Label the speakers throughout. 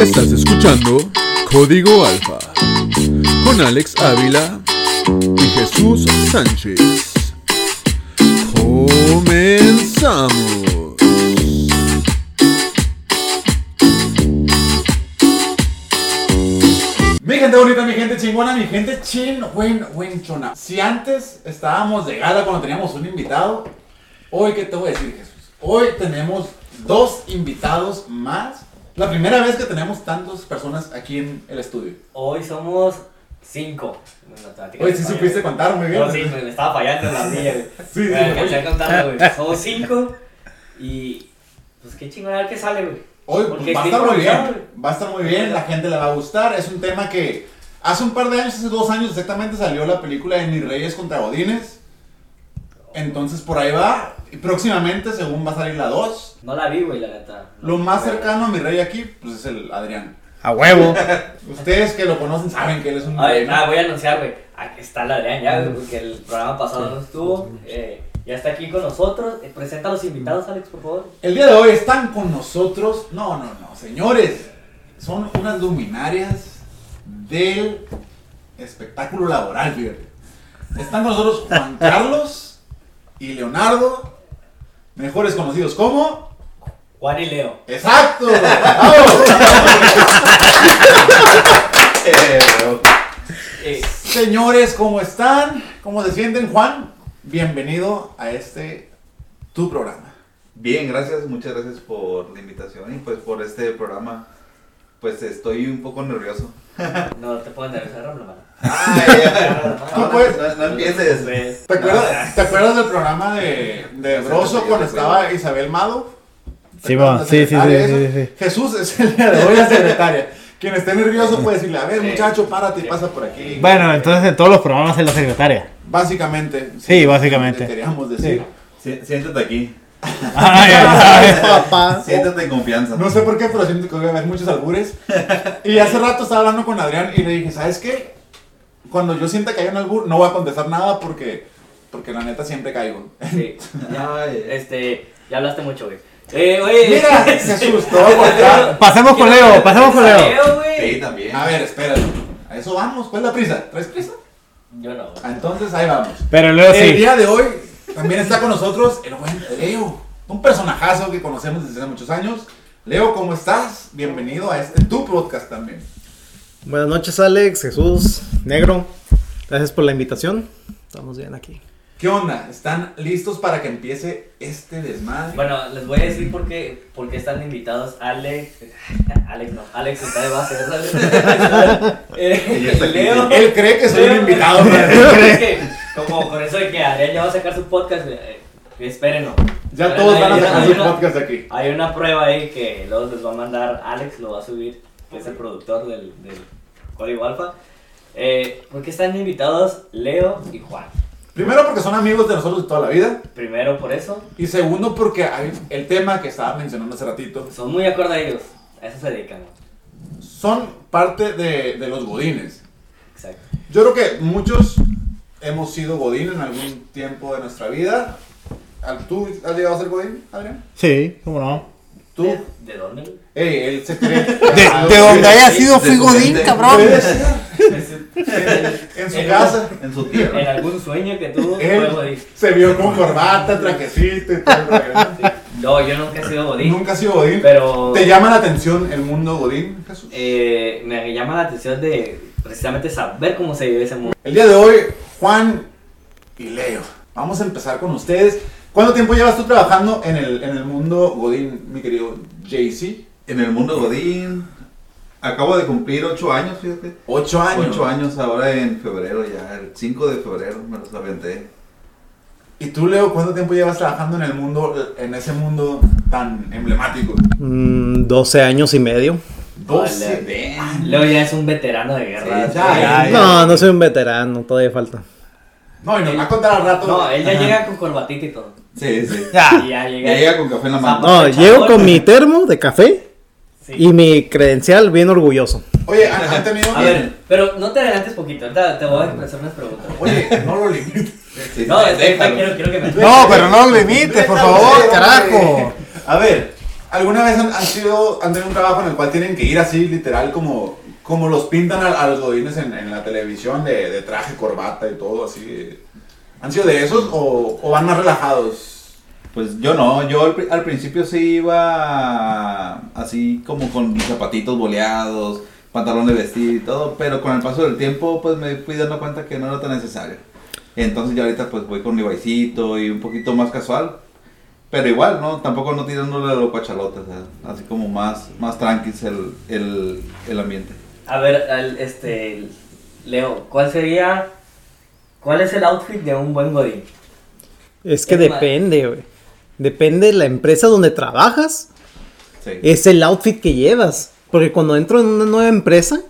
Speaker 1: Estás escuchando Código Alfa con Alex Ávila y Jesús Sánchez. Comenzamos.
Speaker 2: Mi gente bonita, mi gente chingona, mi gente chin, buen, buen chona. Si antes estábamos de gala cuando teníamos un invitado, hoy, ¿qué te voy a decir, Jesús? Hoy tenemos dos invitados más. La primera vez que tenemos tantas personas aquí en el estudio.
Speaker 3: Hoy somos cinco. No, no, te-
Speaker 2: Hoy sí supiste contar muy bien.
Speaker 3: No, sí, me me estaba fallando en la mía, güey.
Speaker 2: Sí, sí,
Speaker 3: Me
Speaker 2: oye.
Speaker 3: alcancé a contar, güey. Somos cinco y pues qué chingón, a ver qué sale, güey.
Speaker 2: Hoy
Speaker 3: Porque
Speaker 2: pues, va a
Speaker 3: está
Speaker 2: estar muy
Speaker 3: improvisado,
Speaker 2: bien, va a estar muy bien, la gente le va a gustar. Es un tema que hace un par de años, hace dos años exactamente, salió la película de Mis Reyes contra Godines. Entonces por ahí va. Y próximamente, según va a salir la 2,
Speaker 3: No la vi, güey, la neta.
Speaker 2: lo más cercano a mi rey aquí, pues es el Adrián.
Speaker 4: A huevo.
Speaker 2: Ustedes que lo conocen saben que él es un
Speaker 3: A
Speaker 2: rey.
Speaker 3: ver,
Speaker 2: ¿no?
Speaker 3: nada, voy a anunciar, güey. Aquí está la Adrián ya, güey, porque el programa pasado no estuvo. Eh, ya está aquí con nosotros. Eh, presenta a los invitados, Alex, por favor.
Speaker 2: El día de hoy están con nosotros. No, no, no, señores. Son unas luminarias del espectáculo laboral, fíjate. Están con nosotros Juan Carlos y Leonardo, mejores conocidos como.
Speaker 3: Juan y Leo.
Speaker 2: ¡Exacto! ¡Bravo!
Speaker 3: Eh,
Speaker 2: Señores, ¿cómo están? ¿Cómo se sienten, Juan? Bienvenido a este tu programa.
Speaker 5: Bien, gracias, muchas gracias por la invitación y pues por este programa. Pues estoy un poco nervioso.
Speaker 3: no te pueden nervioso, rompe la mano.
Speaker 2: No,
Speaker 5: No,
Speaker 2: pues.
Speaker 5: no, no empieces.
Speaker 3: Pues,
Speaker 2: ¿Te acuerdas, ¿te acuerdas del programa de, de Broso cuando estaba Isabel Mado?
Speaker 4: Sí, va. Sí, sí, sí,
Speaker 2: Secretaria,
Speaker 4: sí,
Speaker 2: eso.
Speaker 4: sí, sí.
Speaker 2: Jesús es el día de hoy la secretaria. Quien esté nervioso puede decirle, a ver
Speaker 5: Sí.
Speaker 2: muchacho, párate y pasa por aquí.
Speaker 4: Bueno, entonces en todos los programas es la secretaria.
Speaker 2: Básicamente.
Speaker 4: Sí, básicamente.
Speaker 2: le Queríamos decir.
Speaker 5: Si- Siéntate aquí.
Speaker 4: Ay, ay,
Speaker 2: Ay, papá.
Speaker 5: Siéntate en confianza.
Speaker 2: No sé por qué, pero siento que voy a haber muchos albures. Y hace rato estaba hablando con Adrián y le dije, ¿sabes qué? Cuando yo sienta que hay un albur, no voy a contestar nada porque, porque la neta siempre caigo.
Speaker 3: sí. Ya,
Speaker 5: Ay.
Speaker 3: este, ya hablaste mucho, güey. Eh, oye.
Speaker 2: Mira, se asustó. acá.
Speaker 4: ay. Pasemos con Leo, pasemos con Leo.
Speaker 5: Sí,
Speaker 3: güey.
Speaker 5: también.
Speaker 2: A ver, espérate. A eso vamos. ¿Cuál es la prisa? ¿Traes prisa?
Speaker 3: Yo no.
Speaker 2: Ah, Entonces ahí vamos.
Speaker 4: Pero
Speaker 6: Pues
Speaker 4: Leo
Speaker 6: Eh,
Speaker 2: El
Speaker 4: sí.
Speaker 2: día de hoy también está con nosotros el buen Leo. Un personajazo que conocemos desde hace muchos años. Leo, ¿cómo estás? Bienvenido a este tu podcast también.
Speaker 6: Buenas noches Alex, Jesús, Negro. Gracias por la invitación. Estamos bien aquí.
Speaker 2: ¿Qué onda? ¿Están listos para que empiece este desmadre?
Speaker 3: Bueno, les voy a decir por qué, por qué están invitados Alex. Alex no, Alex está de base, ¿verdad? Eh,
Speaker 5: Y ya está aquí.
Speaker 3: Leo.
Speaker 2: Él cree que soy un
Speaker 3: Leo-
Speaker 2: invitado. pero
Speaker 3: Es que, como con eso de que Adrián ya va a sacar su podcast, eh, espérenlo.
Speaker 2: Ya
Speaker 3: Pero
Speaker 2: todos
Speaker 3: hay
Speaker 2: van a
Speaker 3: una-
Speaker 2: sacar su
Speaker 3: hay una-
Speaker 2: podcast aquí.
Speaker 3: Hay una prueba ahí que luego les va a mandar Alex, lo va a subir, que es el productor del, del Código Alfa. Eh, ¿Por qué están invitados Leo y Juan?
Speaker 2: Primero porque son amigos de nosotros de toda la vida.
Speaker 3: Primero por eso,
Speaker 2: Y segundo porque hay el tema que estaba mencionando hace ratito.
Speaker 3: son muy acorde a ellos, a eso se dedican.
Speaker 2: Son parte de, de los godines.
Speaker 3: Exacto.
Speaker 2: Yo creo que muchos hemos sido Godín en algún tiempo de nuestra vida. Al- ¿Tú has llegado a ser Godín, Adrián?
Speaker 4: Sí, cómo no.
Speaker 2: ¿Tú?
Speaker 3: ¿De, de dónde?
Speaker 2: Ey, él se cree.
Speaker 4: De, de donde haya sido
Speaker 5: De
Speaker 4: fui
Speaker 5: su
Speaker 4: Godín,
Speaker 5: mente.
Speaker 4: cabrón.
Speaker 2: Puede ser. En su casa.
Speaker 5: En su
Speaker 3: En
Speaker 5: tierra.
Speaker 3: algún sueño que tuvo,
Speaker 2: Él
Speaker 3: fue Godín.
Speaker 2: se vio con corbata, trajecito y todo. el rollo.
Speaker 3: No, yo nunca he sido Godín,
Speaker 2: Nunca has sido Godín.
Speaker 3: pero
Speaker 2: ¿Te llama la atención el mundo Godín, Jesús?
Speaker 3: eh, me llama la atención de precisamente saber cómo se vive ese mundo.
Speaker 2: El día de hoy, Juan y Leo, vamos a empezar con ustedes. ¿Cuánto tiempo llevas tú trabajando en el, en el mundo Godín, mi querido JC?
Speaker 5: En el mundo Godín. Acabo de cumplir ocho años, fíjate.
Speaker 2: Ocho años.
Speaker 5: Ocho años ahora en febrero ya. El 5 de febrero me los aventé.
Speaker 2: ¿Y tú, Leo, cuánto tiempo llevas trabajando en el mundo, en ese mundo tan emblemático?
Speaker 6: Mm, 12 años y medio.
Speaker 2: Doce.
Speaker 3: Vale, Leo ya es un veterano de guerra.
Speaker 2: Sí, ya, ya.
Speaker 6: No, no soy un veterano, todavía falta.
Speaker 2: No, y nos va a contar al rato.
Speaker 3: No, él ya
Speaker 2: Ajá. Ah.
Speaker 3: llega con corbatita y todo.
Speaker 5: Sí, sí.
Speaker 4: Ya.
Speaker 3: Y ya
Speaker 5: Ya
Speaker 3: llega.
Speaker 5: llega con café en la mano.
Speaker 6: No, llego con mi termo de café
Speaker 3: Sí.
Speaker 6: y mi credencial bien orgulloso.
Speaker 2: Oye, ¿han, han tenido...?
Speaker 3: A ver, pero no te adelantes poquito, ahorita te voy a hacer unas preguntas.
Speaker 2: Oye, no lo limites.
Speaker 5: Sí,
Speaker 3: No, es que
Speaker 5: déjalo.
Speaker 3: quiero, quiero que me.
Speaker 4: No, pero no lo limites, por favor,
Speaker 2: Déjalo,
Speaker 4: carajo.
Speaker 2: hombre. A ver, ¿Alguna vez han, han sido, han tenido un trabajo en el cual tienen que ir así, literal, como, como los pintan a, a los godines en, en la televisión, de, de traje, corbata y todo así? ¿Han sido de esos o, o van más relajados?
Speaker 5: Pues yo no, yo al, pri- al principio sí iba así como con mis zapatitos boleados, pantalón de vestir y todo, pero con el paso del tiempo pues me fui dando cuenta que no era tan necesario. Entonces ya ahorita pues voy con mi baicito y un poquito más casual, pero igual, ¿no? Tampoco no tirándole a lo cuachalote, o sea, así como más, más tranquis el, el, el ambiente.
Speaker 3: A ver, al- este, Leo, ¿cuál sería, cuál es el outfit de un buen godín?
Speaker 6: Es que
Speaker 3: Es más-
Speaker 6: depende, güey. Depende de la empresa donde trabajas.
Speaker 5: Sí.
Speaker 6: Es el outfit que llevas. Porque cuando entro en una nueva empresa,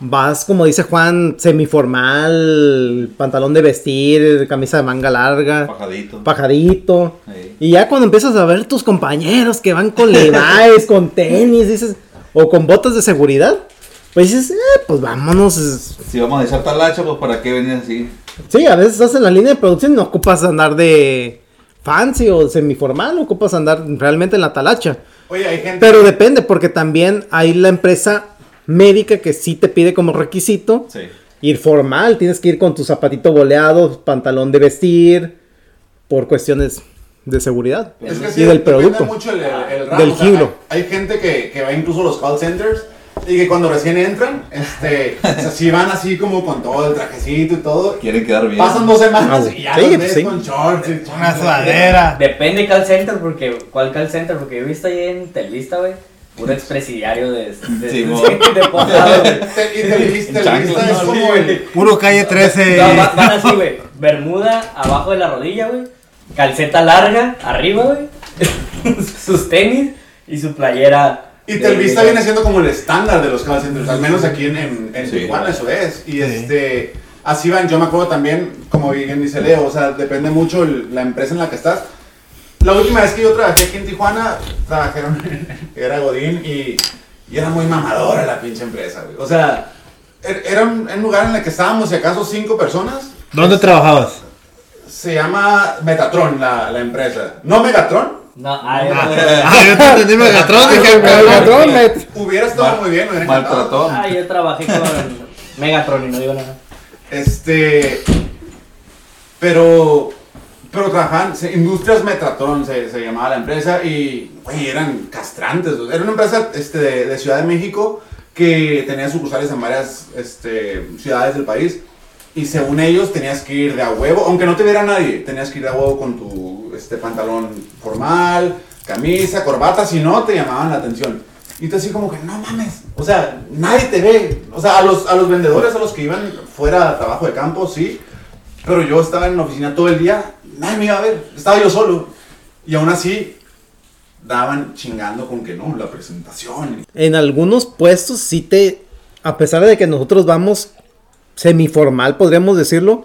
Speaker 6: vas, como dice Juan, semiformal, pantalón de vestir, camisa de manga larga,
Speaker 5: Pajadito.
Speaker 6: pajadito.
Speaker 5: Sí.
Speaker 6: Y ya cuando empiezas a ver tus compañeros que van con Levi's, con tenis, dices, o con botas de seguridad, pues dices, "Eh, pues vámonos. es-
Speaker 5: Si vamos a echar talacha, pues para qué venir así.
Speaker 6: Sí, a veces hacen la línea de producción y no ocupas andar de fancy o semiformal, ocupas andar realmente en la talacha.
Speaker 2: Oye, hay gente...
Speaker 6: Pero depende, porque también hay la empresa médica que sí te pide como requisito
Speaker 5: Sí.
Speaker 6: ir formal, tienes que ir con tu zapatito boleado, pantalón de vestir, por cuestiones de seguridad
Speaker 2: Es que
Speaker 6: y
Speaker 2: sí,
Speaker 6: del
Speaker 2: depende
Speaker 6: producto.
Speaker 2: mucho el, el- el ramo,
Speaker 6: Del
Speaker 2: o sea,
Speaker 6: giro.
Speaker 2: Hay, hay gente que, que va incluso a los call centers y que cuando recién entran, este, o sea, sí van así como con todo el trajecito y todo.
Speaker 5: Quieren quedar bien.
Speaker 2: Pasan dos semanas
Speaker 6: Ah,
Speaker 2: y ya
Speaker 6: sí,
Speaker 2: los
Speaker 6: pues
Speaker 2: ves
Speaker 6: sí.
Speaker 2: con shorts y
Speaker 4: Una
Speaker 2: Ah.
Speaker 4: sudadera.
Speaker 3: Depende call center, porque, ¿cuál call center? Porque yo he visto ahí en Telvista, güey, un expresidiario de, de,
Speaker 5: Sí,
Speaker 3: de-
Speaker 5: mo.
Speaker 3: de posado, güey.
Speaker 2: Te- Y te viste, te
Speaker 5: Chanclas,
Speaker 2: viste, es
Speaker 3: ¿no?
Speaker 2: como el...
Speaker 4: Puro calle 13.
Speaker 3: No, va- van así, güey, bermuda abajo de la rodilla, güey, calceta larga arriba, güey, sus tenis y su playera.
Speaker 2: Y
Speaker 3: de-
Speaker 2: Telvista
Speaker 3: de-
Speaker 2: viene siendo como el estándar de los call centers, al menos aquí en, en, en
Speaker 5: Sí.
Speaker 2: Tijuana, eso es. Y este, así van, yo me acuerdo también, como bien dice Leo, o sea, depende mucho el- la empresa en la que estás. La última vez que yo trabajé aquí en Tijuana, trabajé en un- era Godín y, y era muy mamadora la pinche empresa, güey. O sea, er- era un, un lugar en el que estábamos, si acaso, cinco personas.
Speaker 4: ¿Dónde trabajabas?
Speaker 2: Se llama Metatron la, la empresa. No Megatron,
Speaker 3: No, ay,
Speaker 4: Ah, yo te entendí Megatron,
Speaker 2: Ah,
Speaker 4: dije, Megatron.
Speaker 2: hubiera estado muy bien. me hubiera encantado.
Speaker 5: Maltratón.
Speaker 3: Ah, yo trabajé con Megatron y no digo nada.
Speaker 2: Este. Pero. Pero trabajaban. se- Industrias Metatron se, se llamaba la empresa. Y. güey, eran castrantes. güey. Era una empresa este, de, de Ciudad de México. Que tenía sucursales en varias este, ciudades del país. Y según ellos tenías que ir de a huevo, aunque no te viera nadie, tenías que ir de a huevo con tu este, pantalón formal, camisa, corbata, si no te llamaban la atención. Y tú así como que, no mames, o sea, nadie te ve. O sea, a los, a los vendedores, a los que iban fuera a trabajo de campo, sí, pero yo estaba en la oficina todo el día, nadie me iba a ver, estaba yo solo. Y aún así, daban chingando con que no, la presentación.
Speaker 6: En algunos puestos sí te, a pesar de que nosotros vamos semiformal, podríamos decirlo,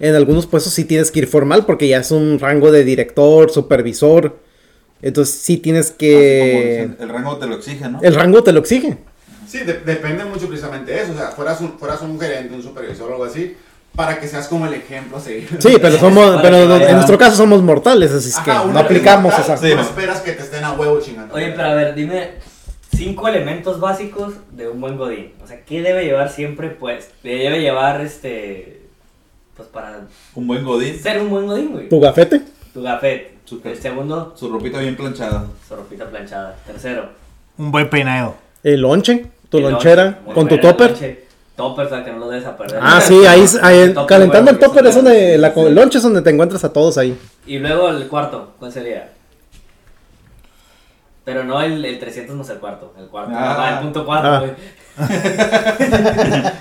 Speaker 6: en algunos puestos sí tienes que ir formal porque ya es un rango de director, supervisor. Entonces sí tienes
Speaker 3: Ah,
Speaker 5: Así
Speaker 6: que...
Speaker 5: como dicen, el rango te lo exige, ¿no?
Speaker 6: Eh, El rango te lo exige.
Speaker 2: Sí, de- depende mucho precisamente de eso. O sea, fueras un, fueras un gerente, un supervisor o algo así, para que seas como el ejemplo a seguir.
Speaker 6: Sí, pero somos,
Speaker 3: Para
Speaker 6: pero
Speaker 3: que
Speaker 6: no-
Speaker 3: vaya.
Speaker 6: en nuestro caso somos mortales, así es
Speaker 2: Ajá,
Speaker 6: que
Speaker 2: una
Speaker 6: no aplicamos
Speaker 2: pregunta,
Speaker 6: esa.
Speaker 5: sí.
Speaker 2: No esperas que te estén a huevo chingando.
Speaker 3: Oye, pero a ver, dime cinco elementos básicos de un buen godín. O sea, ¿qué debe llevar siempre, pues? Debe llevar, este, pues para
Speaker 5: Un buen godín.
Speaker 3: ser un buen godín, güey.
Speaker 6: ¿Tu gafete?
Speaker 3: Tu gafet.
Speaker 5: Su-
Speaker 3: El segundo,
Speaker 5: Su ropita bien planchada.
Speaker 3: su ropita planchada. Tercero,
Speaker 4: Un buen peinado.
Speaker 6: ¿El lonche? ¿Tu
Speaker 3: el
Speaker 6: lonchera?
Speaker 3: lonche. Muy
Speaker 6: ¿Con tu
Speaker 3: buena
Speaker 6: topper?
Speaker 3: lonche. Topper, o sea, que no lo debes a perder.
Speaker 6: Ah, sí, ahí, es- ahí
Speaker 3: El topper,
Speaker 6: calentando
Speaker 3: güey,
Speaker 6: el topper
Speaker 3: que
Speaker 6: es donde, la,
Speaker 3: sí.
Speaker 6: el lonche es donde te encuentras a todos ahí.
Speaker 3: Y luego el cuarto, ¿cuál sería? Pero no el, el 300 no es el cuarto, el cuarto,
Speaker 5: Ah.
Speaker 3: ah, el punto cuarto,
Speaker 6: Ah.
Speaker 3: güey.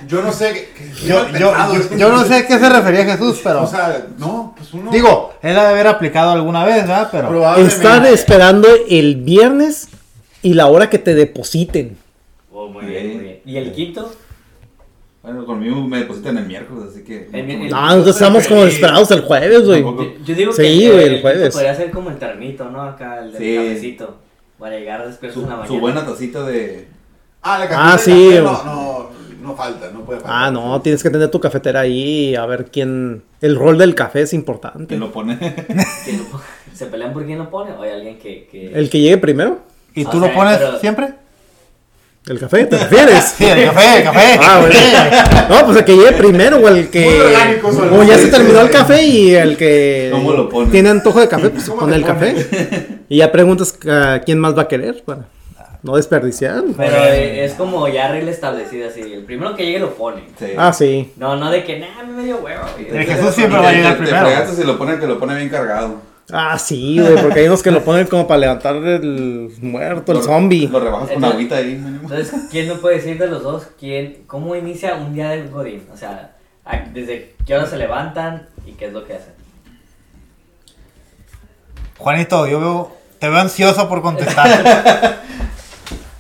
Speaker 2: Yo no sé. qué- qué-
Speaker 4: Yo,
Speaker 2: qué
Speaker 4: yo,
Speaker 2: pensado,
Speaker 4: yo,
Speaker 2: güey.
Speaker 4: yo no sé a qué se refería Jesús, pero.
Speaker 2: O sea, no, pues uno.
Speaker 4: digo, él ha de haber aplicado alguna vez, ¿verdad? Pero.
Speaker 2: probablemente-
Speaker 6: Estar esperando el viernes y la hora que te depositen.
Speaker 3: Oh, muy bien, muy bien. Y el quinto,
Speaker 5: Bueno, conmigo me depositan el miércoles, así que.
Speaker 3: El mi- el-
Speaker 6: No, nosotros estamos como desesperados el jueves, güey.
Speaker 5: Tampoco.
Speaker 3: yo, yo digo
Speaker 6: Sí,
Speaker 3: que
Speaker 6: güey, el
Speaker 3: quinto
Speaker 6: jueves.
Speaker 3: podría ser como el termito, ¿no? Acá el del
Speaker 5: Sí.
Speaker 3: cafecito, para llegar después de
Speaker 5: Su,
Speaker 3: una mañana.
Speaker 5: su buena tacita de.
Speaker 2: Ah, la
Speaker 6: Ah,
Speaker 2: cafetera,
Speaker 6: sí,
Speaker 2: que
Speaker 6: güey.
Speaker 2: No, no, no falta, no puede faltar.
Speaker 6: Ah, no, tienes que tener tu cafetera ahí a ver quién... El rol del café es
Speaker 5: que
Speaker 6: importante.
Speaker 5: lo pone.
Speaker 3: Que no- ¿Se pelean por quién lo pone o hay alguien que... que...
Speaker 6: El que llegue primero,
Speaker 4: ¿Y
Speaker 3: O
Speaker 4: tú
Speaker 3: sea,
Speaker 4: lo pones
Speaker 3: pero-
Speaker 4: siempre?
Speaker 6: el café, ¿te refieres?
Speaker 4: Sí, el café, el café.
Speaker 6: Ah, bueno. No, pues el que llegue primero o el
Speaker 2: Muy
Speaker 6: que.
Speaker 2: orgánico,
Speaker 6: O ya se terminó el café y el que.
Speaker 5: ¿Cómo lo pones?
Speaker 6: Tiene antojo de café, pues se
Speaker 2: ¿Cómo
Speaker 6: pone
Speaker 2: te
Speaker 6: el café. Y ya preguntas a quién más va a querer para no desperdiciar.
Speaker 3: Pero eh, es como ya regla establecida, así. El primero que llegue lo pone.
Speaker 5: Sí.
Speaker 6: Ah, sí.
Speaker 3: No, no de que, nah, me dio huevo. güey".
Speaker 4: El Jesús siempre va a llegar
Speaker 5: Te- te-
Speaker 4: primero.
Speaker 5: Te fregaste si lo pone el que lo pone bien cargado.
Speaker 6: Ah, sí, güey, porque hay unos que lo ponen como para levantar el muerto, el
Speaker 5: Lo-
Speaker 6: zombie.
Speaker 5: Lo rebajas con agüita ahí, mínimo.
Speaker 3: Entonces, ¿quién no puede decir de los dos quién, cómo inicia un día del Godín? O sea, a- desde qué hora se levantan y qué es lo que hacen.
Speaker 4: Juanito, yo veo, te veo ansioso por contestar.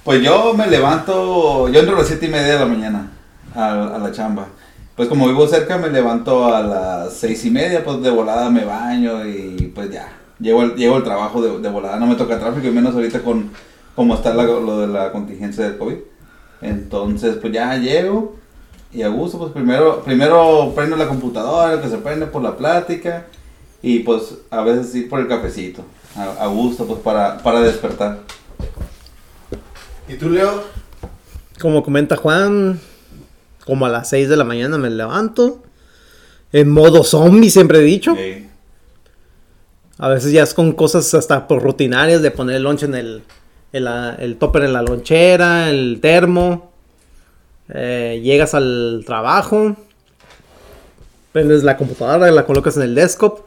Speaker 5: Pues yo me levanto, yo entro a las 7 y media de la mañana a, a la chamba. Pues como vivo cerca, me levanto a las seis y media, pues de volada me baño y pues ya. Llego al, llego al trabajo de, de volada, no me toca tráfico y menos ahorita con como está la- lo de la contingencia del COVID. Entonces, pues ya llego y a gusto, pues primero, primero prendo la computadora, que se prende por la plática y pues a veces ir por el cafecito, a, a gusto, pues para, para despertar.
Speaker 2: ¿Y tú, Leo?
Speaker 6: Como comenta Juan, como a las 6 de la mañana me levanto. En modo zombie, siempre he dicho.
Speaker 5: Eh,
Speaker 6: A veces ya es con cosas hasta por rutinarias de poner el lonche en el, el, ah, el topper en la lonchera, el termo. Eh, llegas al trabajo, prendes la computadora, la colocas en el desktop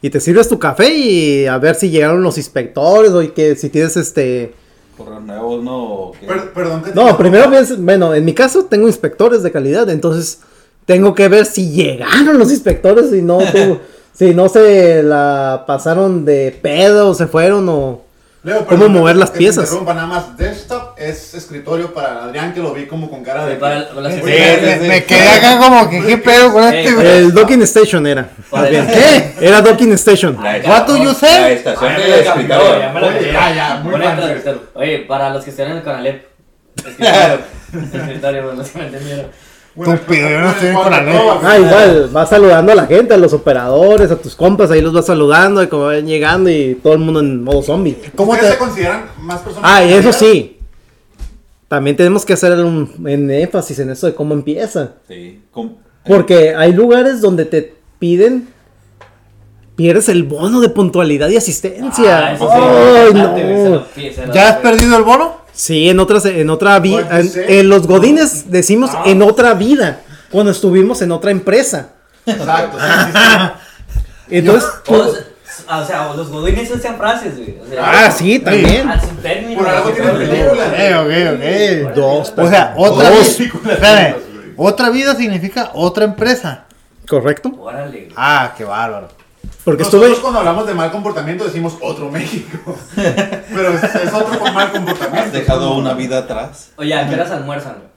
Speaker 6: y te sirves tu café y a ver si llegaron los inspectores o y que si tienes este...
Speaker 5: Por los nuevos, ¿no? ¿O qué?
Speaker 2: Per- perdón que te
Speaker 6: No,
Speaker 2: interrumpa.
Speaker 6: primero piensas, bueno, en mi caso tengo inspectores de calidad, entonces tengo que ver si llegaron los inspectores y no tu- si no se la pasaron de pedo o se fueron o
Speaker 2: Leo,
Speaker 6: ¿Cómo
Speaker 2: perdón
Speaker 6: mover
Speaker 2: que-
Speaker 6: las
Speaker 2: que te
Speaker 6: piezas?
Speaker 2: interrumpa, nada más. Desktop es escritorio para Adrián, que lo vi como con cara de.
Speaker 3: Sí, para- para las
Speaker 4: me,
Speaker 3: empresas,
Speaker 4: me- me quedé acá como que qué pedo con este güey.
Speaker 6: el docking station era.
Speaker 3: Para pues, el-
Speaker 6: Ah. ¿Qué? Era docking station.
Speaker 5: La
Speaker 4: What do you say?
Speaker 5: La estación
Speaker 3: Ah,
Speaker 5: de
Speaker 3: ya me la cambió,
Speaker 5: escritorio.
Speaker 3: ya me la
Speaker 2: Oye,
Speaker 3: cambió.
Speaker 2: ya, ya, muy
Speaker 3: Buena
Speaker 2: mal,
Speaker 3: traducción. Oye, para los que estén en el Conalep, escritorio, escritorio, bueno, se me entendieron.
Speaker 2: Bueno,
Speaker 4: Estúpido, yo no estoy bien
Speaker 2: bueno,
Speaker 4: con la
Speaker 2: no,
Speaker 4: ley.
Speaker 2: al
Speaker 6: Ah,
Speaker 2: final-
Speaker 6: igual, vas saludando a la gente, a los operadores, a tus compas, ahí los vas saludando y como van llegando y todo el mundo en modo zombie.
Speaker 4: ¿Cómo
Speaker 2: ¿Ustedes
Speaker 4: te-
Speaker 2: se consideran más personas?
Speaker 6: Ah, y eso
Speaker 2: mayoría?
Speaker 6: sí. También tenemos que hacer un en énfasis en eso de cómo empieza.
Speaker 5: Sí. com-
Speaker 6: Porque hay lugares donde te piden. Pierdes el bono de puntualidad y asistencia.
Speaker 3: Ah, eso sí,
Speaker 6: Ay,
Speaker 3: bastante, güey, se
Speaker 6: no.
Speaker 3: lo- sí, se lo-
Speaker 4: ¿Ya has perdido el bono?
Speaker 6: Sí, en otras, en otra vida.
Speaker 2: Bueno,
Speaker 6: En,
Speaker 2: sí.
Speaker 6: en los godines decimos en otra vida. Cuando estuvimos en otra empresa.
Speaker 2: Exacto. sí, sí, sí.
Speaker 6: Entonces. tú-
Speaker 3: O sea, o sea, los godines hacían frases, güey. O sea,
Speaker 6: ah, sí, también.
Speaker 3: a su término,
Speaker 2: Por algo
Speaker 3: así,
Speaker 2: tienen
Speaker 3: pero-
Speaker 2: películas.
Speaker 4: ok, ok.
Speaker 6: Dos.
Speaker 4: O sea, otra
Speaker 6: Dos.
Speaker 4: vida. Espérame, otra vida significa otra empresa.
Speaker 6: Correcto.
Speaker 3: Órale, güey.
Speaker 4: Ah, qué bárbaro.
Speaker 6: Porque
Speaker 2: Nosotros
Speaker 6: estuve.
Speaker 2: cuando hablamos de mal comportamiento decimos otro México. Pero es, es otro con mal comportamiento.
Speaker 5: Has dejado una vida atrás.
Speaker 3: Oye, ¿a qué horas almuerzan, güey?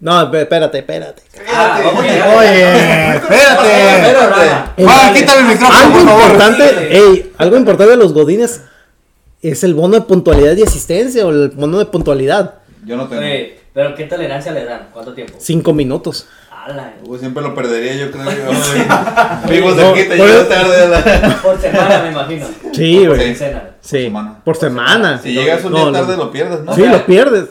Speaker 6: No, pe- espérate, espérate.
Speaker 3: Ah,
Speaker 2: Espérate.
Speaker 3: vamos ya.
Speaker 4: Oye,
Speaker 6: Eh,
Speaker 4: espérate.
Speaker 5: Ah,
Speaker 4: Juan, quítame el micrófono,
Speaker 6: Algo
Speaker 4: por favor.
Speaker 6: importante,
Speaker 3: Sí.
Speaker 6: ey, algo importante de los godines es el bono de puntualidad y asistencia o el bono de puntualidad.
Speaker 5: Yo no tengo.
Speaker 3: Oye, pero ¿qué tolerancia le dan? ¿Cuánto tiempo?
Speaker 6: Cinco minutos.
Speaker 3: Ala,
Speaker 5: Uy, siempre lo perdería, yo creo. Yo, vivo
Speaker 6: No,
Speaker 5: cerquita,
Speaker 6: por-
Speaker 5: yo tarde. la-
Speaker 3: Por semana, me imagino.
Speaker 6: Sí,
Speaker 3: Por
Speaker 6: güey.
Speaker 3: quincena.
Speaker 6: Sí.
Speaker 5: semana.
Speaker 6: Por semana.
Speaker 5: Si llegas un
Speaker 6: No,
Speaker 5: día
Speaker 6: no.
Speaker 5: tarde, lo pierdes, ¿no?
Speaker 6: Sí, lo pierdes.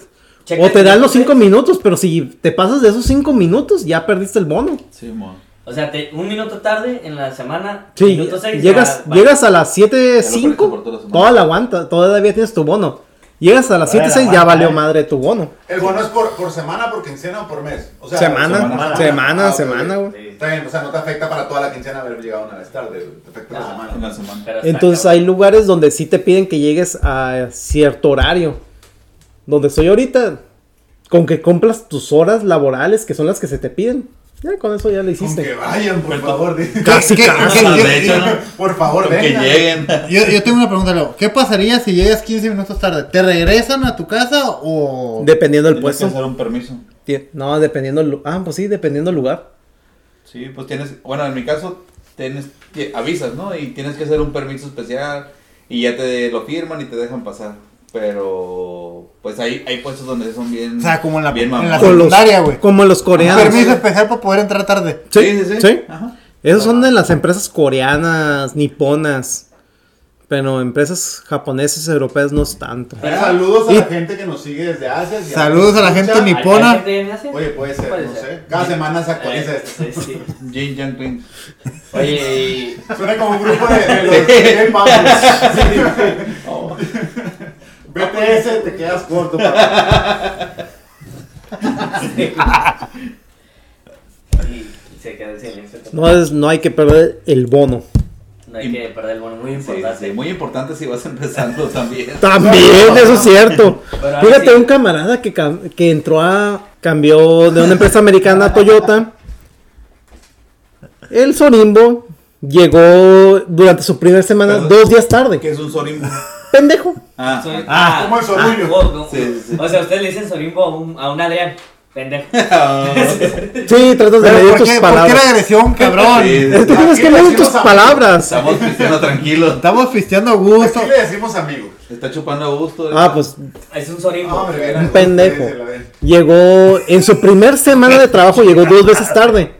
Speaker 3: Checa
Speaker 6: O te
Speaker 3: el
Speaker 6: dan los
Speaker 3: cheque.
Speaker 6: cinco minutos, pero si te pasas de esos cinco minutos, ya perdiste el bono.
Speaker 5: Sí, mo.
Speaker 3: O sea, te- un minuto tarde en la semana.
Speaker 6: Sí,
Speaker 3: minuto seis,
Speaker 6: llegas,
Speaker 3: ya, va.
Speaker 6: llegas a las
Speaker 5: Ya lo perdiste por
Speaker 6: 7.05,
Speaker 5: toda la semana.
Speaker 6: toda la aguanta, todavía tienes tu bono. Llegas a las
Speaker 4: Todavía
Speaker 6: 7.06,
Speaker 4: la
Speaker 6: ya
Speaker 4: aguanta,
Speaker 6: valió
Speaker 4: eh.
Speaker 6: madre tu bono.
Speaker 2: El bono es por, por semana, por quincena o por mes. O sea,
Speaker 6: Semana,
Speaker 2: Ah,
Speaker 6: semana,
Speaker 2: ok.
Speaker 6: semana, güey.
Speaker 2: Está bien, o sea, no te afecta para toda la quincena haber llegado una vez tarde. güey. Te afecta la
Speaker 3: Ah,
Speaker 5: En
Speaker 2: semana.
Speaker 5: la semana.
Speaker 3: Pero está
Speaker 6: Entonces
Speaker 3: cabrón.
Speaker 6: hay lugares donde sí te piden que llegues a cierto horario. Donde estoy ahorita, con que cumplas tus horas laborales, que son las que se te piden. Ya con eso ya lo
Speaker 2: Aunque
Speaker 6: hiciste.
Speaker 2: vayan, por favor. di-
Speaker 6: Casi,
Speaker 4: ¿Qué-
Speaker 6: casi.
Speaker 4: qué-
Speaker 5: De
Speaker 4: qué-
Speaker 5: hecho, ¿no?
Speaker 2: Por favor,
Speaker 5: Que
Speaker 2: vengan.
Speaker 5: lleguen.
Speaker 4: Yo, yo tengo una pregunta, Leo. ¿Qué pasaría si llegas 15 minutos tarde? ¿Te regresan a tu casa o...?
Speaker 6: Dependiendo del
Speaker 5: Tienes que hacer
Speaker 6: puesto.
Speaker 5: un permiso.
Speaker 6: Ti- No, dependiendo. el lu- Ah, pues sí, dependiendo del lugar.
Speaker 5: Sí, pues tienes. Bueno, en mi caso, tienes, ti- avisas, ¿no? Y tienes que hacer un permiso especial. Y ya te lo firman y te dejan pasar. Pero. Pues hay, hay puestos donde son bien.
Speaker 4: O sea, como en la,
Speaker 5: bien
Speaker 4: en la
Speaker 5: mamones.
Speaker 6: Con los-
Speaker 4: secundaria, güey.
Speaker 6: Como los
Speaker 4: Un
Speaker 6: coreanos.
Speaker 4: permiso especial para poder entrar tarde.
Speaker 6: Sí, sí.
Speaker 5: Ajá.
Speaker 6: Esos son de las empresas coreanas, niponas. Pero empresas japonesas, europeas no es tanto.
Speaker 2: Pero saludos a la gente que nos sigue desde Asia. si
Speaker 4: Saludos a la
Speaker 2: escucha.
Speaker 4: gente
Speaker 3: ¿Hay- hay
Speaker 4: Pona.
Speaker 3: gente en Asia?
Speaker 2: Oye, puede ser, no sé. Cada semana se actualiza
Speaker 3: Eh,
Speaker 2: esto.
Speaker 3: sí, sí.
Speaker 5: Jin Yang Clean.
Speaker 3: Oye, y
Speaker 2: Suena como un grupo de, de los K Pablos. BTS, te quedas corto. papá.
Speaker 3: y se queda en silencio.
Speaker 6: No, es, no hay que perder el bono.
Speaker 3: No hay que perder el bono, muy
Speaker 5: Sí,
Speaker 3: importante.
Speaker 5: sí, muy importante si vas empezando también.
Speaker 6: También, eso es cierto.
Speaker 3: Pero ahora
Speaker 6: Fíjate,
Speaker 3: sí.
Speaker 6: un camarada que, cam- que entró a. cambió de una empresa americana a Toyota. El Sorimbo llegó durante su primera semana
Speaker 5: Perdón.
Speaker 6: dos días tarde.
Speaker 5: Que es un sorimbo.
Speaker 6: Pendejo.
Speaker 5: Ah,
Speaker 3: Soy-
Speaker 4: Ah,
Speaker 2: como el Sorullo.
Speaker 3: ah, oh, no.
Speaker 5: Sí, sí.
Speaker 3: O sea, ustedes le dicen Sorimbo a un, a un Adrián. Pendejo.
Speaker 6: Sí, tratas de
Speaker 4: Pero
Speaker 6: medir tus
Speaker 4: ¿por qué, ¿Por qué la
Speaker 6: palabras.
Speaker 4: agresión, cabrón?
Speaker 5: Sí, sí.
Speaker 6: Tú tienes que
Speaker 2: Aquí
Speaker 6: medir tus
Speaker 2: decimos a-
Speaker 6: palabras.
Speaker 5: estamos pisteando tranquilos.
Speaker 4: Estamos pisteando a
Speaker 2: Aquí
Speaker 4: gusto.
Speaker 2: le decimos amigo. Ah,
Speaker 5: Está chupando a gusto.
Speaker 6: Ah, pues
Speaker 3: Es un Sorimbo.
Speaker 2: Hombre, ven,
Speaker 6: Un
Speaker 2: ustedes,
Speaker 6: pendejo.
Speaker 2: a ver.
Speaker 6: llegó. En su primer semana de trabajo llegó dos veces tarde.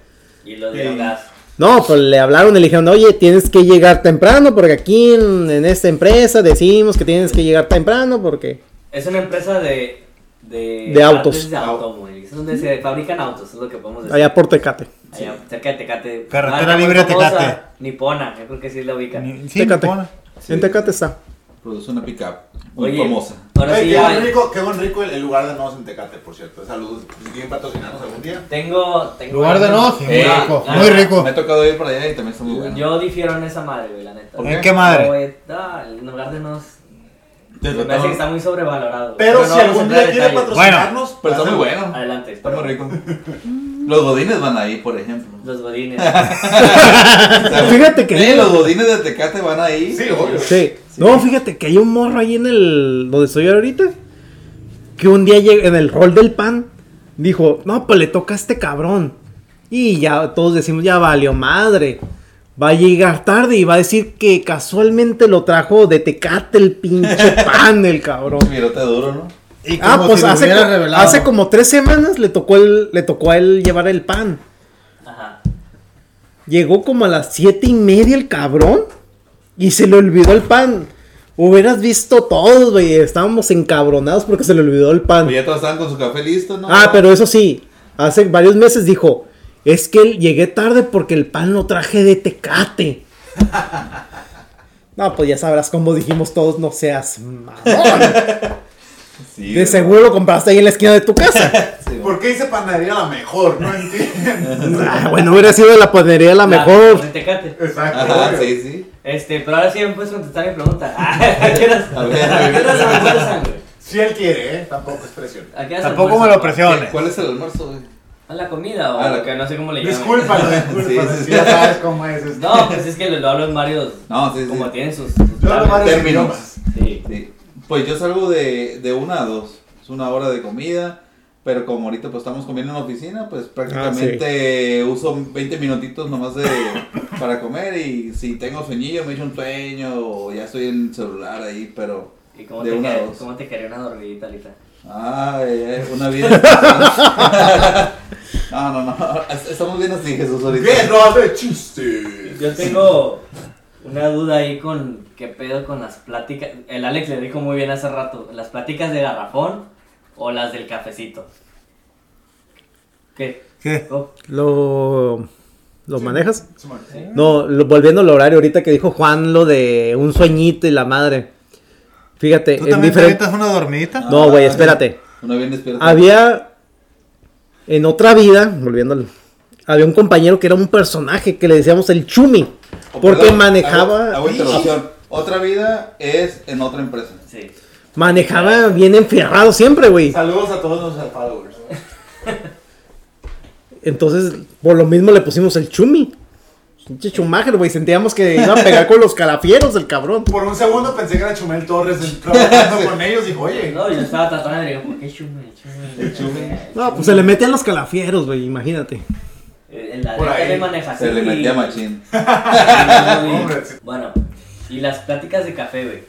Speaker 3: y los de Hondas.
Speaker 6: No, pues le hablaron y le dijeron, oye, tienes que llegar temprano porque aquí en, en esta empresa decimos que tienes que llegar temprano porque...
Speaker 3: Es una empresa de. De,
Speaker 6: De autos.
Speaker 3: partes De automóviles. Es donde se fabrican autos, es lo que podemos decir.
Speaker 6: Allá por Tecate.
Speaker 3: Allá, cerca de Tecate.
Speaker 4: Carretera
Speaker 3: Marca muy
Speaker 4: libre
Speaker 3: famosa,
Speaker 4: Tecate.
Speaker 3: Nipona, yo creo que sí la ubican.
Speaker 4: Sí,
Speaker 6: Tecate.
Speaker 4: pone.
Speaker 5: Sí.
Speaker 6: En Tecate está.
Speaker 5: Produce una pickup muy
Speaker 3: Oye,
Speaker 5: famosa.
Speaker 3: Ahora
Speaker 2: Oye,
Speaker 3: sí,
Speaker 2: qué,
Speaker 3: ya-
Speaker 2: buen rico, qué buen rico el, el lugar de nuevos en Tecate, por cierto. Saludos. Si quieren patrocinarnos algún día.
Speaker 3: tengo. tengo
Speaker 4: Lugar de no, sí, muy
Speaker 5: Eh,
Speaker 4: rico,
Speaker 3: la-
Speaker 4: muy rico.
Speaker 5: Me ha tocado ir para allá y también está muy bueno.
Speaker 3: Yo difiero en esa madre, güey, la neta.
Speaker 4: ¿En qué madre?
Speaker 3: Güey, ah, el lugar de nos.
Speaker 5: Te
Speaker 3: Me parece
Speaker 5: trataron-
Speaker 3: que está muy sobrevalorado.
Speaker 2: Pero
Speaker 3: no
Speaker 2: si
Speaker 3: vamos a
Speaker 2: algún
Speaker 3: entrar
Speaker 2: día
Speaker 3: en
Speaker 2: quieren
Speaker 3: detalles.
Speaker 2: patrocinarnos,
Speaker 5: Pero está
Speaker 2: hacemos-
Speaker 5: muy bueno.
Speaker 3: Adelante,
Speaker 5: Está muy rico.
Speaker 6: Mm.
Speaker 5: Los godines van ahí, por ejemplo.
Speaker 3: Los godines.
Speaker 6: Ah, Fíjate que...
Speaker 5: Eh, los godines de Tecate van ahí.
Speaker 2: Sí, obvio.
Speaker 6: Sí. No, fíjate que hay un morro ahí en el... donde estoy ahorita. Que un día llegó en el rol del pan. Dijo, no, pues le toca a este cabrón. Y ya todos decimos, ya valió madre. Va a llegar tarde y va a decir que casualmente lo trajo de Tecate el pinche pan, el cabrón.
Speaker 5: Virote duro, ¿no?
Speaker 4: Y como
Speaker 6: Ah, pues
Speaker 4: si lo
Speaker 6: hace,
Speaker 4: hubiera
Speaker 6: co-
Speaker 4: revelado.
Speaker 6: hace como tres semanas le tocó, el, le tocó a él llevar el pan.
Speaker 3: Ajá.
Speaker 6: Llegó como a las siete y media el cabrón y se le olvidó el pan. Hubieras visto todos, güey. Estábamos encabronados porque se le olvidó el pan.
Speaker 5: Pues ya todos estaban con su café listo, ¿no?
Speaker 6: Ah, pero eso sí, hace varios meses dijo, es que él- llegué tarde porque el pan lo traje de Tecate. No, pues ya sabrás cómo dijimos todos, no seas mamón.
Speaker 5: Sí,
Speaker 6: De
Speaker 5: güey.
Speaker 6: seguro lo compraste ahí en la esquina de tu casa.
Speaker 5: Sí, güey.
Speaker 2: ¿Por qué dice panadería la mejor? No entiendo.
Speaker 6: Ah, bueno, hubiera sido la panadería la Ah, mejor.
Speaker 3: En Tecate.
Speaker 2: Exacto.
Speaker 5: Ajá,
Speaker 2: obvio.
Speaker 5: sí, sí.
Speaker 3: Este, pero ahora sí me puedes contestar mi pregunta. Ah, ¿A qué horas
Speaker 5: A ver, a ver.
Speaker 3: a qué horas se almuerzan, güey?
Speaker 2: Si él quiere, ¿eh? Tampoco es presión.
Speaker 3: ¿A qué horas se
Speaker 4: Tampoco me
Speaker 3: almuerzan?
Speaker 4: lo presiones.
Speaker 5: ¿Cuál es el almuerzo, güey?
Speaker 3: ¿A la comida o
Speaker 5: A la-
Speaker 3: que no sé cómo le llaman?
Speaker 2: Discúlpalo, discúlpalo.
Speaker 5: Sí, sí,
Speaker 2: es que
Speaker 5: sí.
Speaker 2: Ya sabes cómo es esto.
Speaker 3: No, pues es que lo, lo hablo en varios.
Speaker 5: No, sí, sí.
Speaker 3: Como tienen sus. sus
Speaker 2: Yo hablo
Speaker 3: planes.
Speaker 2: varios
Speaker 5: Términos.
Speaker 2: idiomas.
Speaker 3: Sí.
Speaker 5: Sí. Pues yo salgo de, de una a dos. Es una hora de comida. Pero como ahorita pues estamos comiendo en la oficina,
Speaker 6: Ah,
Speaker 5: pues prácticamente uso 20 minutitos nomás de, para comer. Y si tengo sueñillo, me echo un sueño o ya estoy en el celular ahí, pero...
Speaker 3: ¿Y cómo
Speaker 5: De
Speaker 3: te,
Speaker 5: una a
Speaker 3: quer-
Speaker 5: dos.
Speaker 3: cómo te quería una dormidita ahorita?
Speaker 5: Ay, ay, una vida. especial. no, no, no. es- Estamos bien así, Jesús, ahorita.
Speaker 2: ¿Qué? No hace chistes.
Speaker 3: Yo tengo una duda ahí con qué pedo con las pláticas. El Alex le dijo muy bien hace rato, las pláticas de garrafón o las del cafecito. ¿Qué?
Speaker 4: ¿Qué?
Speaker 3: Oh,
Speaker 6: ¿Lo, lo manejas?
Speaker 2: Simón.
Speaker 6: No, lo- volviendo al horario ahorita que dijo Juan lo de un sueñito y la madre. Fíjate,
Speaker 4: ¿Tú
Speaker 6: es
Speaker 4: también te
Speaker 6: diferente.
Speaker 4: avientas una dormidita?
Speaker 6: No, güey, espérate.
Speaker 5: Ah,
Speaker 6: Ah,
Speaker 5: Una bien despierta.
Speaker 6: Había en otra vida, volviendo al- había un compañero que era un personaje que le decíamos el Chumi,
Speaker 5: Oh,
Speaker 6: porque
Speaker 5: perdón,
Speaker 6: manejaba
Speaker 5: hago- hago interrupción. Otra vida es en otra empresa.
Speaker 3: sí.
Speaker 6: manejaba bien enfierrado siempre, güey.
Speaker 2: Saludos a todos nuestros followers.
Speaker 6: Entonces, por lo mismo le pusimos el Chumi. Pinche Schumacher, güey, sentíamos que iba a pegar con los calafieros el cabrón.
Speaker 2: Por un segundo pensé que era Chumel Torres en- trabajando con ellos. Dijo, oye,
Speaker 3: No, yo estaba tratando de averiguar por qué chume, chume.
Speaker 6: No, pues se le metían los calafieros, güey, imagínate.
Speaker 3: El
Speaker 2: Por
Speaker 3: Alex
Speaker 2: ahí
Speaker 3: le maneja
Speaker 5: Se
Speaker 3: así.
Speaker 5: le metía machín.
Speaker 2: Hombre, sí.
Speaker 3: Bueno, y las pláticas de café, güey.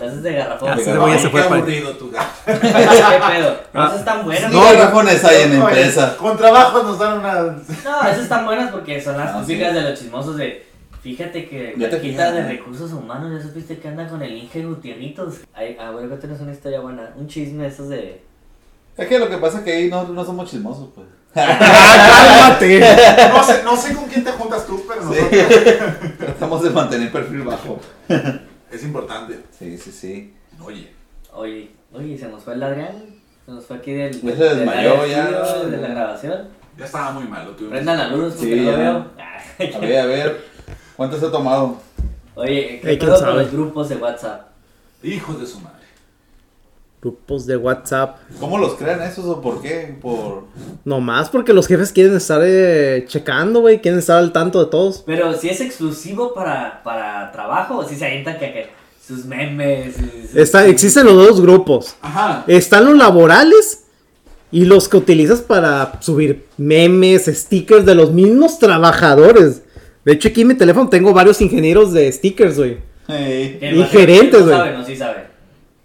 Speaker 3: Las de garrafón.
Speaker 6: Ah,
Speaker 3: güey.
Speaker 6: sí, güey, ya se fue
Speaker 2: qué
Speaker 6: para-
Speaker 2: aburrido tu gato.
Speaker 3: ¿Qué pedo? No, esas están buenas.
Speaker 5: No
Speaker 3: güey.
Speaker 5: hay rajones ahí en
Speaker 2: Oye,
Speaker 5: empresa.
Speaker 2: Con trabajo nos dan una.
Speaker 3: No, esas están buenas porque son las
Speaker 5: Ah,
Speaker 3: típicas
Speaker 5: sí.
Speaker 3: de los chismosos de Fíjate que
Speaker 5: Ya te
Speaker 3: Blanquita de
Speaker 5: fijaste.
Speaker 3: recursos humanos, ya supiste que anda con el Inge Gutierritos. Ay, ah, bueno, que tienes una historia buena, un chisme de esos de.
Speaker 5: Es que lo que pasa es que ahí no, no somos chismosos, pues.
Speaker 6: ¡Cálmate!
Speaker 2: No sé, no sé con quién te juntas tú, pero nosotros.
Speaker 5: Tratamos de mantener perfil bajo.
Speaker 2: Es importante.
Speaker 5: Sí, sí, sí.
Speaker 2: Oye,
Speaker 3: Oye, oye, se nos fue el Adrián, se nos fue aquí del.
Speaker 5: Ya se
Speaker 3: del
Speaker 5: desmayó,
Speaker 3: área de
Speaker 5: ya.
Speaker 3: estudio, De la grabación.
Speaker 2: ya estaba muy malo. Tuvimos...
Speaker 3: Prendan la luz porque
Speaker 5: Sí,
Speaker 3: no
Speaker 5: ya.
Speaker 3: veo.
Speaker 5: A ver, a ver. ¿Cuánto se ha tomado?
Speaker 3: Oye, ¿qué
Speaker 6: Ey, quién
Speaker 3: pedo con
Speaker 6: sabe.
Speaker 3: los grupos de WhatsApp?
Speaker 2: Hijos de su madre.
Speaker 6: Grupos de WhatsApp.
Speaker 5: ¿Cómo los crean esos o por qué? Por...
Speaker 6: Nomás porque los jefes quieren estar eh, checando, güey. Quieren estar al tanto de todos.
Speaker 3: Pero si es exclusivo para, para trabajo, o si se avientan que, que sus memes. sus-
Speaker 6: Está- existen los dos grupos.
Speaker 2: Ajá.
Speaker 6: Están los laborales y los que utilizas para subir memes, stickers de los mismos trabajadores. De hecho, aquí en mi teléfono tengo varios ingenieros de stickers, güey.
Speaker 5: Ey.
Speaker 3: que no-
Speaker 6: Ingerentes,
Speaker 3: no
Speaker 6: güey.
Speaker 3: saben, no, sí saben.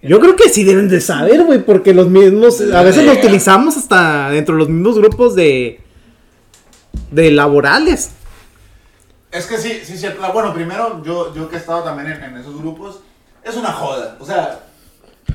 Speaker 6: Yo creo que sí deben de saber, güey, porque los mismos, a veces lo
Speaker 5: Verga.
Speaker 6: utilizamos hasta dentro de los mismos grupos de de laborales.
Speaker 2: Es que sí, sí, es cierto. La- Bueno, primero, yo, yo que he estado también en, en esos grupos, es una joda. O sea,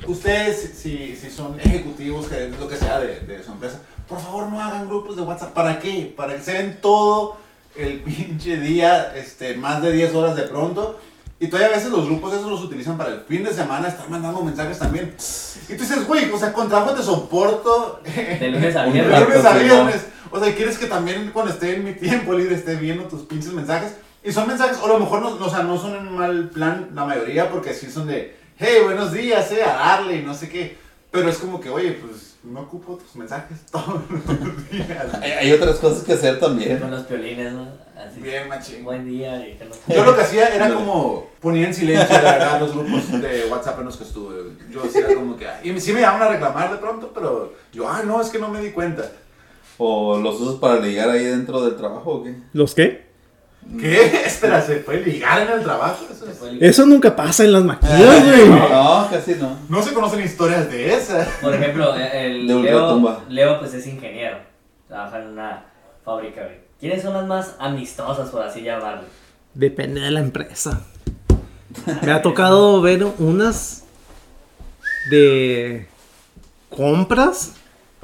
Speaker 2: ustedes, si, si son ejecutivos, que es lo que sea de, de su empresa, por favor no hagan grupos de WhatsApp. ¿Para qué? Para que se ven todo el pinche día, este, más de 10 horas de pronto. Y todavía a veces los grupos esos los utilizan para el fin de semana, estar mandando mensajes también. Y tú dices, güey, o sea, con trabajo te soporto.
Speaker 3: De lunes a
Speaker 5: Un
Speaker 2: De
Speaker 3: viernes.
Speaker 5: rato.
Speaker 2: lunes a
Speaker 5: sí,
Speaker 2: viernes. O sea, quieres que también cuando esté en mi tiempo libre esté viendo tus pinches mensajes. Y son mensajes, o a lo mejor no, no, o sea, no son en mal plan la mayoría, porque sí son de, hey, buenos días, eh, a darle y no sé qué. Pero es como que, oye, pues no ocupo tus mensajes todos los días.
Speaker 5: Hay, hay otras cosas que hacer
Speaker 3: Con
Speaker 5: también.
Speaker 3: los piolines, ¿no? Así.
Speaker 2: Bien, machín.
Speaker 3: Buen día. y que no-
Speaker 2: Yo lo que hacía era como ponía en silencio, la verdad, los grupos de WhatsApp en los que estuve. Yo hacía como que, "Ay", y sí me llaman a reclamar de pronto, pero yo, ah, no, es que no me di cuenta.
Speaker 5: ¿O los usas para ligar ahí dentro del trabajo o qué?
Speaker 6: ¿Los qué?
Speaker 2: ¿Qué? Espera, ¿se puede ligar en el trabajo? Eso
Speaker 3: Se
Speaker 2: es-
Speaker 3: fue el-
Speaker 6: Eso nunca pasa en las maquillas,
Speaker 5: Eh.
Speaker 6: güey.
Speaker 5: No, casi no.
Speaker 2: No se conocen historias de esas.
Speaker 3: Por ejemplo, eh, el
Speaker 5: De
Speaker 3: Leo,
Speaker 5: ultratumba.
Speaker 3: Leo pues es ingeniero, trabaja en una fábrica. güey. ¿Quiénes son las más amistosas, por así llamarlo?
Speaker 6: Depende de la empresa. Me ha tocado ver unas de compras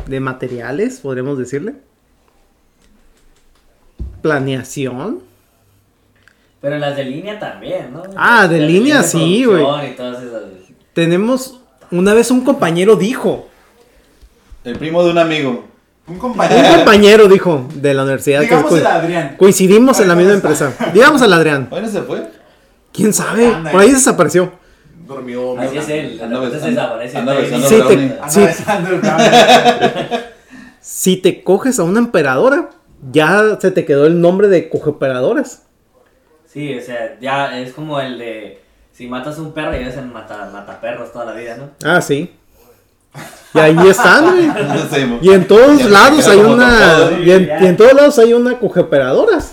Speaker 6: de materiales, podríamos decirle. Planeación.
Speaker 3: Pero las de línea también, ¿no?
Speaker 6: Ah, de
Speaker 3: Las
Speaker 6: línea
Speaker 3: de
Speaker 6: sí,
Speaker 3: producción y todas esas, güey.
Speaker 6: Tenemos, una vez un compañero dijo,
Speaker 5: El primo de un amigo.
Speaker 2: Un
Speaker 6: un
Speaker 2: compañero.
Speaker 6: compañero dijo de la universidad que
Speaker 2: Eh, Digamos
Speaker 6: co-
Speaker 2: el Adrián.
Speaker 6: coincidimos en la
Speaker 2: Ay,
Speaker 6: misma
Speaker 2: ¿cómo está?
Speaker 6: empresa. Digamos al Adrián.
Speaker 5: ¿Bueno se fue?
Speaker 6: ¿Quién sabe?
Speaker 2: Anda,
Speaker 6: Por ahí
Speaker 2: eh.
Speaker 6: desapareció.
Speaker 2: Dormido. Ah,
Speaker 3: Así
Speaker 2: ¿no?
Speaker 3: es él, de
Speaker 5: Anda
Speaker 3: repente se
Speaker 5: besando-
Speaker 3: desaparece.
Speaker 5: anda
Speaker 3: Está
Speaker 5: besando
Speaker 3: ahí.
Speaker 6: Sí, brownie.
Speaker 5: te-
Speaker 2: Anda
Speaker 6: Sí.
Speaker 2: besando el cable.
Speaker 6: Si te coges a una emperadora, ya se te quedó el nombre de cogeoperadoras.
Speaker 3: Sí, o sea, ya es como el de... Si matas un perro, ya es el mata, mataperros toda la vida, ¿no?
Speaker 6: Ah, sí. Y ahí están, güey.
Speaker 5: Sí, mo-
Speaker 6: Y en todos
Speaker 5: Ya,
Speaker 6: lados
Speaker 5: ya
Speaker 6: hay
Speaker 5: como
Speaker 6: una.
Speaker 5: tocado,
Speaker 6: Y en,
Speaker 3: ya.
Speaker 6: y en todos lados hay una cogeoperadoras.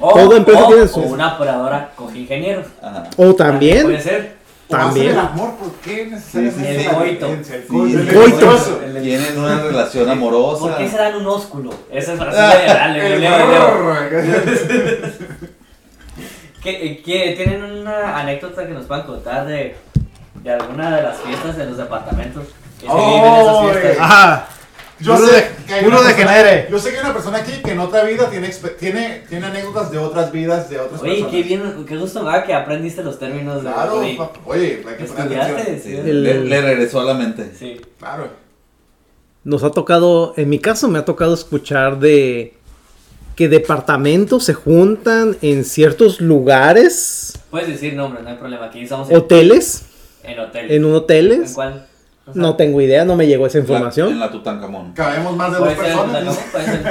Speaker 3: O,
Speaker 6: Toda empresa
Speaker 3: o-
Speaker 6: tiene
Speaker 3: o
Speaker 6: su-
Speaker 3: una operadora con ingenieros.
Speaker 5: Ajá.
Speaker 6: O también.
Speaker 3: Puede ser.
Speaker 2: O hacer
Speaker 6: También.
Speaker 2: El amor, ¿por qué necesariamente?
Speaker 5: Sí, sí, sí.
Speaker 2: la
Speaker 3: El coito.
Speaker 2: violencia? El
Speaker 5: Sí,
Speaker 2: coito.
Speaker 5: el
Speaker 2: El
Speaker 6: coito.
Speaker 2: delicioso.
Speaker 3: El-
Speaker 5: Tienen una relación amorosa.
Speaker 3: ¿Por qué se dan un ósculo? Esa es
Speaker 6: Ah,
Speaker 3: frase general, Leo,
Speaker 2: El
Speaker 3: Leo, Leo.
Speaker 2: brrr.
Speaker 3: ¿Qué, qué- tienen una anécdota que nos puedan contar de, de alguna de las fiestas de los departamentos? Que se viven
Speaker 2: Oh,
Speaker 3: esas fiestas.
Speaker 6: Ah,
Speaker 4: Ajá.
Speaker 2: Yo
Speaker 4: Puro
Speaker 2: sé
Speaker 4: de-
Speaker 2: que hay
Speaker 4: puro
Speaker 2: una
Speaker 4: de
Speaker 2: persona-
Speaker 4: genere.
Speaker 2: Yo sé que hay una persona aquí que en otra vida tiene, exper- tiene, tiene anécdotas de otras vidas de otras
Speaker 3: Oye,
Speaker 2: personas.
Speaker 3: qué bien, qué gusto me da que aprendiste los términos de
Speaker 2: Claro,
Speaker 3: de-
Speaker 2: papá. oye, hay que poner
Speaker 3: estudiaste.
Speaker 2: atención.
Speaker 5: Sí,
Speaker 3: Sí.
Speaker 6: El-
Speaker 5: le, le regresó a la mente.
Speaker 3: Sí.
Speaker 2: Claro.
Speaker 6: Nos ha tocado. En mi caso, me ha tocado escuchar de. Que departamentos se juntan en ciertos lugares,
Speaker 3: Puedes decir nombres, no hay problema. Aquí estamos en,
Speaker 6: hoteles,
Speaker 3: en hotel.
Speaker 6: en un
Speaker 3: ¿En
Speaker 6: hoteles.
Speaker 3: cuál? O sea,
Speaker 6: No tengo idea, no me llegó esa
Speaker 5: En
Speaker 6: información.
Speaker 5: la Tutankamón.
Speaker 2: Cabemos más de dos
Speaker 3: Puede ser en Tutankamón,
Speaker 2: personas.
Speaker 3: puede ser en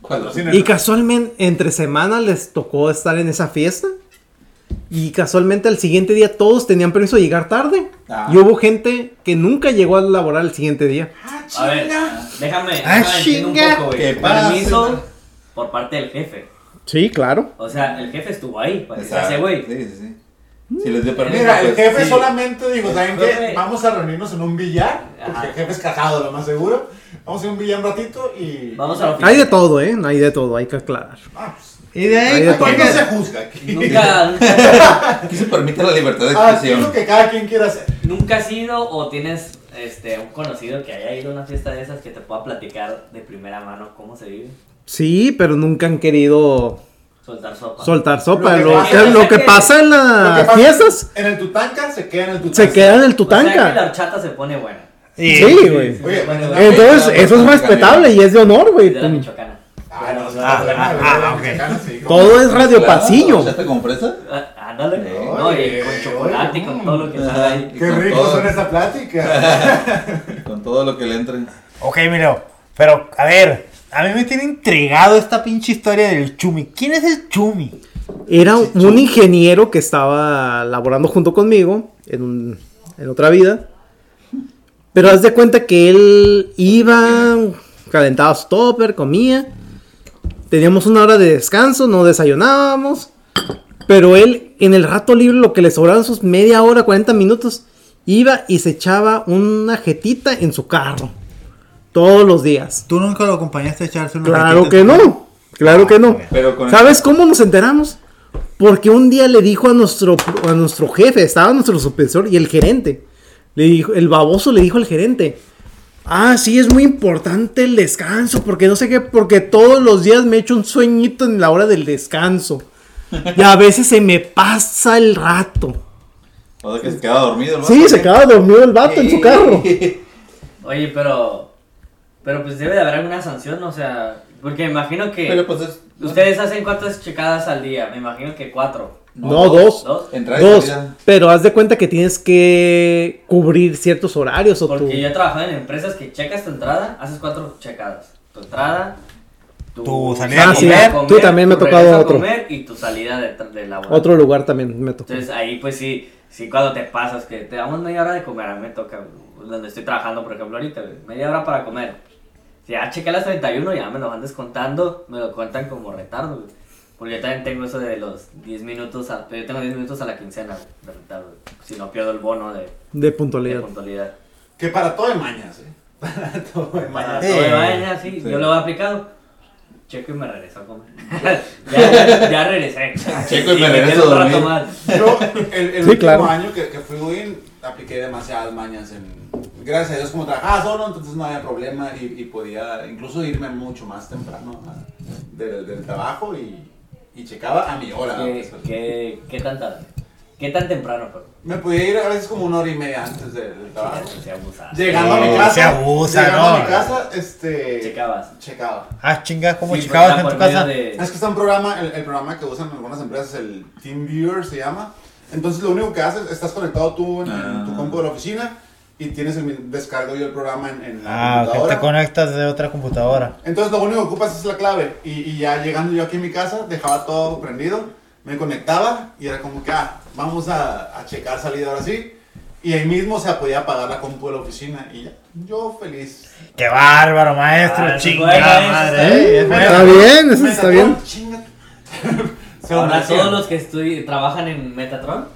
Speaker 3: Tutankamón.
Speaker 6: Y casualmente, entre semana les tocó estar en esa fiesta. Y casualmente al siguiente día todos tenían permiso de llegar tarde.
Speaker 5: Ah.
Speaker 6: Y hubo gente que nunca llegó a laborar el siguiente día.
Speaker 2: Ah,
Speaker 3: A ver,
Speaker 2: chinga.
Speaker 3: déjame,
Speaker 6: Ah,
Speaker 3: déjame entiendo
Speaker 6: chinga.
Speaker 3: un poco,
Speaker 5: ¿Qué
Speaker 3: güey.
Speaker 5: pasa?
Speaker 3: Permiso por parte del jefe.
Speaker 6: Sí, claro.
Speaker 3: O sea, el jefe estuvo ahí, para que se
Speaker 5: Exacto.
Speaker 3: hace, güey.
Speaker 5: Sí, sí, sí. Si les dio permiso.
Speaker 2: Mira, el
Speaker 5: pues,
Speaker 2: jefe
Speaker 5: sí.
Speaker 2: solamente dijo, ¿saben
Speaker 3: Profe.
Speaker 2: qué? Vamos a reunirnos en un billar, porque
Speaker 3: Ajá.
Speaker 2: el jefe es casado, lo más seguro. Vamos a ir a un billar un ratito y.
Speaker 3: Vamos a la
Speaker 6: Hay de todo, ¿eh? Hay de todo, hay que aclarar.
Speaker 2: Ah, pues,
Speaker 4: Y de
Speaker 6: Ahí
Speaker 4: ahí,
Speaker 6: está.
Speaker 2: aquí
Speaker 4: porque
Speaker 2: no se juzga. Aquí,
Speaker 3: Nunca,
Speaker 5: Aquí se permite la libertad de
Speaker 2: Ah, sí, es lo
Speaker 5: expresión.
Speaker 2: que cada quien quiera hacer.
Speaker 3: nunca has ido o tienes este, un conocido que haya ido a una fiesta de esas que te pueda platicar de primera mano cómo se vive.
Speaker 6: Sí, pero nunca han querido
Speaker 3: Soltar sopa.
Speaker 6: soltar sopa.
Speaker 2: Lo
Speaker 6: Lo
Speaker 2: que
Speaker 6: que,
Speaker 2: pasa
Speaker 3: es
Speaker 6: lo que
Speaker 3: que-
Speaker 6: pasa en
Speaker 2: Lo que
Speaker 6: las
Speaker 2: pasa-
Speaker 6: fiestas
Speaker 2: En el tutanca se queda en el tutanca.
Speaker 6: se queda en el
Speaker 3: O sea que la
Speaker 6: tutanca.
Speaker 3: horchata se pone buena.
Speaker 6: Sí, güey.
Speaker 2: Oye, bueno, la
Speaker 6: Entonces,
Speaker 2: fiesta-
Speaker 6: eso es respetable y es de honor,
Speaker 3: Es
Speaker 6: güey.
Speaker 3: de la michoacana.
Speaker 2: Ah, no,
Speaker 4: Ah, ah, ah,
Speaker 6: Todo es radio pasillo.
Speaker 5: ¿Echaste con fresa?
Speaker 3: Ah, Ándale.
Speaker 5: Oye,
Speaker 3: No, y con
Speaker 2: oye,
Speaker 3: chocolate y con todo lo que sale ahí.
Speaker 5: Y
Speaker 2: Qué
Speaker 5: con
Speaker 2: rico
Speaker 5: todo-
Speaker 2: son esta plática.
Speaker 5: Con todo lo que le entre.
Speaker 4: Ok, mira. Pero, a ver. A mí me tiene intrigado esta pinche historia del Chumi. ¿Quién es el Chumi?
Speaker 6: Era un ingeniero que estaba laborando junto conmigo en, un- en otra vida. Pero haz de cuenta que él iba, calentaba su topper, comía. Teníamos una hora de descanso, no desayunábamos. Pero él, en el rato libre, lo que le sobraban sus media hora, 40 minutos, iba y se echaba una jetita en su carro. Todos los días.
Speaker 4: Tú nunca lo acompañaste a echarse una
Speaker 6: Claro
Speaker 4: ratita?
Speaker 6: que no. Claro que no.
Speaker 5: Pero con
Speaker 6: ¿Sabes cómo nos enteramos? Porque un día le dijo a nuestro, a nuestro jefe, estaba nuestro supervisor y el gerente. Le dijo, el baboso le dijo al gerente. Ah, sí, es muy importante el descanso, porque no sé qué, porque todos los días me echo un sueñito en la hora del descanso. Y a veces se me pasa el rato.
Speaker 5: O sea, que se quedaba dormido, ¿no?
Speaker 6: Sí, se quedaba dormido el vato en su carro.
Speaker 3: Oye, pero. Pero pues debe de haber alguna sanción, o sea. Porque me imagino que.
Speaker 5: Pero pues es.
Speaker 3: Ustedes hacen cuántas checadas al día, me imagino que cuatro.
Speaker 6: No, dos.
Speaker 3: ¿Dos?
Speaker 5: Entrar y
Speaker 6: Dos.
Speaker 5: salida.
Speaker 6: Pero haz de cuenta que tienes que cubrir ciertos horarios o tu-
Speaker 3: Porque yo he trabajado en empresas que checas tu entrada, haces cuatro checadas. Tu entrada, tu,
Speaker 4: Tu salida
Speaker 6: a comer. Ah, Tú también me
Speaker 3: tu
Speaker 6: ha tocado
Speaker 3: regreso a
Speaker 6: otro.
Speaker 3: comer y tu salida de, tra- de labor.
Speaker 6: otro lugar también me tocó.
Speaker 3: Entonces ahí pues sí, sí cuando te pasas, que te damos media hora de comer, a mí me toca, donde estoy trabajando por ejemplo ahorita, güey, media hora para comer. Si ya chequé las 31, ya me lo van descontando, me lo cuentan como retardo, güey. Porque yo también tengo eso de los 10 minutos, a, pero yo tengo 10 minutos a la quincena güey, de retardo, güey. si no pierdo el bono de,
Speaker 6: De
Speaker 3: de
Speaker 6: puntualidad.
Speaker 3: puntualidad.
Speaker 2: Que para todo hay mañas, eh. Para todo hay
Speaker 3: Para
Speaker 2: mañas.
Speaker 3: todo de vaina, sí, yo lo he aplicado. Checo y me regreso a comer. ya, ya regresé.
Speaker 5: Checo y me
Speaker 3: quedo
Speaker 5: regreso
Speaker 3: un
Speaker 5: a
Speaker 3: rato
Speaker 5: dormir.
Speaker 3: más.
Speaker 2: Yo, el, el
Speaker 6: Sí,
Speaker 2: último
Speaker 6: claro.
Speaker 2: año que, que fui Godín, apliqué demasiadas mañas. En, gracias a Dios, como trabajaba solo, entonces no había problema y, y podía incluso irme mucho más temprano a- del, del trabajo y, y checaba a mi hora.
Speaker 3: ¿Qué, qué, qué tan tarde? ¿Qué tan temprano, pero?
Speaker 2: Me podía ir a veces como una hora y media antes del, del trabajo.
Speaker 3: Se abusaba.
Speaker 2: Llegando a
Speaker 4: No,
Speaker 2: mi casa,
Speaker 4: se abusa,
Speaker 2: llegando a
Speaker 4: no.
Speaker 2: mi casa, este,
Speaker 3: Checabas.
Speaker 2: checaba.
Speaker 4: Ah, chinga, ¿cómo
Speaker 3: Sí,
Speaker 4: checabas en
Speaker 3: por
Speaker 4: tu casa?
Speaker 3: medio de-
Speaker 2: Es que está un programa, el, el programa que usan algunas empresas, el TeamViewer se llama. Entonces lo único que haces, estás conectado tú en, en
Speaker 5: Ah.
Speaker 2: tu compu de la oficina y tienes el, mi- descargo yo el programa en, en la
Speaker 4: Ah, que
Speaker 2: computadora.
Speaker 4: te conectas de otra computadora.
Speaker 2: Entonces lo único que ocupas es la clave y, y ya llegando yo aquí a mi casa dejaba todo prendido, me conectaba y era como que, ah, vamos a, a checar salida ahora sí. Y ahí mismo se podía apagar la compu de la oficina y ya, yo feliz.
Speaker 4: Qué bárbaro, maestro,
Speaker 3: Ah,
Speaker 4: chingada
Speaker 3: bueno,
Speaker 4: madre.
Speaker 3: eso
Speaker 4: ¿eh?
Speaker 6: Está bien, eso está bien.
Speaker 2: Chinga. Se lo
Speaker 3: Ahora
Speaker 2: merecían.
Speaker 3: todos los que estudi- trabajan en Metatron,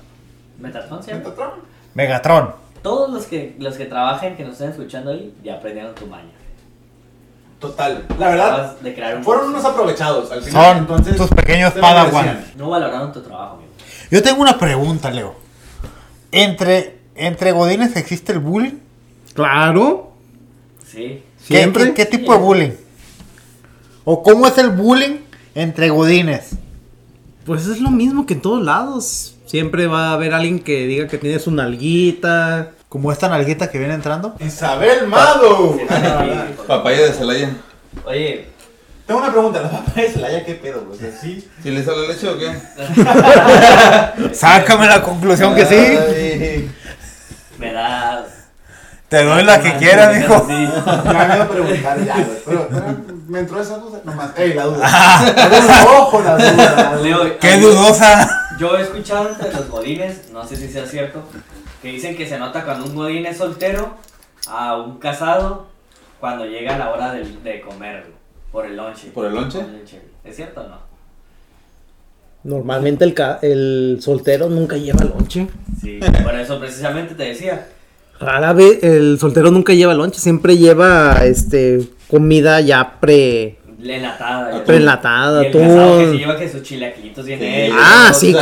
Speaker 3: Metatron se llama?
Speaker 2: Metatron.
Speaker 4: Megatron.
Speaker 3: Todos los que los que trabajen que nos estén escuchando ahí ya aprendieron tu maña.
Speaker 2: Total, la verdad,
Speaker 3: Acabas de crear un
Speaker 2: fueron unos aprovechados al final.
Speaker 4: Son
Speaker 2: entonces,
Speaker 4: tus pequeños
Speaker 2: se lo merecían.
Speaker 4: padawan.
Speaker 3: No valoraron tu trabajo, amigo.
Speaker 4: Yo tengo una pregunta, Leo. Entre, entre godines existe el bullying.
Speaker 6: Claro.
Speaker 3: Sí.
Speaker 4: ¿Qué-
Speaker 6: Siempre.
Speaker 4: ¿Qué, qué tipo de bullying? ¿O cómo es el bullying entre godines?
Speaker 6: Pues es lo mismo que en todos lados. Siempre va a haber alguien que diga que tienes una alguita.
Speaker 4: Como esta nalguita que viene entrando.
Speaker 2: Isabel Mado.
Speaker 3: Sí,
Speaker 2: Ah,
Speaker 3: sí,
Speaker 2: verdad.
Speaker 3: sí.
Speaker 5: Papaya de Celaya.
Speaker 3: Oye,
Speaker 2: Tengo una pregunta, la papá de Celaya, ¿qué pedo? güey? O sea, sí.
Speaker 5: ¿Si le sale leche o qué?
Speaker 4: Sácame la conclusión que sí.
Speaker 5: Ay.
Speaker 3: me das.
Speaker 4: Te doy la que quieras, hijo.
Speaker 3: Sí.
Speaker 2: Me han ido a preguntar ya, güey. Pero, pero me entró esa duda nomás. Ey, la duda. Pero, ojo, la duda. la duda.
Speaker 3: Leo,
Speaker 4: Qué
Speaker 3: ahí-
Speaker 4: dudosa.
Speaker 3: Yo he escuchado entre los godines, no sé si sea cierto, que dicen que se nota cuando un godín es soltero a un casado cuando llega la hora del- de, comer güey, por el lonche.
Speaker 5: ¿Por el lonche?
Speaker 3: güey. ¿Es cierto o no?
Speaker 6: Normalmente el, ca- el soltero nunca lleva lonche.
Speaker 3: Sí, por eso precisamente te decía.
Speaker 6: Rara vez, el soltero nunca lleva lonche, siempre lleva este comida ya pre.
Speaker 3: Enlatada. ya.
Speaker 6: Prelatada,
Speaker 3: Y el
Speaker 6: tú.
Speaker 3: casado que sí lleva que sus chilaquilitos bien hechos.
Speaker 6: Ah, sí,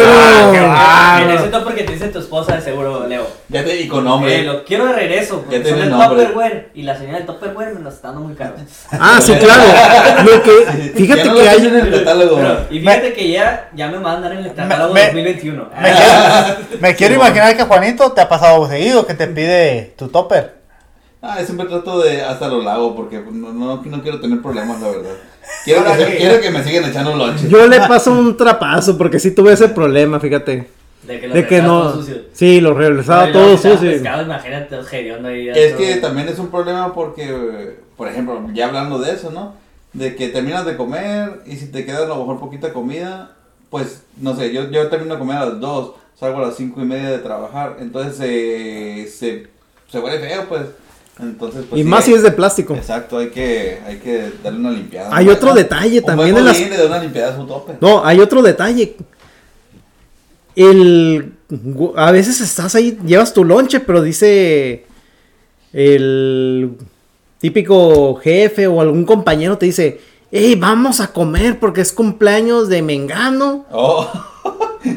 Speaker 6: claro.
Speaker 3: Ah, En ese top porque te dice tu esposa, de seguro, Leo.
Speaker 5: Ya te di con
Speaker 3: Eh,
Speaker 5: nombre.
Speaker 3: lo quiero de regreso. Porque
Speaker 5: Ya
Speaker 3: son
Speaker 5: tiene
Speaker 3: el
Speaker 5: nombre.
Speaker 3: Tupperware. Y la señora del Tupperware me lo está dando muy caro.
Speaker 6: Ah, sí, claro. Lo que, fíjate
Speaker 5: Ya no
Speaker 6: que
Speaker 5: lo
Speaker 6: hay.
Speaker 5: tienen en el catálogo.
Speaker 3: Pero- y fíjate que ya, ya me mandan en el catálogo
Speaker 4: me-
Speaker 3: 2021.
Speaker 4: Me quiero, me quiero imaginar que Juanito te ha pasado seguido que te pide tu topper.
Speaker 5: Ah, siempre trato de hasta lo lavo porque no, no, no quiero tener problemas, la verdad. Quiero que, se- quiero que me sigan echando lonche.
Speaker 6: Yo le paso un trapazo porque sí tuve ese problema, fíjate.
Speaker 3: de que, los
Speaker 6: De que
Speaker 3: pescados
Speaker 6: no.
Speaker 3: son sucios.
Speaker 6: Sí, lo regresaba todo
Speaker 3: Pescado,
Speaker 6: sucio.
Speaker 3: pescado, imagínate, hediondo ahí.
Speaker 5: Es
Speaker 3: todo.
Speaker 5: que también es un problema porque, por ejemplo, ya hablando de eso, ¿no? De que terminas de comer y si te queda a lo mejor poquita comida, pues, no sé, yo, yo termino de comer a las 2, salgo a las 5 y media de trabajar, entonces eh, se, se huele feo, pues. Entonces, pues,
Speaker 6: Y
Speaker 5: sí,
Speaker 6: más si
Speaker 5: hay-
Speaker 6: es de plástico.
Speaker 5: Exacto, hay que, hay que darle una limpiada.
Speaker 6: Hay
Speaker 5: ¿no?
Speaker 6: otro detalle
Speaker 5: Un
Speaker 6: también
Speaker 5: buen
Speaker 6: en las-
Speaker 5: godín le da una limpiada a su tope.
Speaker 6: No, hay otro detalle. El gu- a veces estás ahí, llevas tu lonche, pero dice el típico jefe o algún compañero te dice, hey, vamos a comer porque es cumpleaños de Mengano.
Speaker 5: Oh,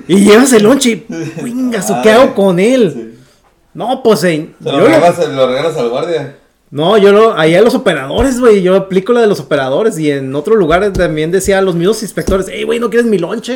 Speaker 6: Y llevas el lonche y "Wingas, ¿qué hago con él?
Speaker 5: sí.
Speaker 6: No, pues eh,
Speaker 5: Se
Speaker 6: yo
Speaker 5: lo
Speaker 6: lo-
Speaker 5: regalas, se lo regalas al guardia.
Speaker 6: no, yo lo, ahí a los operadores, güey, yo aplico la de los operadores y en otros lugares también decía a los mismos inspectores, hey, güey, ¿no quieres mi lonche?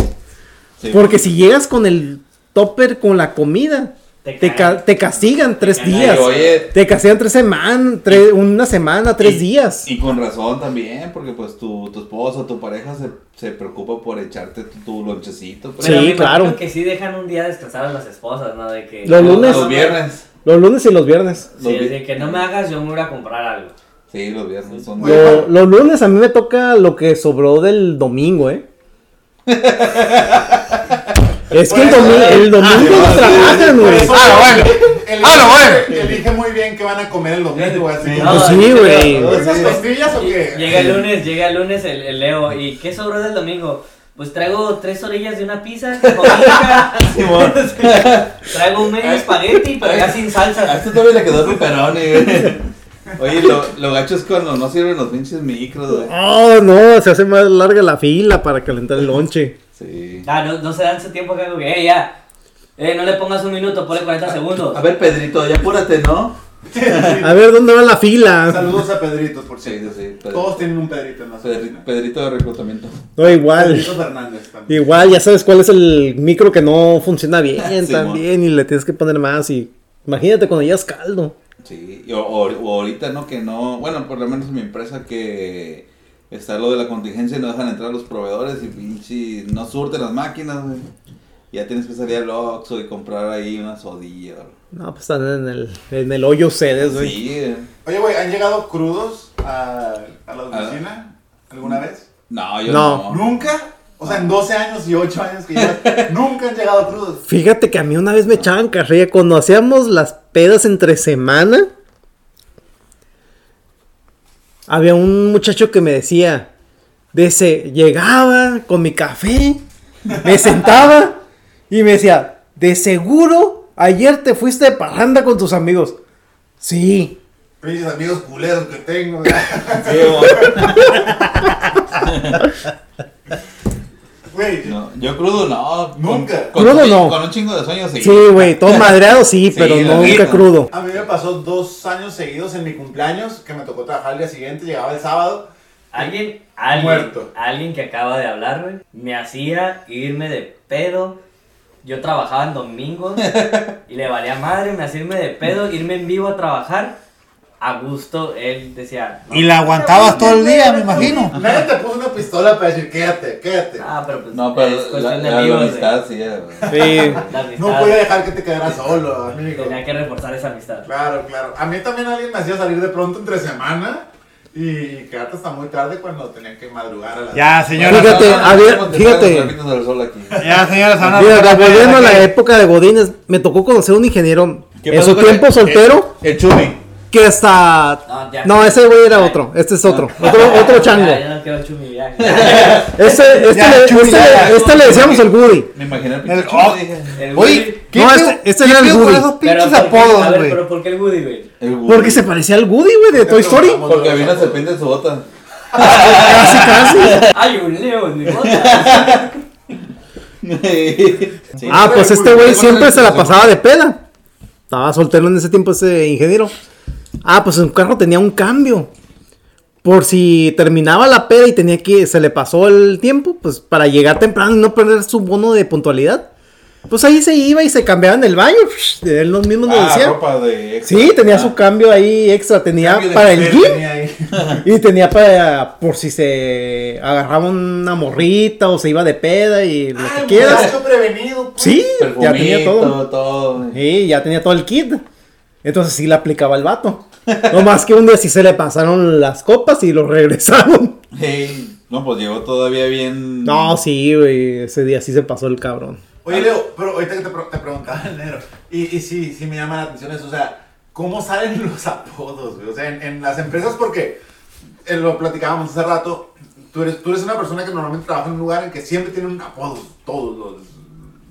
Speaker 5: Sí.
Speaker 6: Porque si llegas con el topper con la comida,
Speaker 3: Te
Speaker 6: te, ca-
Speaker 3: cagan.
Speaker 6: te castigan tres
Speaker 3: cagan.
Speaker 6: días.
Speaker 5: Y, oye,
Speaker 6: Te castigan tres semanas, una semana, tres
Speaker 5: Y-
Speaker 6: días.
Speaker 5: Y con razón también, porque pues tu, tu esposo, tu pareja se, se preocupa por echarte tu, tu lonchecito. pues.
Speaker 3: Pero
Speaker 6: Sí,
Speaker 3: me imagino
Speaker 6: claro.
Speaker 3: Que sí dejan un día descansar a las esposas, ¿no? De que.
Speaker 6: Los lunes.
Speaker 5: Los viernes.
Speaker 6: los lunes y los viernes.
Speaker 5: Los
Speaker 3: Sí,
Speaker 5: vi-
Speaker 3: de que no me hagas, yo me voy a comprar algo.
Speaker 5: Sí, los viernes son...
Speaker 6: Lo- los lunes a mí me toca lo que sobró del domingo, ¿eh? es que el, domi- el
Speaker 5: Ah,
Speaker 6: domingo no trabajan, güey.
Speaker 4: Ah, bueno. Ah, lo bueno.
Speaker 2: Elige muy bien que van a comer el domingo, así.
Speaker 3: No,
Speaker 6: Pues sí,
Speaker 3: yo-
Speaker 6: güey.
Speaker 2: ¿Esas costillas o qué?
Speaker 3: Llega el lunes, llega el lunes el, el Leo. ¿Y qué sobró del domingo? Pues traigo tres orillas de una pizza, con vodka. traigo un
Speaker 5: Ah,
Speaker 3: medio espagueti, pero ya sin
Speaker 5: A
Speaker 3: salsa.
Speaker 5: esto todavía le quedó pepperoni, güey. Oye, lo, lo gacho es cuando no sirven los pinches micros, güey.
Speaker 6: Oh, no, se hace más larga la fila para calentar el lonche.
Speaker 5: Sí.
Speaker 3: Ah, no, no se dan su tiempo que algo que, eh, ya. Eh, no le pongas un minuto, ponle 40 segundos.
Speaker 5: A ver, Pedrito, ya apúrate, ¿no?
Speaker 6: A ver, ¿dónde va la fila?
Speaker 2: Saludos a Pedritos, por
Speaker 5: Sí,
Speaker 2: cierto.
Speaker 5: sí, sí. Pedrito,
Speaker 2: Todos tienen un Pedrito en la
Speaker 5: Pedri-
Speaker 2: oficina.
Speaker 5: Pedrito de reclutamiento.
Speaker 6: No, igual.
Speaker 2: Pedrito Fernández también.
Speaker 6: Igual, ya sabes cuál es el micro que no funciona bien
Speaker 5: Sí,
Speaker 6: también y le tienes que poner más y imagínate cuando llevas caldo.
Speaker 5: Sí, y o, o- o ahorita no, que no, bueno, por lo menos en mi empresa que está lo de la contingencia y no dejan entrar los proveedores y pinche, no surten las máquinas, güey. Ya tienes que salir al Oxxo y comprar ahí una sodilla.
Speaker 6: No, pues están en el, en el hoyo ustedes, güey.
Speaker 5: Sí, eh.
Speaker 2: Oye, güey, ¿han llegado crudos a, a la oficina alguna vez?
Speaker 5: no, yo no.
Speaker 6: No.
Speaker 2: ¿Nunca? O sea, en 12 años y 8 años que llevas, nunca han llegado crudos.
Speaker 6: Fíjate que a mí una vez me echaban carrilla cuando hacíamos las pedas entre semana. Había un muchacho que me decía, dice, llegaba con mi café, me sentaba y me decía, de seguro ayer te fuiste de parranda con tus amigos. Sí,
Speaker 2: Pinches amigos culeros que tengo.
Speaker 5: Sí, güey.
Speaker 2: Güey,
Speaker 5: No, yo crudo no. Con-
Speaker 2: Nunca.
Speaker 5: Con,
Speaker 6: Crudo
Speaker 5: un-
Speaker 6: no.
Speaker 5: Con un chingo de sueño sí.
Speaker 6: Sí, güey, todo madreado, sí,
Speaker 5: Sí,
Speaker 6: pero
Speaker 5: la
Speaker 6: nunca
Speaker 5: neta.
Speaker 6: crudo.
Speaker 2: A mí me pasó dos años seguidos en mi cumpleaños, que me tocó trabajar al día siguiente, llegaba el sábado.
Speaker 3: Alguien, alguien,
Speaker 2: Muerto.
Speaker 3: alguien que acaba de hablar, güey, me hacía irme de pedo. Yo trabajaba en domingos y le valía madre, me hacía irme de pedo, irme en vivo a trabajar. A gusto, él decía.
Speaker 4: Y la aguantabas todo el día, me imagino.
Speaker 2: Nadie te puso una pistola para decir, quédate, quédate.
Speaker 3: Ah, pero pues.
Speaker 5: No, pero
Speaker 3: es
Speaker 5: la,
Speaker 3: cuestión de
Speaker 5: la- la
Speaker 3: amigos,
Speaker 5: amistad sí, eh, güey.
Speaker 6: Sí.
Speaker 3: güey. La amistad.
Speaker 2: No voy a dejar que te quedaras solo, amigo.
Speaker 3: Tenía que reforzar esa amistad.
Speaker 2: Claro, claro. A mí también alguien me hacía salir de pronto entre semana y quedarte hasta muy tarde cuando tenía que madrugar a las...
Speaker 4: Ya, señora.
Speaker 6: Fíjate, a ver,
Speaker 5: Contestar
Speaker 6: fíjate.
Speaker 5: los trapitos del sol aquí.
Speaker 4: Ya, señora, se van a
Speaker 6: Mira,
Speaker 4: poner
Speaker 6: volviendo a
Speaker 4: aquí.
Speaker 6: la época de Godines, me tocó conocer un ingeniero
Speaker 5: ¿Qué
Speaker 6: en
Speaker 5: pasó
Speaker 6: su
Speaker 5: con
Speaker 6: tiempo
Speaker 5: el-
Speaker 4: Eh.
Speaker 6: soltero.
Speaker 5: El, el Chumi.
Speaker 6: Que hasta.
Speaker 3: No, ya.
Speaker 6: No, ese güey era otro. Este es otro. Otro, otro chango.
Speaker 3: Ya, ya no quiero chumi, ya. El
Speaker 6: Este, este,
Speaker 4: Ya,
Speaker 6: le,
Speaker 4: Chuy,
Speaker 6: este
Speaker 4: ya,
Speaker 6: le-
Speaker 4: ya.
Speaker 6: este le decíamos el Woody.
Speaker 5: Me imaginé al
Speaker 4: El-
Speaker 5: pinche
Speaker 4: oh.
Speaker 5: Chuy, dije,
Speaker 4: Oye, ¿qué
Speaker 6: No,
Speaker 4: pedo-
Speaker 6: este- este
Speaker 4: qué
Speaker 6: era el
Speaker 4: pedo con
Speaker 6: Woody.
Speaker 4: esos
Speaker 3: Pero,
Speaker 4: pinches
Speaker 3: ¿por qué? A
Speaker 4: apodos,
Speaker 3: ver,
Speaker 4: güey?
Speaker 3: pero ¿por qué el Woody, güey?
Speaker 5: el güey.
Speaker 6: Porque se parecía al Woody, güey, de Toy Story.
Speaker 5: Porque había una serpiente en su bota.
Speaker 6: Casi, casi.
Speaker 3: Hay un león, mi bota.
Speaker 5: Sí.
Speaker 6: Ah, pues este
Speaker 5: ¿Te
Speaker 6: güey
Speaker 5: acuerdas
Speaker 6: siempre
Speaker 5: del-
Speaker 6: se la pasaba de peda. Estaba soltero en ese tiempo ese ingeniero. Ah, pues su carro tenía un cambio. Por si terminaba la peda y tenía que, se le pasó el tiempo, pues para llegar temprano y no perder su bono de puntualidad. Pues ahí se iba y se cambiaba en el baño. Él los mismos lo
Speaker 5: Ah,
Speaker 6: decía.
Speaker 5: ropa de extra.
Speaker 6: Sí, tenía su cambio ahí extra, tenía
Speaker 2: Ah. Cambio de
Speaker 6: para el
Speaker 2: mujer
Speaker 6: gym
Speaker 2: tenía ahí.
Speaker 6: y tenía para por si se agarraba una morrita o se iba de peda y lo
Speaker 2: Ay,
Speaker 6: que quieras.
Speaker 2: muchacho prevenido. pues.
Speaker 6: Sí, ya
Speaker 5: Perfumito,
Speaker 6: tenía todo.
Speaker 5: todo.
Speaker 6: Sí, ya tenía todo el kit. Entonces sí le aplicaba el vato. No más que un día sí se le pasaron las copas y lo regresaron.
Speaker 5: Hey, no, pues llegó todavía bien.
Speaker 6: No, sí, güey, ese día sí se pasó el cabrón.
Speaker 2: Oye, Leo, pero ahorita que te, pre- te preguntaba el negro, y, y sí, sí me llama la atención eso, o sea, ¿cómo salen los apodos, güey? O sea, en, en las empresas, porque eh, lo platicábamos hace rato, tú eres, tú eres una persona que normalmente trabaja en un lugar en que siempre tienen apodos todos los,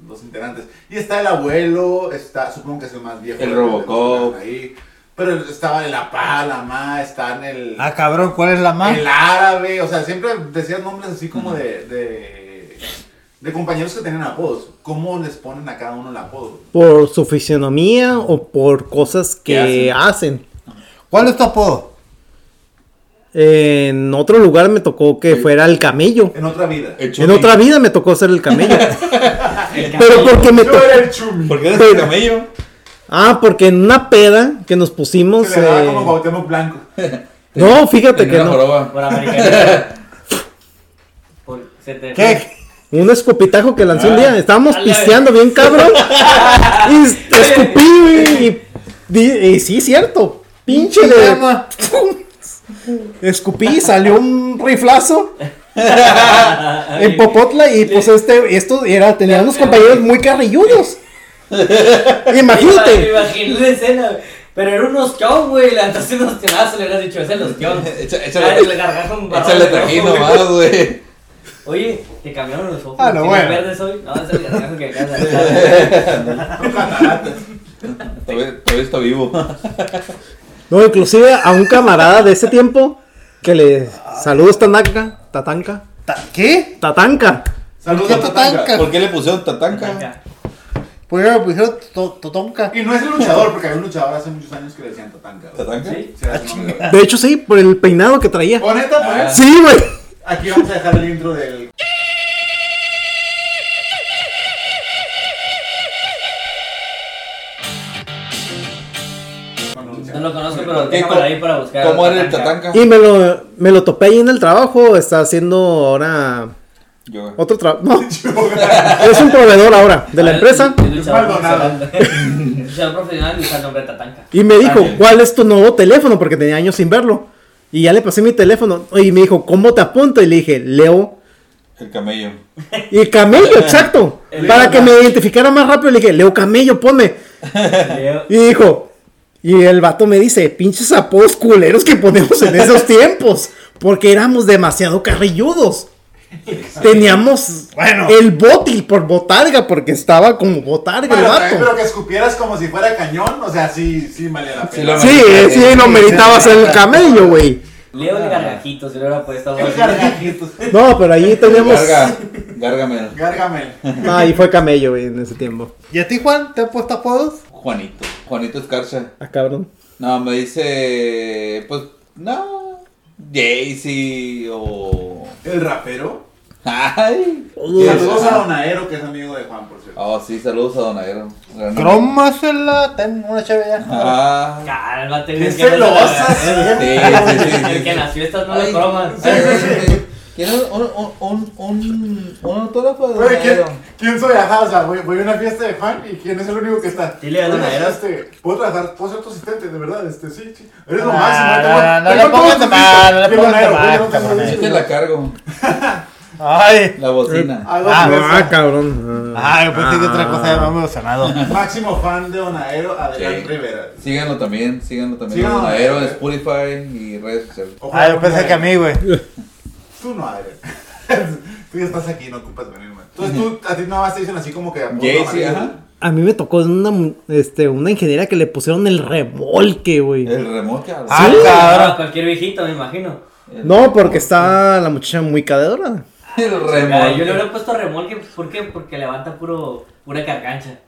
Speaker 2: los integrantes. Y está el abuelo, está, supongo que es el más viejo.
Speaker 5: El
Speaker 2: de- de los que
Speaker 5: Robocop.
Speaker 2: están ahí, pero estaba el apá, la ma, están el...
Speaker 4: Ah, cabrón, ¿cuál es la más?
Speaker 2: El árabe, o sea, siempre decían nombres así como de, de, de compañeros que tenían apodos. ¿Cómo les ponen a cada uno el apodo?
Speaker 6: Por su fisionomía o por cosas que
Speaker 5: ¿Qué
Speaker 6: hacen.
Speaker 4: ¿Cuál es tu apodo?
Speaker 6: En otro lugar me tocó que fuera el camello.
Speaker 2: En otra vida.
Speaker 5: El
Speaker 6: En
Speaker 5: chumi.
Speaker 6: otra vida me tocó ser el camello. Pero
Speaker 3: Pero
Speaker 6: porque me
Speaker 2: Yo
Speaker 6: tocó.
Speaker 2: era el chumi.
Speaker 5: ¿Por qué eres el camello?
Speaker 6: Ah, porque en una peda que nos pusimos.
Speaker 2: Se le daba
Speaker 6: eh,
Speaker 2: como Cuauhtémoc Blanco.
Speaker 6: No, fíjate
Speaker 5: Tenía
Speaker 6: que
Speaker 5: una
Speaker 6: no.
Speaker 5: joroba.
Speaker 3: Por americanista. Por- se te-
Speaker 4: ¿Qué?
Speaker 6: Un escopitajo que lanzó un día. Estábamos
Speaker 3: Dale.
Speaker 6: pisteando bien cabrón. y es- escupí, güey, Y, di- y sí, cierto. Pinche de.
Speaker 4: Llama.
Speaker 6: Escupí y salió un riflazo en Popotla. Y pues este, esto era, tenía unos compañeros muy carrilludos.
Speaker 3: Me
Speaker 6: Imagínate.
Speaker 3: imaginé la escena, güey. Pero era un ostión, güey. Le andaste un ostionazo, le hubieras dicho, es el ostión.
Speaker 5: Echa-
Speaker 3: Ah, le
Speaker 5: Échale
Speaker 3: cargaste un barrón
Speaker 5: échale
Speaker 3: de
Speaker 5: tajín
Speaker 3: rojo, güey.
Speaker 5: nomás, güey.
Speaker 3: Oye, te cambiaron los ojos.
Speaker 4: Ah, no,
Speaker 3: ¿Tienes
Speaker 4: bueno.
Speaker 3: verdes hoy? No, es el gargajo que alcanza.
Speaker 5: Todavía todavía está vivo.
Speaker 6: No, inclusive a un camarada de ese tiempo que le saludos Tatanca. Tatanca.
Speaker 4: Ta- ¿Qué?
Speaker 6: Tatanca.
Speaker 4: ¿Por
Speaker 2: Saludos
Speaker 4: qué
Speaker 2: a Tatanka.
Speaker 4: Tatanka?
Speaker 5: ¿Por qué le pusieron tatanca?
Speaker 3: Acá.
Speaker 4: ¿Por qué Pues me pusieron to- Totonka?
Speaker 2: Y no es el luchador, porque había un luchador hace muchos años que le decían Tatanka. güey.
Speaker 5: ¿Tatanca?
Speaker 3: Sí.
Speaker 2: Se hace nombre, güey.
Speaker 6: De hecho, sí, por el peinado que traía.
Speaker 2: O neta,
Speaker 5: Ah.
Speaker 2: pues,
Speaker 6: Sí, güey.
Speaker 2: Aquí vamos a dejar el intro del.
Speaker 3: No lo conozco, pero
Speaker 5: ¿Qué?
Speaker 3: déjamelo ahí para buscar.
Speaker 5: ¿Cómo
Speaker 3: a
Speaker 5: era el
Speaker 3: Tatanka.
Speaker 5: tatanca?
Speaker 6: Y me lo, me lo topé ahí en el trabajo. Está haciendo ahora
Speaker 5: Yo.
Speaker 6: otro trabajo. No. es un proveedor ahora de la
Speaker 3: Ah,
Speaker 6: empresa.
Speaker 3: el- el luchador
Speaker 2: Maldonado.
Speaker 3: profesional. El luchador profesional usa el nombre Tatanka.
Speaker 6: Y me dijo, ¿cuál es tu nuevo teléfono? Porque tenía años sin verlo. Y ya le pasé mi teléfono. Y me dijo, ¿cómo te apunto? Y le dije, Leo.
Speaker 5: El camello.
Speaker 6: Y camello, exacto. Para que me identificara más rápido, le dije, Leo Camello, ponme.
Speaker 3: Leo.
Speaker 6: Y dijo, y el vato me dice, pinches apodos culeros que ponemos en esos tiempos, porque éramos demasiado carrilludos. Teníamos
Speaker 4: Bueno.
Speaker 6: el botil por botarga, porque estaba como botarga
Speaker 2: Bueno,
Speaker 6: el
Speaker 2: también,
Speaker 6: vato.
Speaker 2: pero que escupieras como si fuera cañón, o sea, sí, sí valía la
Speaker 5: Sí,
Speaker 2: pena.
Speaker 5: lo
Speaker 6: Sí,
Speaker 5: amerita,
Speaker 6: sí,
Speaker 5: eh.
Speaker 6: no meritabas
Speaker 2: "Ah".
Speaker 6: el camello, güey.
Speaker 3: Leo el gargajito, se lo hubiera puesto. algo
Speaker 2: El
Speaker 3: así.
Speaker 2: gargajitos.
Speaker 6: No, pero ahí teníamos...
Speaker 5: Garga. Gárgamelo.
Speaker 2: Gárgamel.
Speaker 6: No, ahí fue camello, güey, en ese tiempo.
Speaker 4: ¿Y a ti, Juan? ¿Te han puesto apodos?
Speaker 5: Juanito. Juanito Escarcha.
Speaker 6: Ah, cabrón.
Speaker 5: No, me dice. Pues. No. Jaycee o.
Speaker 2: El rapero.
Speaker 5: Ay.
Speaker 2: Saludos a Donaero, que es amigo de Juan, por cierto.
Speaker 5: Oh, sí, saludos a Donaero. Gran hombre.
Speaker 4: Crómasela, ten una chévere
Speaker 5: Ah.
Speaker 3: Cálmate,
Speaker 2: Es
Speaker 3: que no te la-
Speaker 2: celosa.
Speaker 5: Sí, sí, sí, sí,
Speaker 3: El que en
Speaker 5: sí.
Speaker 3: las fiestas no
Speaker 5: Ay,
Speaker 3: le croman.
Speaker 5: sí, sí, sí. ¿Quieres un, un, un, un, un autógrafo de
Speaker 2: Güey, ¿quién,
Speaker 5: Donaero?
Speaker 2: ¿quién soy ajá? O sea, voy, voy a una fiesta de Juan y quién es el único que está.
Speaker 3: Dile a Donaero.
Speaker 2: Este, puedo trabajar, puedo ser tu asistente, de verdad, este, sí, sí. Eres lo
Speaker 4: No,
Speaker 2: máximo.
Speaker 4: Ah, no,
Speaker 2: tengo-
Speaker 4: no, no
Speaker 2: tengo
Speaker 4: le pongas
Speaker 2: todo
Speaker 4: de mal, no le
Speaker 2: listo.
Speaker 4: pongas de
Speaker 2: Donaero,
Speaker 4: mal,
Speaker 2: yo no tengo
Speaker 4: cabrón.
Speaker 5: Yo
Speaker 2: listo.
Speaker 5: te la cargo.
Speaker 4: Ay,
Speaker 5: La bocina.
Speaker 2: Algo
Speaker 4: Ah,
Speaker 2: fresa.
Speaker 6: Ah, cabrón. Ah.
Speaker 4: ay, yo pensé que otra cosa ya me había emocionado.
Speaker 2: Máximo fan de Onaero, Adrián
Speaker 5: Sí.
Speaker 4: Ah,
Speaker 2: Rivera.
Speaker 5: Síganlo también, síganlo también.
Speaker 2: Síganlo.
Speaker 5: en Aero, en Spotify y redes sociales.
Speaker 2: Oh,
Speaker 4: Ah, yo pensé que a mí, güey.
Speaker 2: Tú no, Adrián. tú ya estás aquí, no ocupas venir, man. Entonces tú, a ti nada más te dicen así como que... apodo
Speaker 5: Jay, sí,
Speaker 2: amarillo.
Speaker 5: ajá.
Speaker 6: A mí me tocó una, mu- este, una ingeniera que le pusieron el remolque, güey.
Speaker 5: El remolque. algo.
Speaker 4: Ah,
Speaker 3: Ah,
Speaker 4: cabrón.
Speaker 3: cualquier viejito, me imagino.
Speaker 5: El-
Speaker 6: No, porque está la muchacha muy cadedora.
Speaker 5: El
Speaker 3: Ah, yo le
Speaker 5: remolque.
Speaker 3: hubiera puesto remolque, pues, ¿por qué? Porque levanta puro, pura cargancha.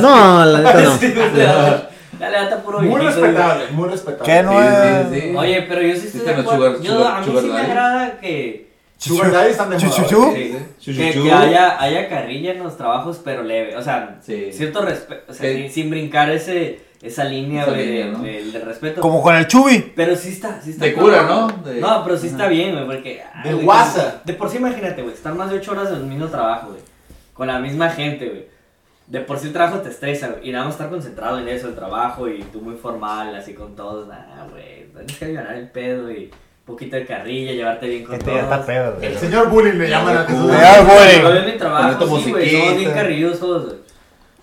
Speaker 6: No, la neta no.
Speaker 3: Sí, o sea, Ya levanta puro
Speaker 2: Muy
Speaker 3: viejito,
Speaker 2: respetable, muy respetable.
Speaker 4: ¿Qué no eh? es?
Speaker 5: Sí, sí, sí.
Speaker 3: güey. Oye, pero yo sí
Speaker 5: Sí,
Speaker 3: estoy de
Speaker 5: están los
Speaker 3: acuerdo.
Speaker 5: sugar-
Speaker 3: Yo,
Speaker 5: sugar-
Speaker 3: a mí
Speaker 5: sugar
Speaker 3: sí me
Speaker 5: daddy.
Speaker 3: agrada que,
Speaker 2: Sugar Daddy están de moda.
Speaker 4: Chuchuchu.
Speaker 2: güey.
Speaker 3: que-
Speaker 5: Sí,
Speaker 3: que,
Speaker 5: sí, sí.
Speaker 3: haya, haya carrilla en los trabajos, pero leve. O sea,
Speaker 5: Sí.
Speaker 3: cierto respeto, o sea,
Speaker 5: Sí.
Speaker 3: sin, sin brincar ese, esa línea,
Speaker 5: Esa
Speaker 3: güey, de,
Speaker 5: línea, ¿no?
Speaker 3: de- de respeto.
Speaker 4: Como con el Chubi.
Speaker 3: Pero sí está, sí está.
Speaker 5: De
Speaker 3: cabrón.
Speaker 5: cura, ¿no? De-
Speaker 3: No, pero sí está bien, güey, porque... ay,
Speaker 2: De
Speaker 3: güey,
Speaker 2: guasa.
Speaker 3: como- De por sí, imagínate, güey, estar más de 8 horas en el mismo trabajo, güey. Con la misma gente, güey. De por sí el trabajo te estresa, güey. Y nada más estar concentrado en eso, el trabajo, y tú muy formal, así con todos, nada, güey. Tienes que ganar el pedo y un poquito de carrilla, llevarte bien con
Speaker 4: Este
Speaker 3: todos.
Speaker 4: ya está pedo, güey.
Speaker 2: El señor bullying le llaman a Jesús.
Speaker 4: Ya, güey.
Speaker 3: Yo en mi
Speaker 5: Ponete
Speaker 3: trabajo, sí, güey, somos bien
Speaker 5: musiquita.
Speaker 3: carrillos todos, güey.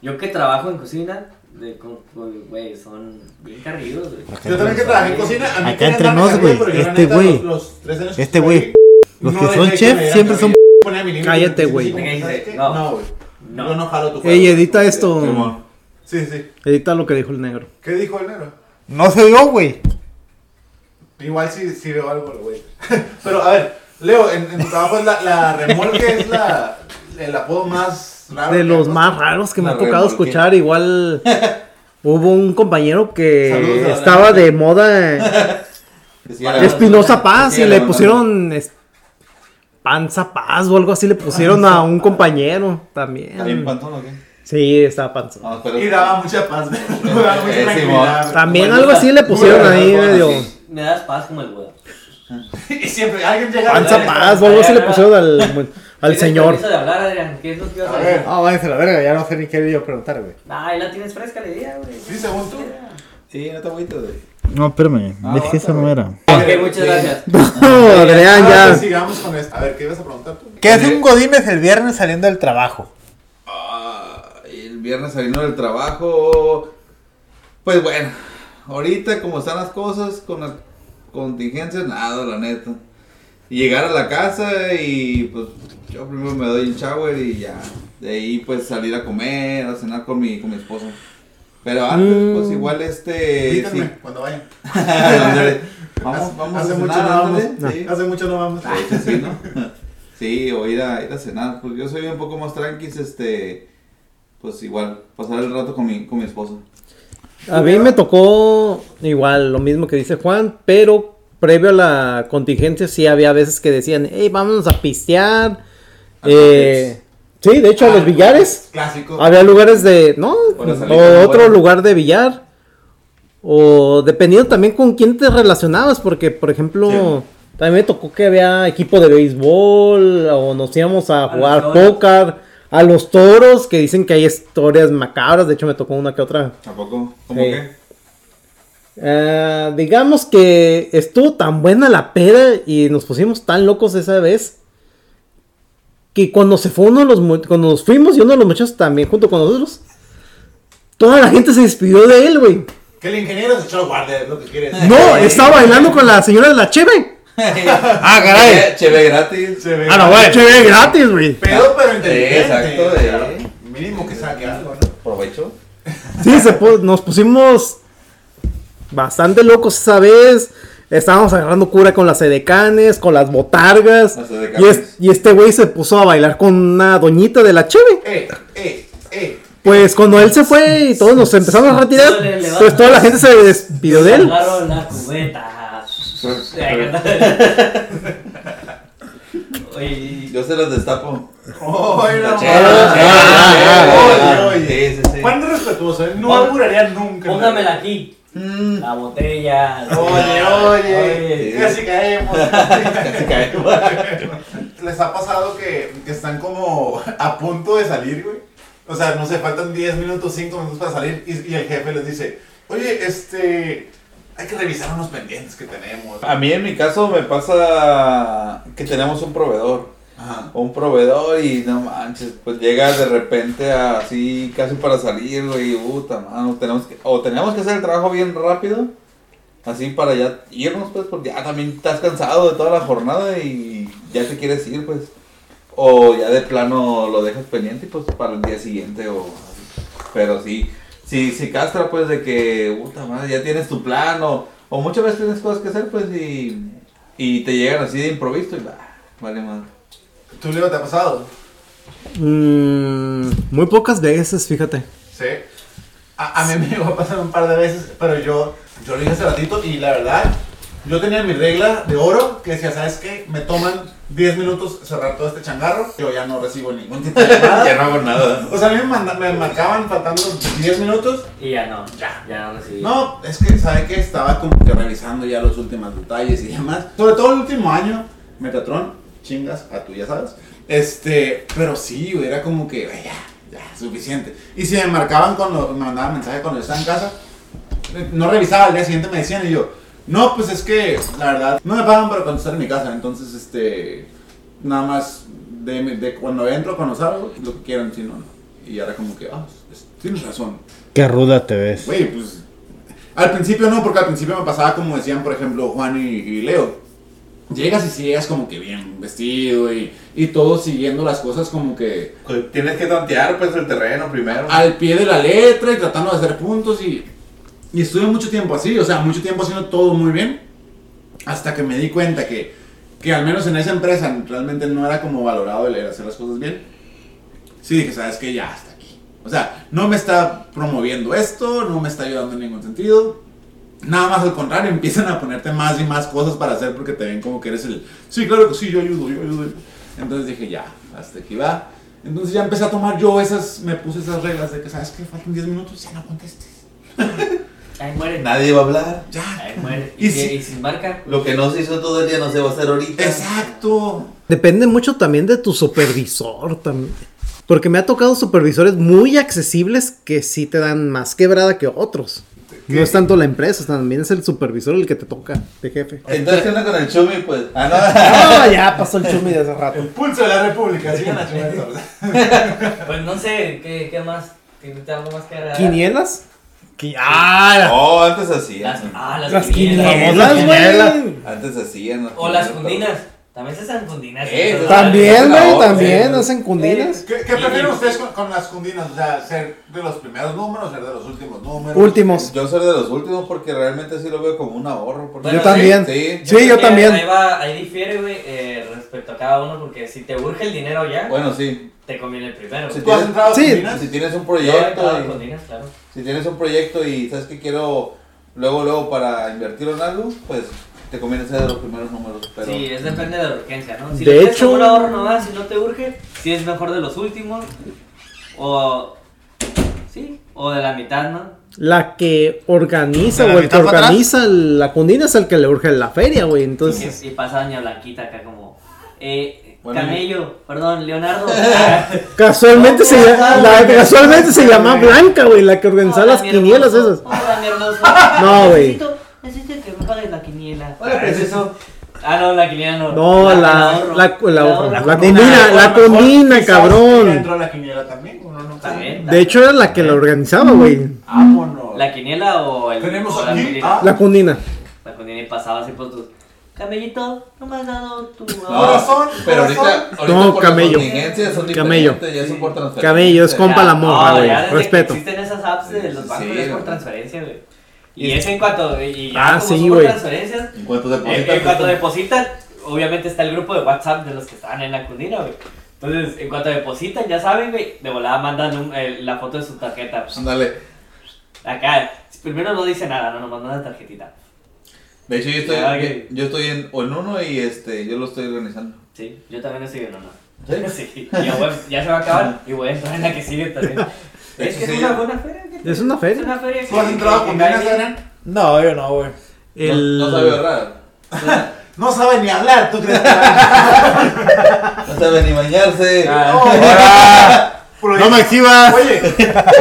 Speaker 3: Yo que trabajo en cocina, de, con- con- güey, son bien carrillos, güey.
Speaker 2: Yo también que trabajé en cocina, a mí
Speaker 6: Acá
Speaker 2: querían
Speaker 6: entre
Speaker 2: darme
Speaker 6: nos,
Speaker 2: carrilla,
Speaker 6: güey,
Speaker 2: pero yo la
Speaker 6: este
Speaker 2: neta,
Speaker 6: güey,
Speaker 2: los- los tres años que
Speaker 6: este
Speaker 2: estuve
Speaker 6: güey,
Speaker 2: ahí,
Speaker 6: los
Speaker 2: no
Speaker 6: que
Speaker 2: dejé
Speaker 6: son
Speaker 2: me
Speaker 6: chef
Speaker 2: dieran
Speaker 6: siempre son
Speaker 2: carrilla. Ponía mi límite,
Speaker 6: Cállate,
Speaker 2: sí,
Speaker 6: güey.
Speaker 2: sí, como,
Speaker 3: ¿Qué
Speaker 2: ¿sabes
Speaker 3: dices?
Speaker 2: qué?
Speaker 3: No.
Speaker 2: No, güey.
Speaker 3: No.
Speaker 2: Yo no jalo tu
Speaker 6: Ey,
Speaker 2: juego.
Speaker 6: edita esto.
Speaker 5: Simón.
Speaker 2: Sí, sí.
Speaker 6: Edita lo que dijo el negro.
Speaker 2: ¿Qué dijo el negro?
Speaker 4: No se dio, güey.
Speaker 2: Igual sí, sí veo algo, güey. Pero a ver, Leo, en, en tu trabajo es la, la remolque es la, el apodo más raro.
Speaker 6: De
Speaker 2: que
Speaker 6: los
Speaker 2: has-
Speaker 6: más raros que me
Speaker 5: La
Speaker 6: ha tocado
Speaker 5: remolque.
Speaker 6: escuchar, igual hubo un compañero
Speaker 2: Saludos a
Speaker 6: que
Speaker 2: la
Speaker 6: estaba de moda
Speaker 5: Decía la-
Speaker 6: Espinosa Paz
Speaker 5: decía
Speaker 6: y
Speaker 5: la
Speaker 6: le
Speaker 5: mamá.
Speaker 6: pusieron es- Panza Paz o algo así le pusieron a un compañero
Speaker 5: ¿También
Speaker 2: Mm.
Speaker 6: también.
Speaker 5: pantón o qué?
Speaker 6: Sí, estaba panza.
Speaker 5: No, pero-
Speaker 2: Y daba mucha paz, güey. Daba mucha
Speaker 5: Eh,
Speaker 2: tranquilidad. güey.
Speaker 6: También algo así le pusieron
Speaker 5: Bueno,
Speaker 6: ahí
Speaker 5: bueno,
Speaker 6: medio
Speaker 5: sí.
Speaker 3: Me das paz como el güey.
Speaker 2: Y siempre alguien llega
Speaker 6: Panza Paz o algo así le pusieron al, al
Speaker 3: ¿Tienes
Speaker 6: señor.
Speaker 3: permiso de hablar, Adrián? ¿Qué es lo que ibas a
Speaker 2: A
Speaker 3: decir?
Speaker 2: ver.
Speaker 4: Ah, váyanse a la verga, ya no sé ni qué yo preguntar, güey.
Speaker 3: Ah, ahí la tienes fresca la idea, güey.
Speaker 2: Sí, según tú.
Speaker 5: Sí, no te agüites, güey.
Speaker 4: No, espérame,
Speaker 5: Ah, es que esa no
Speaker 4: era.
Speaker 3: Ok, muchas gracias.
Speaker 6: Adrián,
Speaker 2: Ahora
Speaker 6: ya.
Speaker 2: Ah, pues sí, sigamos con esto. A ver, ¿qué ibas a preguntar tú?
Speaker 4: ¿Qué hace un Godínez el viernes saliendo del trabajo?
Speaker 5: Ah, el viernes saliendo del trabajo. Pues bueno, ahorita como están las cosas con las contingencias, nada, la neta. Y llegar a la casa y pues yo primero me doy el shower y ya. De ahí pues salir a comer, a cenar con mi, con mi esposa. Pero antes, pues igual
Speaker 6: Eh,
Speaker 5: este...
Speaker 2: Mm. Invítenme
Speaker 5: sí.
Speaker 2: cuando vayan.
Speaker 5: Ándale. vamos, vamos
Speaker 2: hace
Speaker 5: a
Speaker 2: mucho
Speaker 5: cenar,
Speaker 2: no vamos. Ah.
Speaker 5: ándale, sí.
Speaker 2: Hace mucho no vamos.
Speaker 5: De hecho, sí, ¿no? Sí, o ir a, ir a cenar. Pues yo soy un poco más tranquis, este. Pues igual, pasar el rato con mi, con mi esposa.
Speaker 6: A mí me tocó igual lo mismo que dice Juan, pero previo a la contingencia sí había veces que decían, hey, vámonos a pistear.
Speaker 5: A
Speaker 6: Eh, sí, de hecho, a
Speaker 3: Ah,
Speaker 6: los billares.
Speaker 2: Clásico.
Speaker 6: Había lugares de, ¿no?
Speaker 5: Para salir con
Speaker 6: O
Speaker 5: los
Speaker 6: otro
Speaker 5: buenos.
Speaker 6: lugar de billar. O dependiendo también con quién te relacionabas, porque, por ejemplo, también me tocó que había equipo de béisbol, o nos íbamos a,
Speaker 3: los
Speaker 6: jugar
Speaker 3: toros.
Speaker 6: póker, a los toros, que dicen que hay historias macabras, de hecho me tocó una que otra.
Speaker 5: ¿Tampoco?
Speaker 6: Sí.
Speaker 5: ¿Cómo que?
Speaker 6: Ah, digamos que estuvo tan buena la peda y nos pusimos tan locos esa vez que cuando se fue uno de los mu- cuando nos fuimos y uno de los muchachos también junto con nosotros toda la gente se despidió de él, güey.
Speaker 2: Que el ingeniero se echó a guardia, es lo que quieres.
Speaker 6: No,
Speaker 4: Eh.
Speaker 6: estaba bailando con la señora de la cheve.
Speaker 4: Ah, caray.
Speaker 5: Cheve- Cheve gratis.
Speaker 2: Se ve.
Speaker 4: Ah, no, güey.
Speaker 6: Cheve gratis, güey.
Speaker 2: Pedo, pero
Speaker 5: Sí,
Speaker 2: inteligente.
Speaker 5: exacto,
Speaker 2: Claro.
Speaker 5: eh.
Speaker 2: Mínimo que saque algo, ¿no?
Speaker 5: Provecho.
Speaker 6: Sí, se pu- nos pusimos bastante locos esa vez. Estábamos agarrando cura con las edecanes, con las botargas.
Speaker 5: Las
Speaker 6: y,
Speaker 5: edecanes.
Speaker 6: es- y este güey se puso a bailar con una doñita de la cheve.
Speaker 2: Eh, eh, eh.
Speaker 6: Pues cuando él se fue y todos nos empezamos a retirar,
Speaker 3: Dale, le va.
Speaker 6: pues toda la gente se despidió de él.
Speaker 3: Sacaron la cubeta. Oye, y-
Speaker 5: Yo se las destapo.
Speaker 2: Oye, no,
Speaker 5: Cheve, cheve,
Speaker 2: oye,
Speaker 5: cheve.
Speaker 2: oye.
Speaker 5: Sí, sí, sí.
Speaker 2: Juan es respetuoso, ¿eh? No
Speaker 3: Pon-
Speaker 2: apuraría nunca.
Speaker 3: póngamela aquí.
Speaker 6: Mm.
Speaker 3: La botella. la-
Speaker 2: Oye, oye,
Speaker 5: Oye.
Speaker 2: casi caemos.
Speaker 5: Casi caemos.
Speaker 2: ¿Les ha pasado que, que están como a punto de salir, güey? O sea, no sé, faltan 10 minutos, 5 minutos para salir y, y el jefe les dice, oye, este, hay que revisar
Speaker 5: Ah.
Speaker 2: unos pendientes que tenemos.
Speaker 5: A mí en mi caso me pasa que tenemos un proveedor.
Speaker 2: Ajá.
Speaker 5: un proveedor y no manches, pues llega de repente a- así casi para salir, güey, puta mano, tenemos que, o tenemos que hacer el trabajo bien rápido, así para ya irnos, pues, porque ya también estás cansado de toda la jornada y ya te quieres ir, pues, o ya de plano lo dejas pendiente, pues, para el día siguiente o así. pero sí, si se castra, pues, de que, puta madre, ya tienes tu plan o, o muchas veces tienes cosas que hacer, pues, y, y te llegan así de improviso y va, vale madre.
Speaker 2: ¿Tú, Leo, te ha pasado?
Speaker 6: Mm, muy pocas veces, fíjate.
Speaker 2: Sí. A, a mí me llegó a pasar un par de veces, pero yo, yo lo dije hace ratito y la verdad, yo tenía mi regla de oro que decía, ¿sabes qué? Me toman 10 minutos cerrar todo este changarro, yo ya no recibo ningún tipo de
Speaker 5: Ya
Speaker 2: llamada.
Speaker 5: no hago nada.
Speaker 2: O sea, a mí me, manda- me marcaban faltando 10 minutos.
Speaker 3: Y ya no, ya, ya no recibí.
Speaker 2: No, es que, ¿sabe que Estaba como que revisando ya los últimos detalles y demás. Sobre todo el último año, Metatron, chingas a tú, ya sabes. Este, pero sí, güey, era como que, güey, ya, ya, suficiente. Y si me marcaban cuando, me mandaban mensaje cuando yo estaba en casa, eh, no revisaba, al día siguiente me decían y yo, no, pues es que, la verdad, no me pagan para contestar en mi casa, entonces, este, nada más de, de cuando entro, cuando salgo, lo que quieran, si no, no. Y ahora como que, ah, es- tienes razón.
Speaker 4: Qué ruda te ves.
Speaker 2: Güey, pues. Al principio no, porque al principio me pasaba como decían, por ejemplo, Juan y, y Leo. Llegas y si llegas como que bien vestido y, y todo siguiendo las cosas como que
Speaker 5: Pues, Tienes que tantear pues el terreno primero.
Speaker 2: al pie de la letra y tratando de hacer puntos y, y estuve mucho tiempo así, o sea, mucho tiempo haciendo todo muy bien hasta que me di cuenta que, que al menos en esa empresa realmente no era como valorado el hacer las cosas bien. Sí, dije, sabes que ya hasta aquí. O sea, no me está promoviendo esto, no me está ayudando en ningún sentido. Nada más al contrario, empiezan a ponerte más y más cosas para hacer porque te ven como que eres el... Sí, claro que sí, yo ayudo, yo ayudo. Entonces dije, ya, hasta aquí va. Entonces ya empecé a tomar yo esas, me puse esas reglas de que, ¿sabes qué? Faltan 10 minutos, ya no contestes.
Speaker 3: Ahí muere.
Speaker 5: Nadie va a hablar.
Speaker 2: Ya.
Speaker 3: Ahí muere.
Speaker 2: Y
Speaker 3: Y,
Speaker 2: si-
Speaker 3: si, y sin marca.
Speaker 5: Lo que no se hizo todo el día no se va a hacer ahorita.
Speaker 2: Exacto.
Speaker 6: Depende mucho también de tu supervisor también. Porque me ha tocado supervisores muy accesibles que sí te dan más quebrada que otros. No es tanto la empresa, también es el supervisor el que te toca de jefe.
Speaker 5: Entonces, ¿qué onda con el chumi? Pues, ah,
Speaker 6: ya pasó el chumi de hace rato.
Speaker 2: Pulso de la República, sigan a Chumel Torres.
Speaker 3: Pues no sé, ¿qué, qué más? ¿Tienes algo más que agregar?
Speaker 6: ¿Quinielas?
Speaker 4: Qui- ¡Ah!
Speaker 5: no. Oh, antes hacían.
Speaker 3: Las, ah, las,
Speaker 4: Las
Speaker 3: quinielas.
Speaker 4: quinielas.
Speaker 6: ¿Quinielas,
Speaker 4: quinielas.
Speaker 6: güey?
Speaker 5: Antes hacían.
Speaker 3: O las cundinas. También se hacen cundinas.
Speaker 5: Eh,
Speaker 3: Pero-
Speaker 6: También, güey,
Speaker 5: No,
Speaker 6: también
Speaker 5: sí.
Speaker 6: hacen cundinas.
Speaker 2: ¿Qué, qué prefieren ustedes con, con las cundinas? O sea, ser de los primeros números, ser de los últimos números.
Speaker 6: Últimos.
Speaker 5: Yo soy de los últimos porque realmente sí lo veo como un ahorro. porque-
Speaker 3: Bueno,
Speaker 6: Yo también.
Speaker 5: Sí.
Speaker 6: Sí, yo
Speaker 3: creo que
Speaker 6: también.
Speaker 3: Ahí, va, ahí difiere, güey, eh, respecto a cada uno, porque si te urge el dinero ya,
Speaker 5: Bueno, sí.
Speaker 3: te conviene el primero.
Speaker 5: Sí,
Speaker 3: güey.
Speaker 2: ¿Tú has entrado a
Speaker 6: Sí.
Speaker 2: cundinas?
Speaker 5: Si tienes un
Speaker 3: Yo he acabado
Speaker 5: proyecto,
Speaker 3: con
Speaker 5: y-
Speaker 3: dineros, claro.
Speaker 5: si tienes un proyecto y sabes que quiero luego, luego para invertirlo en algo, pues te conviene ser de los primeros números. Pero
Speaker 3: Sí, es depende de la urgencia, ¿no? Si
Speaker 6: De
Speaker 3: lo tienes
Speaker 6: hecho-
Speaker 3: como un ahorro nomás, si no te urge, si es mejor de los últimos, o... Sí, o de la mitad, ¿no?
Speaker 6: La que organiza
Speaker 4: ¿De la
Speaker 6: o el que
Speaker 4: mitad para
Speaker 6: organiza la cundina es el que le urge la feria, güey. Entonces,
Speaker 3: Y, y pasa Doña Blanquita acá como... Eh,
Speaker 5: Bueno,
Speaker 3: Camello, perdón, Leonardo. Ah,
Speaker 6: casualmente se llama, la- casualmente se llama Blanca, güey, la que organiza
Speaker 3: hola,
Speaker 6: las
Speaker 3: mi
Speaker 6: quinielas
Speaker 3: hermoso,
Speaker 6: esas.
Speaker 3: Hola, mi hermoso.
Speaker 6: No, güey.
Speaker 3: Necesito, necesito que me pagues la quiniela.
Speaker 5: Hola, precioso.
Speaker 3: Ah, no, la quiniela no.
Speaker 6: No, la-
Speaker 3: ahorro.
Speaker 6: la- la ahorro.
Speaker 3: ahorro.
Speaker 2: Cundina,
Speaker 6: La
Speaker 2: o
Speaker 6: combina,
Speaker 2: a
Speaker 6: la
Speaker 2: lo mejor
Speaker 6: combina,
Speaker 2: quizás
Speaker 6: cabrón.
Speaker 2: Dentro de la quiniela también, uno no sabe.
Speaker 3: También.
Speaker 6: De hecho era la que la organizaba, güey.
Speaker 2: Vámonos.
Speaker 3: ¿La quiniela o el.?
Speaker 2: Tenemos
Speaker 3: o la
Speaker 2: aquí
Speaker 3: cundina?
Speaker 2: a-
Speaker 6: La cundina.
Speaker 3: La cundina y pasaba así por tus. Camellito, no me has dado tu.
Speaker 2: Corazón,
Speaker 5: pero
Speaker 2: corazón.
Speaker 5: ahorita, ahorita
Speaker 6: No,
Speaker 5: por las
Speaker 6: camello.
Speaker 5: contingencias son
Speaker 6: Camello.
Speaker 5: diferentes, ya son por transferencia.
Speaker 6: Camello, es compa la morra,
Speaker 3: No,
Speaker 6: güey.
Speaker 3: Ah, ya desde
Speaker 6: Respeto.
Speaker 3: Que existen esas apps de los bancos
Speaker 5: Sí,
Speaker 3: es por
Speaker 5: güey.
Speaker 3: transferencia, güey. Y eso en cuanto. Y ya
Speaker 6: Ah,
Speaker 3: como
Speaker 6: sí,
Speaker 3: son por
Speaker 6: güey.
Speaker 3: transferencias.
Speaker 5: En cuanto
Speaker 3: En,
Speaker 5: depositas,
Speaker 3: Eh, en cuanto
Speaker 5: pues,
Speaker 3: depositan, obviamente está el grupo de WhatsApp de los que estaban en la cundina, güey. Entonces, en cuanto depositan, ya saben, güey, de volada mandan un- el- la foto de su tarjeta. pues,
Speaker 5: Ándale.
Speaker 3: Acá, primero no dice nada, no, nos mandan la tarjetita.
Speaker 5: De hecho, yo estoy,
Speaker 3: Ya, que-
Speaker 5: yo estoy en, o en uno y este, yo lo estoy organizando.
Speaker 3: Sí, yo también estoy en una.
Speaker 5: ¿Sí?
Speaker 3: Sí, ya, voy- ya se va a acabar y voy a entrar en la que sigue también.
Speaker 5: De
Speaker 3: es que
Speaker 5: hecho, sí,
Speaker 3: es una
Speaker 5: ya.
Speaker 3: buena feria. fíjate.
Speaker 6: Es una feria.
Speaker 3: Es una feria.
Speaker 2: ¿Tú has entrado a cundinas,
Speaker 3: Adrián?
Speaker 2: Adrián?
Speaker 4: No, yo no, güey.
Speaker 6: El-
Speaker 5: No, no sabe ahorrar,
Speaker 2: No sabe ni hablar, ¿tú crees?
Speaker 5: no sabe ni bañarse.
Speaker 3: Ah.
Speaker 5: No,
Speaker 4: Ahora,
Speaker 2: Lo
Speaker 4: No me
Speaker 2: dice-
Speaker 4: exhibas.
Speaker 2: Oye,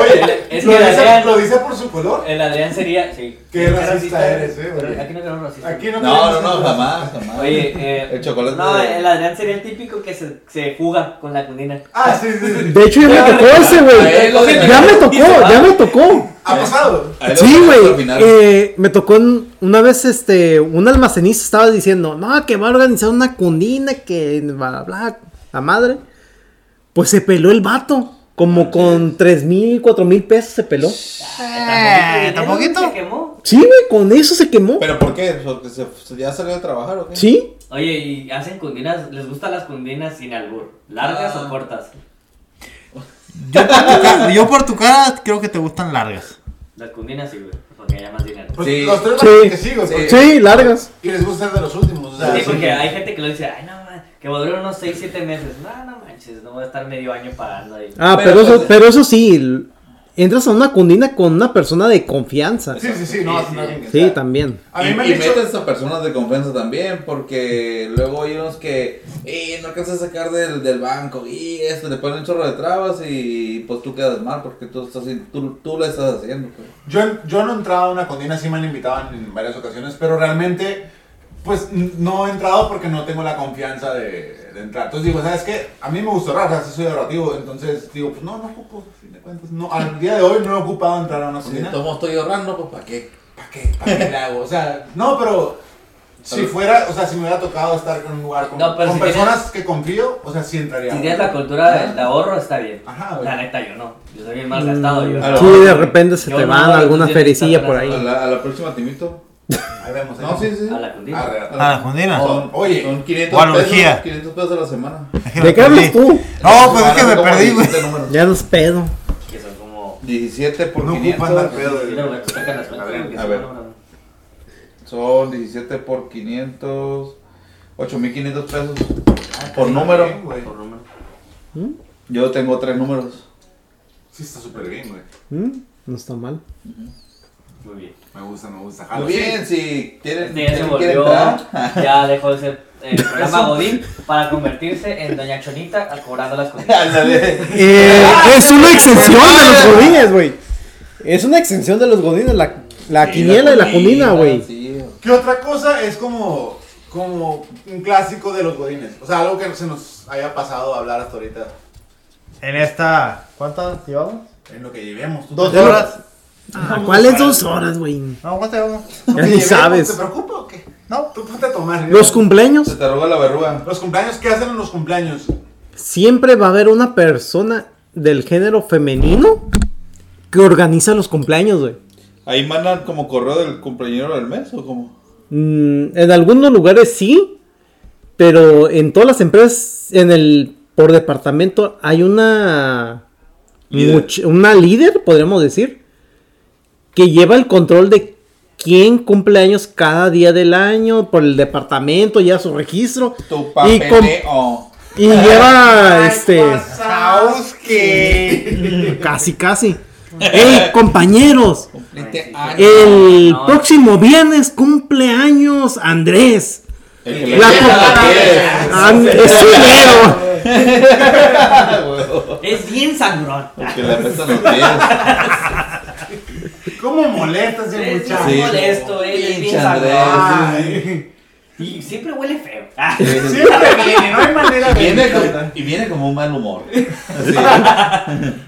Speaker 2: oye,
Speaker 3: Es
Speaker 2: lo,
Speaker 3: que la
Speaker 2: dice,
Speaker 3: vean.
Speaker 2: lo dice por su color.
Speaker 3: El Adrián sería, sí.
Speaker 2: Qué racista eres, eh,
Speaker 3: Pero
Speaker 2: oye.
Speaker 3: Aquí no queremos racista.
Speaker 2: Aquí no
Speaker 5: No, no,
Speaker 2: tenemos
Speaker 5: no,
Speaker 2: esas-
Speaker 5: jamás, jamás.
Speaker 3: Oye, eh,
Speaker 5: El chocolate
Speaker 3: No,
Speaker 5: de-
Speaker 3: el Adrián sería el típico que se, se fuga con la cunina.
Speaker 6: Eh,
Speaker 2: Ah, sí, sí, sí.
Speaker 6: De hecho, ya me tocó ese,
Speaker 5: Ahí lo
Speaker 6: güey.
Speaker 5: de-
Speaker 6: Ya me tocó, ya me tocó.
Speaker 2: Ha pasado.
Speaker 5: Ahí lo
Speaker 6: Sí,
Speaker 5: dejamos al
Speaker 6: güey.
Speaker 5: final.
Speaker 6: eh, me tocó en- una vez, este, un almacenista estaba diciendo, no, que va a organizar una cundina, que bla, bla, bla, la madre. Pues se peló el vato.
Speaker 5: Ah,
Speaker 6: Como con tres mil, cuatro mil pesos se peló.
Speaker 4: Eh,
Speaker 3: Se
Speaker 4: ¿Tampoquito?
Speaker 3: quemó.
Speaker 6: Sí, güey, con eso se quemó.
Speaker 5: ¿Pero por qué? ¿Porque se, se- ¿Ya salió a trabajar o qué?
Speaker 6: Sí.
Speaker 3: Oye, ¿y hacen cundinas? ¿Les gustan las cundinas sin albur? ¿Largas
Speaker 5: Ah.
Speaker 3: o cortas?
Speaker 4: Yo por, tu cara, yo por tu cara creo que te gustan largas.
Speaker 3: Las cundinas sí, güey, porque hay más dinero.
Speaker 2: Pues
Speaker 5: Sí.
Speaker 2: Los tres
Speaker 6: Sí.
Speaker 2: van que sigo.
Speaker 5: Este,
Speaker 2: porque-
Speaker 6: Sí, largas.
Speaker 2: Y les gusta ser de los últimos. O
Speaker 5: Ah,
Speaker 2: sea,
Speaker 3: Sí,
Speaker 2: sí.
Speaker 3: porque hay gente que lo dice, ay, no, man, que va a durar unos 6, 7 meses. No, no manches, no voy a estar medio año pagando ahí.
Speaker 6: Ah,
Speaker 5: Pero,
Speaker 6: pero, eso,
Speaker 5: pues,
Speaker 6: pero eso sí, l- entras a una cundina con una persona de confianza.
Speaker 2: Sí, sí, sí, no,
Speaker 3: Sí, sí.
Speaker 2: no, no, no.
Speaker 6: Sí, también.
Speaker 2: A mí
Speaker 5: y
Speaker 2: me han
Speaker 5: y
Speaker 2: dicho.
Speaker 5: metas a personas de confianza también, porque luego hay unos que "Eh, no alcanzas a sacar del, del banco y esto, le ponen un chorro de trabas y pues tú quedas mal porque tú, estás, haciendo- tú, tú lo estás haciendo. pues.
Speaker 2: Yo, yo no he entrado a una condena, sí me han invitado en varias ocasiones, pero realmente, pues n- no he entrado porque no tengo la confianza de, de entrar. Entonces digo, ¿sabes qué? A mí me gusta ahorrar, así soy ahorrativo. Entonces digo, pues no, no ocupo, a fin de cuentas. No, al día de hoy no he ocupado entrar a una
Speaker 5: Si
Speaker 2: condena.
Speaker 5: tomo estoy ahorrando, pues ¿para qué?
Speaker 2: ¿Para qué? ¿Para qué le hago? O sea, no, pero. Si fuera, o sea, si me hubiera tocado estar en un lugar con,
Speaker 3: No, pero
Speaker 2: con
Speaker 3: si
Speaker 2: personas que confío, o sea, sí entraría.
Speaker 3: Si tienes la cultura
Speaker 5: Ah.
Speaker 3: del ahorro, está bien.
Speaker 2: Ajá, güey.
Speaker 3: La neta, yo no. Yo soy bien mal gastado. Yo,
Speaker 5: Mm, Claro.
Speaker 6: Sí, de repente se
Speaker 3: Yo
Speaker 6: te
Speaker 3: no,
Speaker 6: van alguna
Speaker 3: entonces,
Speaker 6: fericilla por
Speaker 5: A
Speaker 6: ahí.
Speaker 5: la, a la próxima te invito.
Speaker 2: Ahí vemos. ahí
Speaker 5: No, sí,
Speaker 2: vemos.
Speaker 5: sí.
Speaker 3: A la cundina.
Speaker 2: Arre, arre.
Speaker 4: A la condena.
Speaker 5: Son,
Speaker 2: Oye.
Speaker 5: son
Speaker 4: O a
Speaker 5: 500
Speaker 4: la
Speaker 5: pesos,
Speaker 4: orgía.
Speaker 5: 500 pesos a la semana.
Speaker 6: ¿De qué hablas tú?
Speaker 4: No, pues es que me
Speaker 5: Como
Speaker 4: perdí, güey.
Speaker 5: 17 números.
Speaker 6: Ya nos pedo.
Speaker 3: Que son como.
Speaker 5: 17 por
Speaker 2: No ocupa
Speaker 5: 500.
Speaker 2: andar pedo.
Speaker 3: Sí, no, güey, tú sacas las cuentas,
Speaker 2: A ver,
Speaker 3: porque
Speaker 5: a
Speaker 3: si
Speaker 5: ver.
Speaker 3: no, no.
Speaker 5: Son 17 por 500. 8.500 pesos por número.
Speaker 2: Bien, güey.
Speaker 3: Por número.
Speaker 5: Yo tengo tres números.
Speaker 2: Sí, está súper bien, güey.
Speaker 6: Mm, No está mal.
Speaker 3: Muy bien.
Speaker 2: Me gusta, me gusta. Jalo.
Speaker 5: Muy bien, si quieren,
Speaker 3: Este ya se
Speaker 5: quieren- quieren
Speaker 3: volvió.
Speaker 5: entrar.
Speaker 3: Ya dejó de ser eh, programa Godín para convertirse en Doña Chonita al cobrando las cundinas.
Speaker 5: Ándale.
Speaker 6: Eh, es una exención de los godines, güey. Es una exención de los godines, la, la quiniela y la cundina, güey.
Speaker 5: Sí.
Speaker 2: ¿Qué otra cosa es como, como un clásico de los godines? O sea, algo que no se nos haya pasado a hablar hasta ahorita.
Speaker 4: En esta. ¿Cuántas llevamos?
Speaker 2: En lo que llevemos. tú
Speaker 4: Dos
Speaker 2: te-
Speaker 4: horas.
Speaker 6: Ah, ¿Cuáles dos horas, güey?
Speaker 4: No, ¿cuántas llevamos?
Speaker 2: lo que
Speaker 6: Ya ni
Speaker 2: llevemos,
Speaker 6: sabes.
Speaker 2: ¿Te preocupa o qué?
Speaker 4: No.
Speaker 2: Tú ponte a tomar.
Speaker 6: Los
Speaker 5: Se
Speaker 6: cumpleaños,
Speaker 5: te arruga la verruga.
Speaker 2: Los cumpleaños, ¿qué hacen en los cumpleaños?
Speaker 6: siempre va a haber una persona del género femenino que organiza los cumpleaños, güey.
Speaker 5: Ahí mandan como correo del cumpleañero del mes o como.
Speaker 6: Mm, en algunos lugares sí, pero en todas las empresas, en el por departamento hay una
Speaker 5: Líder.
Speaker 6: much- una líder, podríamos decir, que lleva el control de quién cumple años cada día del año por el departamento, ya su registro
Speaker 5: Tu
Speaker 6: y, com-
Speaker 5: papeleo.
Speaker 6: y lleva este
Speaker 4: Saus que.
Speaker 6: casi casi. ¡Ey, compañeros!
Speaker 5: Cumpliste
Speaker 3: sí.
Speaker 5: años.
Speaker 6: El
Speaker 3: No.
Speaker 6: próximo viernes cumpleaños Andrés.
Speaker 5: El que le
Speaker 6: La
Speaker 5: pega
Speaker 6: compa-
Speaker 5: la piel.
Speaker 6: And- es su mero.
Speaker 3: Es bien sangrón.
Speaker 5: El que le apestan los pies.
Speaker 2: ¿Cómo molestas ese
Speaker 3: Es
Speaker 2: muchacho?
Speaker 3: bien molesto, él es
Speaker 5: Pinche
Speaker 3: bien
Speaker 5: Andrés.
Speaker 3: sangrón.
Speaker 2: Ay.
Speaker 3: Y siempre huele feo. Ah,
Speaker 2: Siempre viene, no hay manera de
Speaker 5: Viene
Speaker 2: evitarla.
Speaker 5: con- y viene como un mal humor.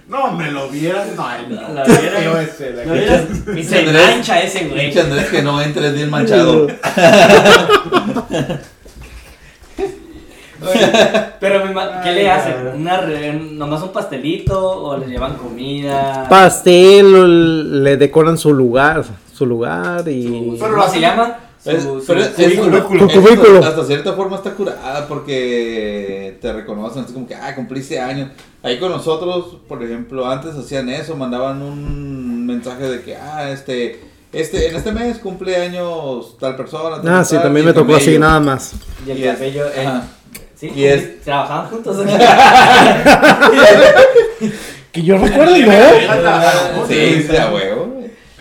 Speaker 2: No, me lo vieras. No, ay, no.
Speaker 3: La viera-
Speaker 2: Feo ese, la
Speaker 3: ¿Lo vieras? Y se
Speaker 5: Andrés.
Speaker 3: engancha ese güey.
Speaker 5: Pinche Andrés que no entres bien manchado.
Speaker 3: Pero me ma- ¿qué le hacen? Una re- ¿Nomás un pastelito o le llevan comida?
Speaker 6: Pastel, le decoran su lugar, su lugar y
Speaker 2: Pero
Speaker 3: ¿Cómo
Speaker 2: lo
Speaker 3: se
Speaker 2: hacen-
Speaker 3: llama?
Speaker 5: Es-
Speaker 3: Su- su-
Speaker 5: pero es- es-
Speaker 6: cubículo.
Speaker 5: es-
Speaker 6: Cubículo.
Speaker 5: hasta cierta forma está curada porque te reconocen, así como que, ah, cumpliste años. Ahí con nosotros, por ejemplo, antes hacían eso, mandaban un mensaje de que, ah, este, este, en este mes cumple años tal persona. tal,
Speaker 6: Ah, sí,
Speaker 5: tal,
Speaker 6: también
Speaker 5: y
Speaker 6: me tocó así
Speaker 5: camello.
Speaker 6: nada más.
Speaker 3: Y el
Speaker 5: Y es-
Speaker 3: cabello, eh,
Speaker 5: ajá.
Speaker 3: ¿sí?
Speaker 5: Y es-
Speaker 3: ¿Trabajaban juntos?
Speaker 6: Que yo recuerdo yo.
Speaker 5: Ah, Sí, sí, a huevo.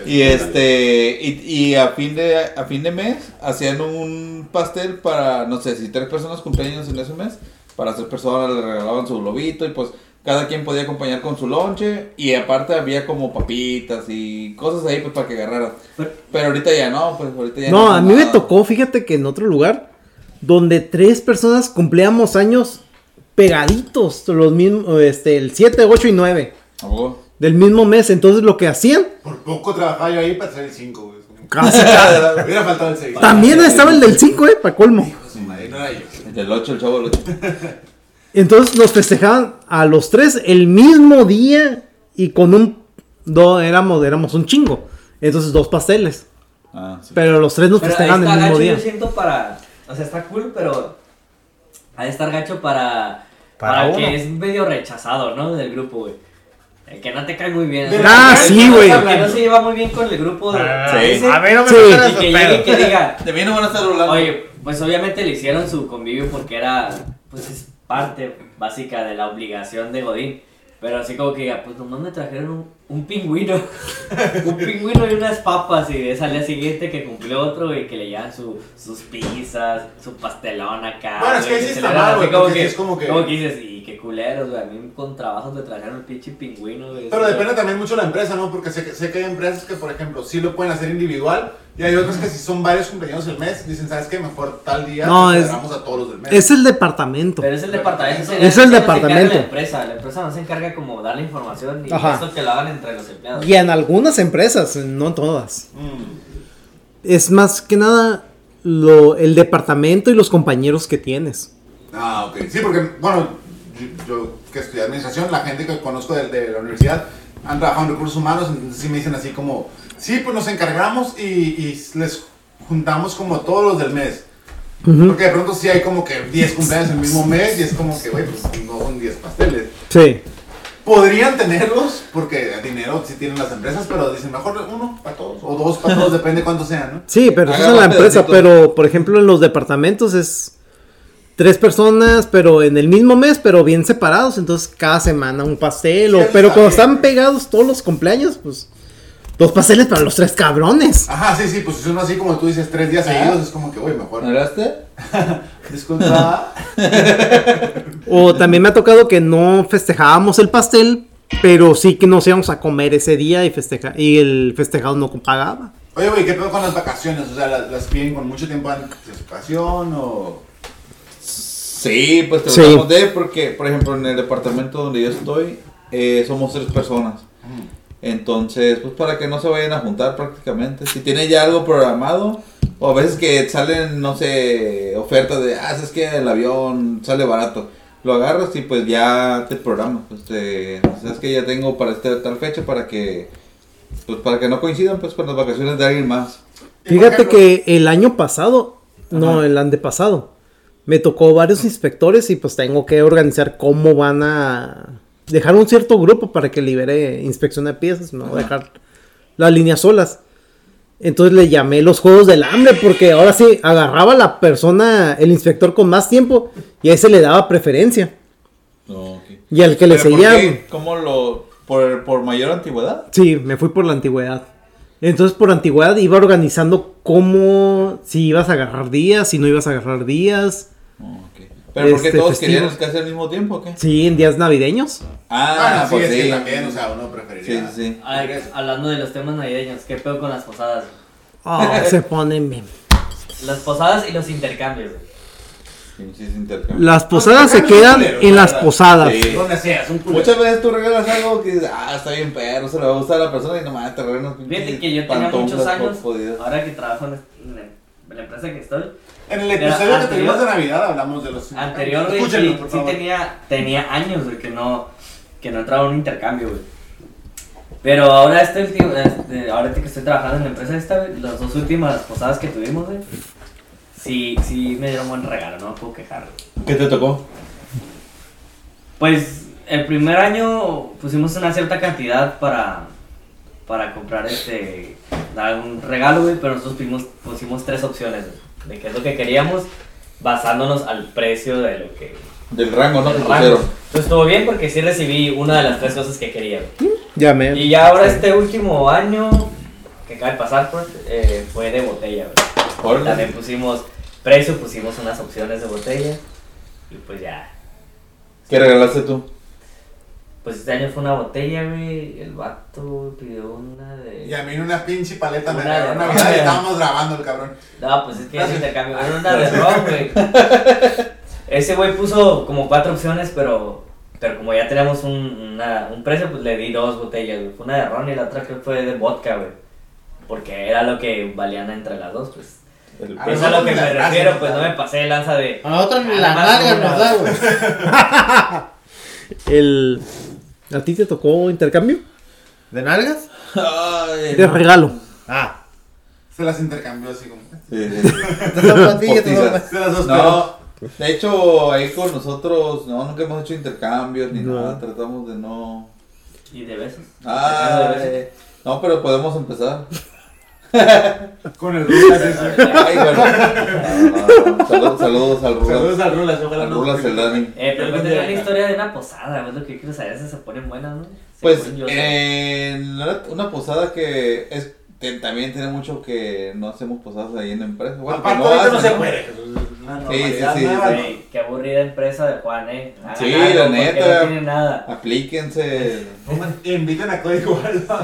Speaker 5: Y este, y, y a fin de a fin de mes hacían un pastel para, no sé, si tres personas cumpleaños en ese mes, para tres personas le regalaban su globito y pues Cada quien podía acompañar con su lonche y aparte había como papitas y cosas ahí pues para que agarraras.
Speaker 3: Pero-
Speaker 5: Pero ahorita ya no, pues ahorita ya
Speaker 6: No, a
Speaker 5: hacen
Speaker 6: mí me
Speaker 5: nada.
Speaker 6: tocó, fíjate que en otro lugar, donde tres personas cumplíamos años pegaditos, los mismos, este, el 7, 8 y 9
Speaker 5: ¿A poco?
Speaker 6: del mismo mes. Entonces lo que hacían,
Speaker 2: Por poco trabajaba yo ahí para hacer el 5, güey. Es como-
Speaker 6: casi,
Speaker 2: Hubiera faltado el 6.
Speaker 6: también estaba el del 5, eh, para colmo.
Speaker 2: No era yo.
Speaker 5: Del 8, el chavo del 8.
Speaker 6: Entonces nos festejaban a los tres el mismo día y con un, do, éramos, éramos un chingo. Entonces dos pasteles,
Speaker 5: Ah, sí.
Speaker 6: pero los tres nos
Speaker 3: Pero ahí
Speaker 6: festejaban
Speaker 3: está
Speaker 6: el mismo
Speaker 3: gacho,
Speaker 6: día.
Speaker 3: yo siento para. O sea, está cool, pero. Ha de estar gacho para.
Speaker 4: Para
Speaker 3: Para,
Speaker 4: uno.
Speaker 3: que es medio rechazado, ¿no? Del grupo, güey. El que no te cae muy bien.
Speaker 2: Pero-
Speaker 6: Ah, sí, güey.
Speaker 3: El que no se lleva muy bien con el grupo. De,
Speaker 5: sí.
Speaker 4: Ah, A ver, no me
Speaker 6: Sí.
Speaker 4: metan
Speaker 3: Y
Speaker 4: esos
Speaker 3: que llegue y
Speaker 4: pedos.
Speaker 3: que diga.
Speaker 5: De mí no van a estar hablando.
Speaker 3: Oye, pues obviamente le hicieron su convivio porque era, pues es parte básica de la obligación de Godín. Pero así como que diga, pues nomás me trajeron un, un pingüino. un pingüino y unas papas y es al día siguiente que cumplió otro y que le llevan su- sus pizzas, su pastelón acá.
Speaker 2: Bueno, es que
Speaker 3: güey,
Speaker 2: ahí sí
Speaker 3: se
Speaker 2: está
Speaker 3: le dan
Speaker 2: mal,
Speaker 3: así
Speaker 2: güey,
Speaker 3: como
Speaker 2: porque
Speaker 3: que,
Speaker 2: es como que-
Speaker 3: dices, y qué culeros, güey, a mí con trabajo me trajeron un pinche pingüino. güey,
Speaker 2: Pero
Speaker 3: eso-
Speaker 2: depende también mucho de la empresa, ¿no? Porque sé que, sé que hay empresas que, por ejemplo, sí lo pueden hacer individual y hay otras que si son varios cumpleaños del mes, dicen, ¿sabes qué? Mejor tal día
Speaker 6: No,
Speaker 2: nos
Speaker 6: es-
Speaker 2: celebramos a todos los del mes.
Speaker 6: Es el departamento.
Speaker 3: Pero es el departamento. ese-
Speaker 6: Es el
Speaker 3: ese no se
Speaker 6: departamento.
Speaker 3: encarga La empresa, la empresa no se encarga como darle información y
Speaker 6: Ajá.
Speaker 3: eso que lo hagan entre los empleados.
Speaker 6: Y en algunas empresas, no todas.
Speaker 2: Mm.
Speaker 6: Es más que nada lo, el departamento y los compañeros que tienes.
Speaker 2: Ah, ok. Sí, porque, bueno, yo, yo que estudié administración, la gente que conozco de, de la universidad han trabajado en recursos humanos, entonces sí me dicen así como, sí, pues nos encargamos y, y les juntamos como todos los del mes. Porque de pronto sí hay como que 10 cumpleaños en el mismo mes y es como que, güey, pues no son 10 pasteles.
Speaker 6: Sí.
Speaker 2: Podrían tenerlos, porque dinero sí tienen las empresas, pero dicen mejor uno para todos o dos para todos, depende cuánto sea, ¿no?
Speaker 6: Sí, pero eso es
Speaker 5: Agarra
Speaker 6: en la
Speaker 5: un
Speaker 6: empresa.
Speaker 5: pedacito.
Speaker 6: Pero, por ejemplo, en los departamentos es tres personas, pero en el mismo mes, pero bien separados. Entonces, cada semana un pastel.
Speaker 2: Sí,
Speaker 6: o,
Speaker 2: eso
Speaker 6: pero
Speaker 2: está
Speaker 6: cuando
Speaker 2: bien.
Speaker 6: están pegados todos los cumpleaños, pues dos pasteles para los tres cabrones.
Speaker 2: Ajá, sí, sí, pues es uno así como tú dices, tres días seguidos, es como que, güey, mejor.
Speaker 5: ¿No era este?
Speaker 2: Disculpa.
Speaker 6: O también me ha tocado que no festejábamos el pastel, pero sí que nos íbamos a comer ese día y, festeja y el festejado no pagaba.
Speaker 2: Oye, güey, ¿qué pedo con las vacaciones? O sea, ¿las, las piden con mucho tiempo de anticipación o...?
Speaker 5: Sí, pues
Speaker 6: Sí.
Speaker 5: tratamos de, porque, por ejemplo, en el departamento donde yo estoy, eh, somos tres personas. Entonces, pues para que no se vayan a juntar prácticamente. Si tienen ya algo programado, o a veces que salen, no sé, ofertas de, ah, es que el avión sale barato. Lo agarras y pues ya te programas. Pues te, es que ya tengo para esta tal fecha para que, pues para que no coincidan pues con las vacaciones de alguien más.
Speaker 6: Fíjate que el año pasado, no, el antepasado, me tocó varios inspectores y pues tengo que organizar cómo van a dejar un cierto grupo para que libere inspección de piezas, no dejar las líneas solas. Entonces le llamé los juegos del hambre porque ahora sí agarraba la persona, el inspector con más tiempo y a ese le daba preferencia.
Speaker 5: No, ok.
Speaker 6: Y al que le
Speaker 5: ¿Pero por
Speaker 6: seguía,
Speaker 5: qué? ¿Cómo lo...? ¿Por, por mayor antigüedad?
Speaker 6: sí, me fui por la antigüedad. Entonces por antigüedad iba organizando cómo, si ibas a agarrar días, si no ibas a agarrar días.
Speaker 5: Ok. ¿Pero por qué
Speaker 6: Este,
Speaker 5: todos
Speaker 6: festivo.
Speaker 5: querían casi al mismo tiempo o qué?
Speaker 6: Sí, en días navideños.
Speaker 5: Ah,
Speaker 2: Ah, sí,
Speaker 5: pues
Speaker 2: es
Speaker 5: sí.
Speaker 2: que también, o sea, uno
Speaker 5: sí,
Speaker 2: preferiría...
Speaker 5: sí, sí.
Speaker 3: Ay, hablando de los temas navideños, ¿qué pedo con las posadas?
Speaker 6: Ah, se ponen bien.
Speaker 3: Las posadas y los intercambios. güey.
Speaker 5: Sí, sí, es intercambio.
Speaker 6: Las posadas se quedan en las posadas.
Speaker 5: Sí.
Speaker 2: Donde sea, es un culo.
Speaker 5: Muchas veces tú regalas algo que dices, ah, está bien perro, se le va a gustar a la persona y nomás te regalan unos
Speaker 3: Fíjate
Speaker 5: pinches
Speaker 3: que yo tenía muchos
Speaker 5: pantuflas
Speaker 3: años,
Speaker 5: jodidas.
Speaker 3: ahora que trabajo en, en- en la empresa que estoy,
Speaker 2: En el episodio que
Speaker 3: Anterior-
Speaker 2: tuvimos de Navidad hablamos de los...
Speaker 3: anterior güey,
Speaker 2: Escúchenlo,
Speaker 3: sí,
Speaker 2: por
Speaker 3: sí
Speaker 2: favor.
Speaker 3: tenía, tenía años güey, que no, que no entraba a un intercambio, güey. Pero ahora este último, este, ahorita que estoy trabajando en la empresa esta, güey, las dos últimas posadas que tuvimos, güey, sí, sí me dieron buen regalo, no me puedo quejar. güey.
Speaker 5: ¿Qué te tocó?
Speaker 3: Pues el primer año pusimos una cierta cantidad para, para comprar este dar un regalo, güey, pero nosotros pusimos, pusimos tres opciones güey, de qué es lo que queríamos basándonos al precio de lo que
Speaker 5: Del rango, ¿no?
Speaker 3: del
Speaker 5: Del
Speaker 3: rango. Entonces estuvo bien porque sí recibí una de las tres cosas que quería. güey.
Speaker 6: Llamé.
Speaker 3: Y ya ahora este último año que acaba de pasar pues, eh, fue de botella, güey.
Speaker 5: Órale.
Speaker 3: También pusimos precio, pusimos unas opciones de botella y pues ya
Speaker 5: ¿Qué regalaste tú?
Speaker 3: Pues este año fue una botella, güey. El vato pidió una de.
Speaker 2: Y a mí en una pinche paleta me
Speaker 3: Una de
Speaker 2: regaló
Speaker 3: ron.
Speaker 2: Navidad y estábamos grabando el cabrón.
Speaker 3: No, pues es que ese intercambio era una de ron, güey. Ese güey puso como cuatro opciones, pero, pero como ya teníamos un, una- un precio, pues le di dos botellas, güey. Fue una de ron y la otra que fue de vodka, güey. Porque era lo que valían entre las dos, pues.
Speaker 5: El-
Speaker 2: A
Speaker 3: Eso es a lo que
Speaker 2: nosotros
Speaker 3: me
Speaker 2: la gracia
Speaker 3: refiero,
Speaker 2: nos
Speaker 3: pues
Speaker 2: da.
Speaker 3: no me pasé de lanza de.
Speaker 7: A nosotros ni la
Speaker 3: Ah, más
Speaker 7: nalga
Speaker 3: una.
Speaker 7: nos da, güey.
Speaker 6: El... ¿A ti te tocó intercambio?
Speaker 4: ¿De nalgas?
Speaker 3: Eh,
Speaker 5: Ay,
Speaker 6: De regalo.
Speaker 4: Ah.
Speaker 2: Se las intercambió así como.
Speaker 5: sí, sí, sí.
Speaker 4: Te toco a ti, yo te toco a-
Speaker 5: Postizas.
Speaker 2: Se las hospedó.
Speaker 5: No, de hecho, ahí con nosotros, no, nunca hemos hecho intercambios ni
Speaker 6: No.
Speaker 5: nada, tratamos de no...
Speaker 3: ¿Y de besos?
Speaker 5: Ah,
Speaker 3: Hablando de besos.
Speaker 5: eh, no, pero podemos empezar.
Speaker 2: Con el Rulas ese.
Speaker 5: Ay, bueno. No, no, no. Saludos, saludos al
Speaker 2: Saludos
Speaker 5: Rulas.
Speaker 2: al Rulas, ojalá
Speaker 5: Al
Speaker 2: no.
Speaker 5: Rulas, el Dani.
Speaker 3: Eh, pero
Speaker 2: Algún
Speaker 3: cuéntame
Speaker 2: día.
Speaker 3: una historia de una posada, güey, lo que quiero saber, si se ponen buenas, ¿no?
Speaker 5: Pues,
Speaker 3: Según yo,
Speaker 5: eh, no era una posada que es que también tiene mucho que no hacemos posadas ahí en la empresa. Bueno, que
Speaker 2: Aparte, ahorita no
Speaker 5: hacen,
Speaker 2: se puede. Jesús. La normalidad
Speaker 5: sí, sí,
Speaker 2: nueva, ¿no?
Speaker 3: Güey, qué aburrida empresa de Juan, eh. Hagan
Speaker 5: Sí,
Speaker 3: algo,
Speaker 5: la
Speaker 3: porque
Speaker 5: neta.
Speaker 3: No tiene nada.
Speaker 5: Aplíquense.
Speaker 2: Pongan- Invitan a Código Alfa.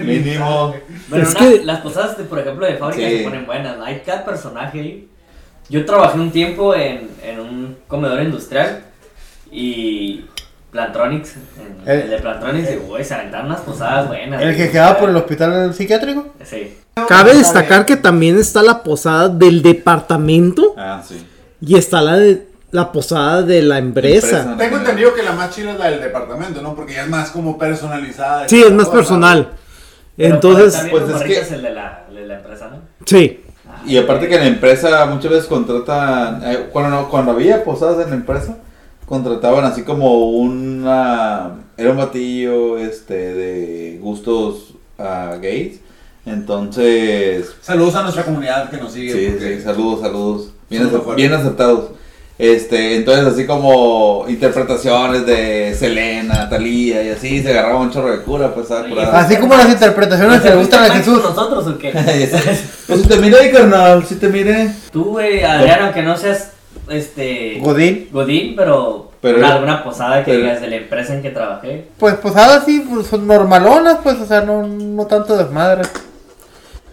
Speaker 5: Mínimo.
Speaker 3: Pero
Speaker 6: Es
Speaker 3: una-
Speaker 6: que-
Speaker 3: las posadas, de, por ejemplo, de fábrica
Speaker 5: Sí.
Speaker 3: se ponen buenas. Hay cada personaje ahí. Yo trabajé un tiempo en, en un comedor industrial y Plantronics, en-
Speaker 4: El-
Speaker 3: el, de Plantronics, y, güey, se aventaron unas posadas buenas.
Speaker 4: El que
Speaker 3: güey.
Speaker 4: quedaba por el hospital psiquiátrico.
Speaker 3: Sí.
Speaker 6: Cabe destacar que también está la posada del departamento
Speaker 5: Ah, sí.
Speaker 6: y está la de- la posada de la empresa.
Speaker 5: Empresa.
Speaker 2: Tengo entendido que la más chila es la del departamento, ¿no? Porque ya es más como personalizada.
Speaker 6: Sí, es más personal.
Speaker 3: Pero
Speaker 6: Entonces,
Speaker 3: también
Speaker 5: pues,
Speaker 3: tu
Speaker 5: es
Speaker 3: morrito
Speaker 5: que-
Speaker 3: el de la, el de la empresa, ¿no?
Speaker 6: sí.
Speaker 5: Y aparte que en la empresa muchas veces contratan, eh, cuando, no- cuando había posadas en la empresa, contrataban así como una, era un batillo este, de gustos ah, gays. Entonces,
Speaker 2: Saludos a nuestra comunidad que nos sigue.
Speaker 5: sí,
Speaker 2: porque-
Speaker 5: sí, saludos, saludos. Bien,
Speaker 2: Son
Speaker 5: acep-
Speaker 2: lo mejor.
Speaker 5: bien aceptados. Este, entonces así como interpretaciones de Selena, Talía y así, se agarraba un chorro de cura, pues estaba
Speaker 3: Oye,
Speaker 5: curado.
Speaker 4: Así como las interpretaciones que le gustan a
Speaker 3: ¿Te fuiste
Speaker 4: Jesús.
Speaker 3: con nosotros o qué?
Speaker 5: pues si te miré, carnal, si te miré.
Speaker 3: Tú, güey, Adrián, aunque no seas este
Speaker 4: Godín.
Speaker 3: Godín, pero,
Speaker 5: Pero-
Speaker 3: una- alguna posada que
Speaker 5: pero-
Speaker 3: digas de la empresa en que trabajé.
Speaker 4: Pues posadas sí, pues, son normalonas, pues, o sea, no, no tanto desmadre.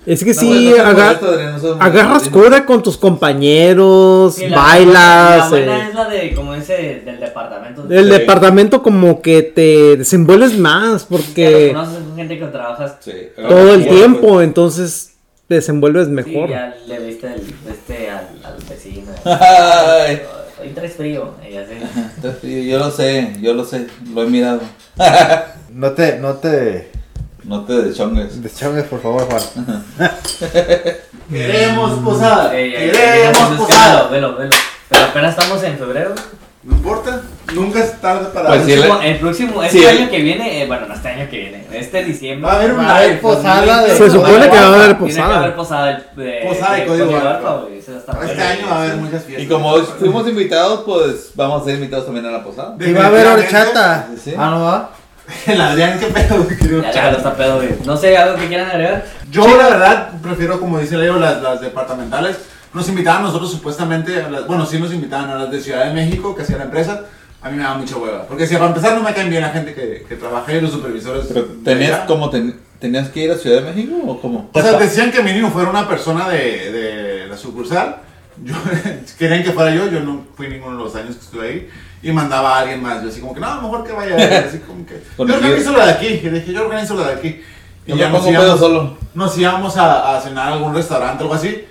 Speaker 6: Es que
Speaker 5: No,
Speaker 6: sí,
Speaker 5: pues, no seas
Speaker 6: aga-
Speaker 5: modesto, Adrián, no seas modesto,
Speaker 6: agarras
Speaker 5: dime.
Speaker 6: cura con tus compañeros,
Speaker 3: Sí, la- La
Speaker 6: bailas.
Speaker 3: buena
Speaker 6: eh,
Speaker 3: es la de, como ese, del departamento.
Speaker 6: el
Speaker 5: Sí.
Speaker 6: departamento como que te desenvuelves más
Speaker 3: que
Speaker 6: porque
Speaker 3: conoces con gente que trabajas.
Speaker 5: Sí,
Speaker 6: todo el
Speaker 5: agarras cura,
Speaker 6: tiempo, entonces te desenvuelves
Speaker 3: Mejor.
Speaker 6: mejor.
Speaker 3: Sí, ya le viste el, este, al, al vecino.
Speaker 5: Ay.
Speaker 3: Hoy traes frío. Y así.
Speaker 5: Entonces, Yo lo sé, yo lo sé, lo he mirado.
Speaker 4: No te, no te
Speaker 5: No te deschongues.
Speaker 4: deschongues, por favor, Juan.
Speaker 2: Queremos posada.
Speaker 3: Ey, ey,
Speaker 2: Queremos
Speaker 3: ey,
Speaker 2: posada.
Speaker 3: Velo, velo. Pero apenas estamos en febrero.
Speaker 2: No importa. Nunca es tarde para.
Speaker 5: Pues sí,
Speaker 3: el,
Speaker 5: la-
Speaker 3: próximo, el próximo, este
Speaker 5: Sí, el-
Speaker 3: año que viene, eh, bueno, no este año que viene, este diciembre.
Speaker 2: Va a haber
Speaker 4: Va
Speaker 2: una
Speaker 4: a haber posada de-
Speaker 6: Se supone que va a haber
Speaker 3: Tiene que haber
Speaker 6: posada.
Speaker 3: posada. el- de-
Speaker 2: Posada de
Speaker 3: de
Speaker 2: Código
Speaker 3: Código
Speaker 2: Alfa.
Speaker 3: Alfa, güey, eso está
Speaker 2: Este
Speaker 3: bueno.
Speaker 2: año va a haber muchas fiestas.
Speaker 5: Y como hoy fuimos invitados, pues vamos a ser invitados también a la posada.
Speaker 4: Y va a haber horchata.
Speaker 5: Sí, sí.
Speaker 4: Ah, no va.
Speaker 2: El Adrián, qué pedo. que dio
Speaker 3: Ya, ya,
Speaker 2: chale.
Speaker 3: no está pedo, güey. No sé, algo que quieran agregar.
Speaker 2: Yo, la verdad, prefiero, como dice Leo, las, las departamentales. Nos invitaban nosotros supuestamente, a las- bueno, sí nos invitaban a las de Ciudad de México, que hacía la empresa. A mí me daba mucha hueva. Porque si para empezar no me caen bien la gente que, que trabaja y los supervisores.
Speaker 5: Pero
Speaker 2: de
Speaker 5: tenías
Speaker 2: allá.
Speaker 5: como ten- tenías que ir a Ciudad de México o cómo?
Speaker 2: O sea, decían que mínimo fuera una persona de, de la sucursal. Yo, querían que fuera yo, yo no fui ninguno de los años que estuve ahí. Y mandaba a alguien más. Yo así como que, no, mejor que vaya. él", Así como que,
Speaker 5: Con
Speaker 2: yo
Speaker 5: el
Speaker 2: organizo la de aquí. Y dije, yo organizo la de aquí. Y
Speaker 5: Yo
Speaker 2: ya
Speaker 5: me
Speaker 2: nos
Speaker 5: pongo pedo
Speaker 2: íbamos,
Speaker 5: solo.
Speaker 2: nos íbamos a, a cenar a algún restaurante o algo así.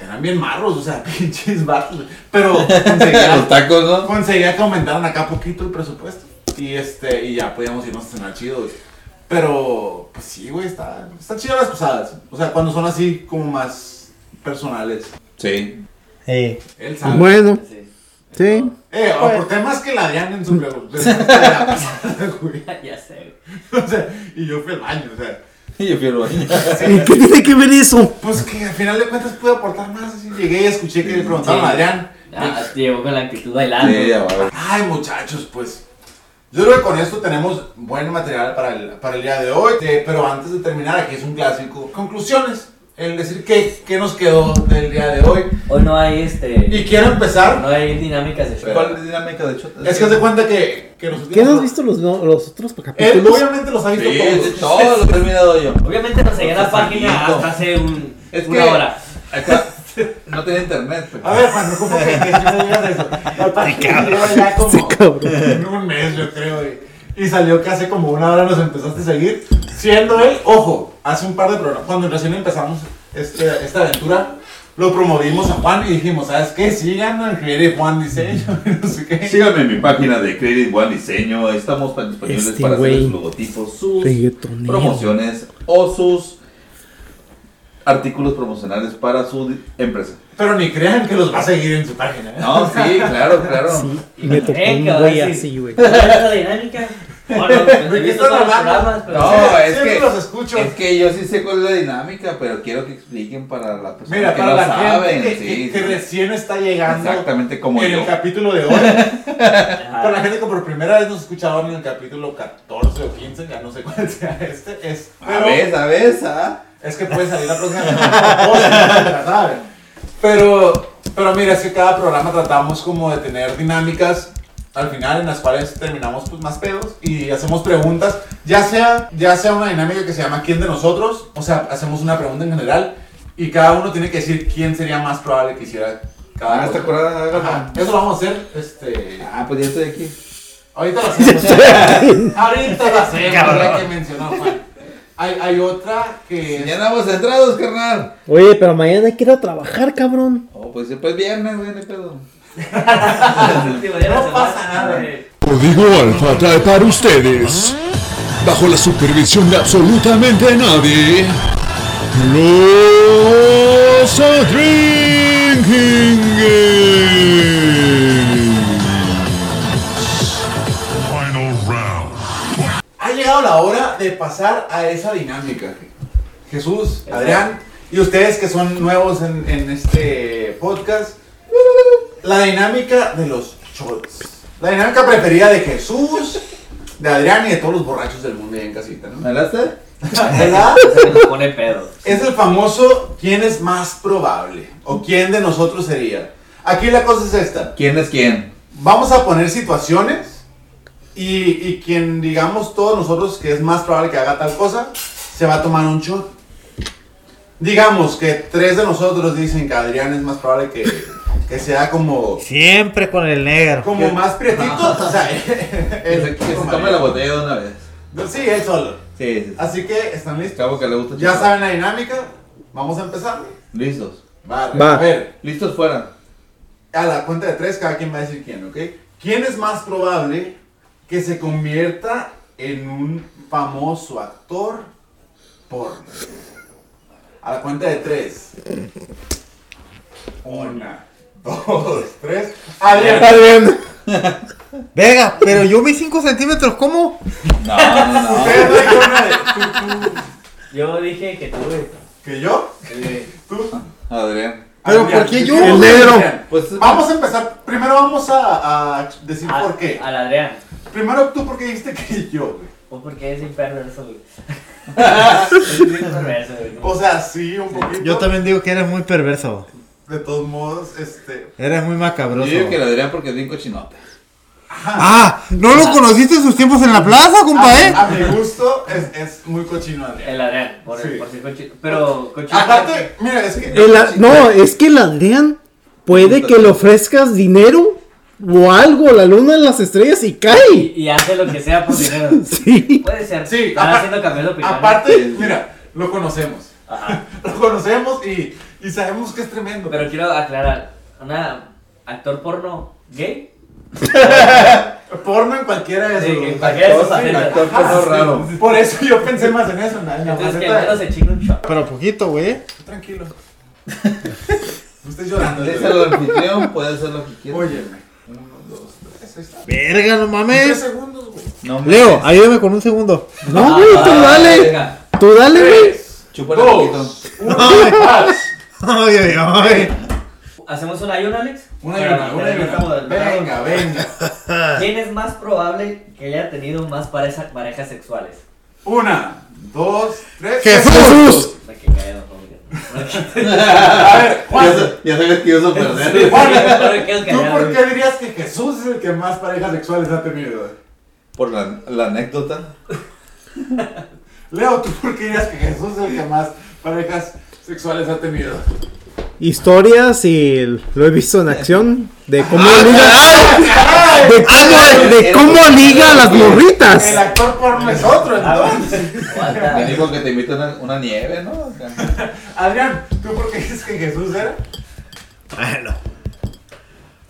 Speaker 2: Eran bien marros, o sea, pinches vatos. Pero
Speaker 5: Los
Speaker 2: conseguía,
Speaker 5: tacos, ¿no?
Speaker 2: conseguía que aumentaran acá poquito el presupuesto. Y este, y ya podíamos irnos a cenar chidos. Pero, pues sí, güey, está, están chidas las posadas. O sea, cuando son así como más personales.
Speaker 5: Sí.
Speaker 4: Eh,
Speaker 2: Él sabe.
Speaker 6: Bueno,
Speaker 3: Sí.
Speaker 6: sí.
Speaker 2: Eh, o por temas que la Diana en su pregunta.
Speaker 3: ya sé, güey.
Speaker 2: o sea, y yo fui al baño, o sea.
Speaker 5: Y yo fui al baño.
Speaker 6: ¿Qué tiene que ver eso?
Speaker 2: Pues que al final de cuentas pude aportar más. así llegué y escuché que le preguntaron
Speaker 3: Sí.
Speaker 2: a Adrián.
Speaker 3: Ah, llegó con la actitud bailando.
Speaker 5: Sí, ya va.
Speaker 2: Ay, muchachos, pues. Yo creo que con esto tenemos buen material para el, para el día de hoy. eh, pero antes de terminar, aquí es un clásico. Conclusiones. el decir qué, qué nos quedó del día de hoy.
Speaker 3: Hoy no hay este.
Speaker 2: Y quiero empezar.
Speaker 3: No hay dinámicas de show.
Speaker 5: ¿Cuál es la dinámica de Chota?
Speaker 2: Es que se cuenta que, que los
Speaker 6: ¿Quién
Speaker 2: últimos-
Speaker 6: has visto los, no- los otros
Speaker 3: Eh,
Speaker 2: Él
Speaker 6: capítulos?
Speaker 2: obviamente los ha visto
Speaker 5: Sí,
Speaker 2: todos.
Speaker 5: todo lo he terminado yo.
Speaker 3: Obviamente no seguía la página
Speaker 5: Perfecto.
Speaker 3: hasta hace un,
Speaker 5: Es
Speaker 3: una
Speaker 5: que-
Speaker 3: hora.
Speaker 5: Acá no tenía internet. pues.
Speaker 2: A ver, Juan, ¿cómo que, que si me digas eso?
Speaker 5: Este
Speaker 2: Aparte que lleva ya como en un mes, yo creo, y, y salió que hace como una hora nos empezaste a seguir, siendo él, ojo, hace un par de programas, cuando recién empezamos este, esta aventura, lo promovimos a Juan y dijimos, ¿sabes qué? Sigan a Creative Juan Diseño, y no sé qué.
Speaker 5: Síganme en mi página de Creative One Diseño. ahí Estamos para españoles
Speaker 6: Este
Speaker 5: para hacer
Speaker 6: güey.
Speaker 5: sus logotipos, sus
Speaker 6: Reggaetonero.
Speaker 5: promociones o sus artículos promocionales para su di- empresa.
Speaker 2: Pero ni crean que los va a seguir en su página. ¿eh?
Speaker 5: No, sí, claro, claro.
Speaker 6: Y me tocó
Speaker 3: Eh,
Speaker 6: un
Speaker 3: cabrón,
Speaker 6: güey
Speaker 3: sí.
Speaker 6: así, güey.
Speaker 3: ¿Cuál es la dinámica? Bueno, pues,
Speaker 2: ¿De
Speaker 3: he
Speaker 2: qué
Speaker 3: visto
Speaker 2: están
Speaker 3: todos los
Speaker 2: hablando?
Speaker 3: programas, pero-
Speaker 5: No, es
Speaker 2: Siempre
Speaker 5: que,
Speaker 2: los escucho.
Speaker 5: es que yo sí sé cuál es la dinámica, pero quiero que expliquen para la persona
Speaker 2: Mira,
Speaker 5: que
Speaker 2: para
Speaker 5: no
Speaker 2: la
Speaker 5: saben.
Speaker 2: gente que,
Speaker 5: sí,
Speaker 2: que- que
Speaker 5: sí.
Speaker 2: recién está llegando
Speaker 5: Exactamente como
Speaker 2: en
Speaker 5: yo.
Speaker 2: el capítulo de hoy, para la gente que por primera vez nos escuchaban en el capítulo 14 o 15, ya no sé cuál sea este, es,
Speaker 5: A
Speaker 2: pero
Speaker 5: ver, a ver, ah.
Speaker 2: es que puede salir la próxima semana, o si no, ya saben. Pero, pero mira, es que cada programa tratamos como de tener dinámicas al final en las cuales terminamos pues más pedos y hacemos preguntas, ya sea, ya sea una dinámica que se llama ¿Quién de nosotros? O sea, hacemos una pregunta en general y cada uno tiene que decir quién sería más probable que hiciera cada
Speaker 5: Ah, está
Speaker 2: cosa.
Speaker 5: curada, hágalo.
Speaker 2: Ajá, Eso lo vamos a hacer, este...
Speaker 5: Ah, pues ya estoy aquí.
Speaker 2: Ahorita lo hacemos. Ahorita lo hacemos,
Speaker 4: Cabrón.
Speaker 2: hay que mencionar, Juan. Hay, hay otra que...
Speaker 5: Ya andamos entrados, carnal.
Speaker 6: Oye, pero mañana hay que ir a trabajar, cabrón.
Speaker 5: Oh, pues después viernes, güey, no hay pedo.
Speaker 3: Digo, ya
Speaker 2: No
Speaker 3: se
Speaker 2: pasa
Speaker 3: va.
Speaker 2: nada.
Speaker 1: Código Alfa trae para ustedes, bajo la supervisión de absolutamente nadie, los Drinking
Speaker 2: Ha llegado la hora de pasar a esa dinámica. Jesús, Adrián, y ustedes que son nuevos en, en este podcast, la dinámica de los shots. La dinámica preferida de Jesús, de Adrián y de todos los borrachos del mundo ahí en casita, ¿no?
Speaker 5: ¿Me hablaste?
Speaker 2: ¿Verdad?
Speaker 3: Se nos pone pedo.
Speaker 2: Es el famoso ¿quién es más probable? ¿O quién de nosotros sería? Aquí la cosa es esta.
Speaker 5: ¿Quién es quién?
Speaker 2: Vamos a poner situaciones y, y quien digamos todos nosotros que es más probable que haga tal cosa, se va a tomar un shot. Digamos que tres de nosotros dicen que Adrián es más probable que, que sea como,
Speaker 4: Siempre con el negro.
Speaker 2: como más prietito. O sea, él-
Speaker 5: Que se, que se tome la botella de una vez.
Speaker 2: Sí, él solo.
Speaker 5: Sí, sí. sí.
Speaker 2: Así que, ¿están listos?
Speaker 5: Cabo que le gusta.
Speaker 2: Ah, Ya
Speaker 5: chupar.
Speaker 2: saben la dinámica. Vamos a empezar.
Speaker 5: Listos.
Speaker 2: Vale,
Speaker 6: Va.
Speaker 2: A ver,
Speaker 5: Listos fuera.
Speaker 2: a la cuenta de tres cada quien va a decir quién, ¿ok? ¿Quién es más probable que se convierta en un famoso actor porno? A la cuenta de tres. Una, dos, tres. Adrián.
Speaker 6: Adrián.
Speaker 4: Venga, pero yo mis 5 centímetros, ¿cómo?
Speaker 5: No, no, no.
Speaker 2: Ustedes no dijeron una de- tú, tú.
Speaker 3: Yo dije que eh, tuve.
Speaker 2: ¿Que yo? ¿Tú?
Speaker 5: Adrián.
Speaker 4: Pero,
Speaker 2: Adrián,
Speaker 4: ¿por qué
Speaker 2: ¿tú
Speaker 4: yo?
Speaker 2: quieres?
Speaker 6: El negro.
Speaker 2: Adrián,
Speaker 5: Pues-
Speaker 2: Vamos a empezar. Primero vamos a, a decir por qué.
Speaker 3: Al Adrián.
Speaker 2: Primero tú porque dijiste que yo, güey.
Speaker 3: O porque es imperverso, güey. Es imperverso, güey.
Speaker 2: O sea, sí, un poquito.
Speaker 4: Yo también digo que eres muy perverso.
Speaker 2: De todos modos, este.
Speaker 4: Eres muy
Speaker 5: Yo
Speaker 4: macabroso.
Speaker 5: digo que el Adrián porque es bien cochinote.
Speaker 4: Ah, ¿no lo conociste en sus tiempos en la plaza, compa, eh?
Speaker 2: A, a mi gusto es, es muy cochino, Adrián.
Speaker 3: El Adrián, por,
Speaker 2: Sí.
Speaker 3: por ser cochino. Pero cochino.
Speaker 2: Aparte, mira, es que.
Speaker 6: El a- no, es que el Adrián puede que le ofrezcas dinero o algo, la luna en las estrellas y cae.
Speaker 3: Y, y hace lo que sea por dinero.
Speaker 6: Sí.
Speaker 3: Puede ser.
Speaker 2: Sí,
Speaker 3: Están
Speaker 2: apar-
Speaker 3: haciendo cambiar de opinión.
Speaker 2: Aparte, mira, lo conocemos.
Speaker 3: Ajá.
Speaker 2: Lo conocemos y, y sabemos que es tremendo.
Speaker 3: Pero quiero aclarar. Una actor porno gay.
Speaker 2: Porno en cualquiera de
Speaker 3: Sí,
Speaker 2: sus.
Speaker 3: en cualquiera de sus
Speaker 2: Sí,
Speaker 3: facetas.
Speaker 5: actor
Speaker 2: ajá,
Speaker 5: porno
Speaker 2: sí.
Speaker 5: raro.
Speaker 2: Por eso yo pensé más en eso, en la, en la
Speaker 3: Entonces que
Speaker 2: faceta
Speaker 3: al menos
Speaker 2: de-
Speaker 3: se chinga un shot.
Speaker 4: Pero poquito, güey.
Speaker 2: Tranquilo. No estés llorando.
Speaker 5: Es
Speaker 2: güey.
Speaker 5: el anfitrión, puede hacer lo que quiera.
Speaker 2: Óyeme. Uno, dos, tres. Ahí está.
Speaker 4: Verga, no
Speaker 2: Tres
Speaker 4: mames.
Speaker 2: segundos, güey.
Speaker 5: No, mames.
Speaker 4: Leo, ayúdame con un segundo.
Speaker 6: No, güey, tú
Speaker 3: Ah,
Speaker 6: dale.
Speaker 3: venga.
Speaker 6: Tú dale, güey.
Speaker 2: Tres.
Speaker 5: Chúpale
Speaker 2: Dos. Uno. vas.
Speaker 4: Ay, ay, ay.
Speaker 3: ¿Hacemos una y una, Alex?
Speaker 2: Una y una,
Speaker 3: Para
Speaker 2: una y
Speaker 3: mantener como
Speaker 2: una.
Speaker 3: del-
Speaker 2: Venga, venga.
Speaker 3: ¿Quién es más probable que haya tenido más pareja- parejas sexuales?
Speaker 2: Una, dos, tres.
Speaker 4: Jesús.
Speaker 3: Me que cae, no, como que-
Speaker 2: A ver,
Speaker 5: Ya,
Speaker 2: Juan,
Speaker 5: sa- ya sabes que ibas a perder.
Speaker 2: Juan,
Speaker 3: Ahora quedas
Speaker 2: ¿tú
Speaker 3: callado.
Speaker 2: por qué dirías que Jesús es el que más parejas sexuales ha tenido?
Speaker 5: Por la, la anécdota.
Speaker 2: Leo, ¿tú por qué dirías que Jesús es el que más parejas sexuales ha tenido?
Speaker 6: Historias y lo he visto en acción de cómo liga. De cómo, de cómo liga a las
Speaker 2: El
Speaker 6: morritas.
Speaker 2: actor porno es otro, entonces.
Speaker 3: Aguanta.
Speaker 5: Me dijo que te invitan a una nieve, ¿no? O sea,
Speaker 2: Adrián, ¿tú por qué dices que Jesús era?
Speaker 4: Bueno.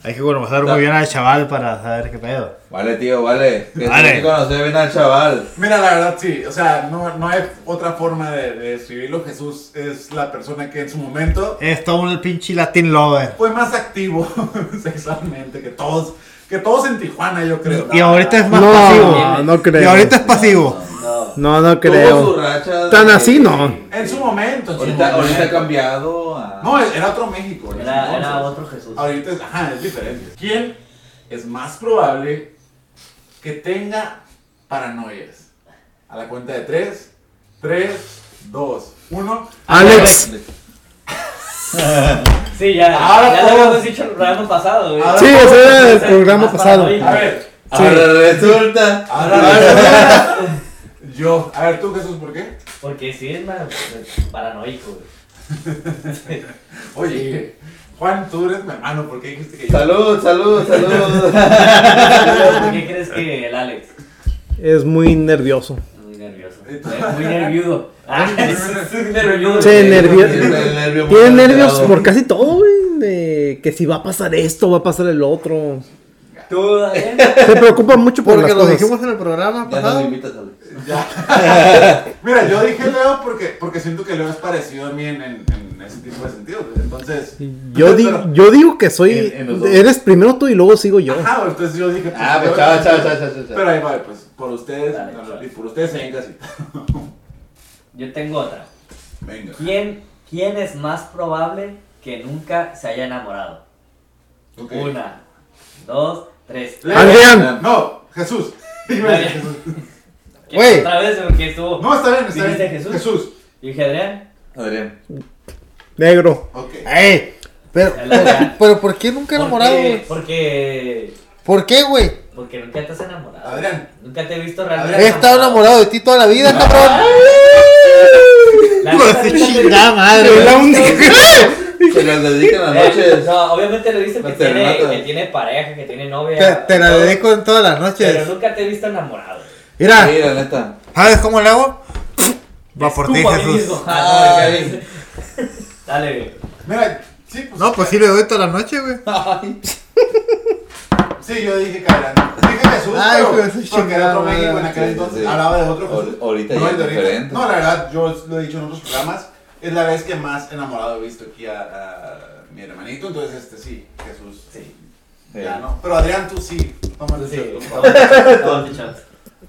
Speaker 4: Hay que conocer muy bien al chaval para saber qué pedo.
Speaker 5: Vale, tío, vale. Que
Speaker 4: Vale.
Speaker 5: tienes que conocer bien al chaval.
Speaker 2: Mira, la verdad sí, o sea, no, no hay otra forma de, de describirlo. Jesús es la persona que en su momento
Speaker 4: Es todo un pinche Latin lover.
Speaker 2: fue más activo sexualmente que todos, que todos en Tijuana, yo creo.
Speaker 4: Y ahorita es más
Speaker 6: No,
Speaker 4: pasivo.
Speaker 6: no creo.
Speaker 4: Y ahorita es pasivo.
Speaker 3: No.
Speaker 6: No, no
Speaker 5: Tuvo su
Speaker 6: creo.
Speaker 5: racha
Speaker 6: Tan
Speaker 5: de-
Speaker 6: así no.
Speaker 2: En su momento, en su
Speaker 5: Ahorita,
Speaker 2: momento.
Speaker 5: ahorita ha cambiado a.
Speaker 2: No, era otro México. en ese
Speaker 3: Era, era
Speaker 2: entonces.
Speaker 3: otro Jesús.
Speaker 2: Ahorita es, ajá, es diferente. ¿Quién es más probable que tenga paranoias? A la cuenta de 3, 3, 2, 1.
Speaker 6: Alex.
Speaker 3: Sí, ya.
Speaker 2: Ahora
Speaker 3: ya lo
Speaker 2: todos-
Speaker 3: habíamos dicho en el programa pasado, güey.
Speaker 2: Ahora
Speaker 6: Sí, ese era el programa
Speaker 3: Más
Speaker 6: pasado.
Speaker 3: paranoico.
Speaker 2: A ver,
Speaker 5: Ahora resulta.
Speaker 2: ahora ahora- yo. A ver, tú Jesús, ¿por qué?
Speaker 3: Porque sí es más pues, paranoico, güey.
Speaker 2: Oye, Juan, tú eres mi hermano, ¿por qué dijiste que yo?
Speaker 5: Salud, salud, salud.
Speaker 3: ¿Por qué crees que el Alex?
Speaker 6: Es muy nervioso.
Speaker 3: Muy nervioso. Muy nerviudo. Ah, es un nerviudo.
Speaker 6: Sí, nervio-
Speaker 5: El nervio muy
Speaker 6: Tiene nervios
Speaker 5: alterado.
Speaker 6: por casi todo, güey. De que si va a pasar esto, va a pasar el otro.
Speaker 3: Tú, Daniel.
Speaker 6: Se preocupa mucho por las
Speaker 4: Porque lo
Speaker 6: cosas.
Speaker 4: dijimos en el programa
Speaker 5: Ya no me
Speaker 4: pasado.
Speaker 5: invitas, Alex.
Speaker 2: Ya. Mira, yo dije Leo porque, porque siento que Leo es parecido a mí en, en- en ese tipo de sentido. Entonces,
Speaker 6: Yo, di-
Speaker 2: pero-
Speaker 6: yo digo que soy.
Speaker 5: En- en los dos.
Speaker 6: eres primero tú y luego sigo yo.
Speaker 2: Ajá, entonces yo dije.
Speaker 5: Ah,
Speaker 2: Leo
Speaker 5: pues chao,
Speaker 2: es-
Speaker 5: chao, chao, chao, chao.
Speaker 2: Pero ahí va, pues por ustedes,
Speaker 3: Dale,
Speaker 2: no,
Speaker 3: chao.
Speaker 2: y por ustedes ahí en casita.
Speaker 3: Yo tengo otra.
Speaker 2: Venga.
Speaker 3: ¿Quién, ¿Quién es más probable que nunca se haya enamorado?
Speaker 2: Ok.
Speaker 3: Una, dos, tres.
Speaker 2: Leo.
Speaker 6: Adrián.
Speaker 2: No, Jesús. Dime,
Speaker 3: Adrián.
Speaker 2: Jesús.
Speaker 3: ¿Qué-
Speaker 4: Güey.
Speaker 3: Otra vez porque estuvo.
Speaker 2: No, está bien, está
Speaker 3: ¿Dijiste
Speaker 2: bien.
Speaker 3: Jesús?
Speaker 2: Jesús.
Speaker 3: Yo dije, Adrián.
Speaker 5: Adrián.
Speaker 6: Negro.
Speaker 2: Ok.
Speaker 4: ¡Ey! Pero,
Speaker 3: Ya la ya.
Speaker 4: pero, ¿por qué nunca enamorado,
Speaker 3: Porque,
Speaker 4: güey?
Speaker 3: porque.
Speaker 4: ¿Por qué, güey?
Speaker 3: Porque nunca te has enamorado.
Speaker 2: Adrián.
Speaker 3: Nunca te he visto
Speaker 4: He
Speaker 3: realmente.
Speaker 4: estado enamorado de ti toda la vida, cabrón.
Speaker 3: La
Speaker 4: Hijo
Speaker 3: neta,
Speaker 4: de
Speaker 3: nunca
Speaker 4: su
Speaker 3: te-
Speaker 4: chingada madre. Es la única
Speaker 5: Se las dedican a
Speaker 3: Eh,
Speaker 5: noches.
Speaker 3: No, obviamente le dice que
Speaker 5: Las serenatas.
Speaker 3: tiene, que tiene pareja, que tiene novia.
Speaker 4: Te, te la
Speaker 3: todo,
Speaker 4: dedico en todas las
Speaker 3: Pero
Speaker 4: noches.
Speaker 3: nunca te he visto enamorado.
Speaker 6: Eh.
Speaker 4: Mira,
Speaker 5: Sí, la neta.
Speaker 4: ¿sabes cómo le hago? Va por ti,
Speaker 3: Escupo a mí
Speaker 4: Jesús.
Speaker 3: mismo. Ah, no,
Speaker 5: Ay.
Speaker 3: güey. Dale, güey.
Speaker 2: Mira, sí, pues.
Speaker 4: No, pues sí le doy toda la noche, güey.
Speaker 2: Sí, yo dije que Adrián. Dije Jesús,
Speaker 4: Ay,
Speaker 2: pero.
Speaker 4: pues, sí,
Speaker 2: porque era otro
Speaker 4: chingada,
Speaker 2: México en aquel
Speaker 5: sí, sí.
Speaker 2: entonces. Hablaba de otro Jesús.
Speaker 5: Ahor- ahorita
Speaker 2: No,
Speaker 5: ya
Speaker 2: el de
Speaker 5: es
Speaker 2: ahorita.
Speaker 5: diferente.
Speaker 2: No, la verdad, yo lo he dicho en otros programas. Es la vez que más enamorado he visto aquí a, a mi hermanito. Entonces, este sí, Jesús.
Speaker 3: Sí.
Speaker 2: Ya, ¿no? Pero Adrián, tú sí. Toma el
Speaker 3: Sí,
Speaker 2: cierto, por favor.
Speaker 3: toma tu shot.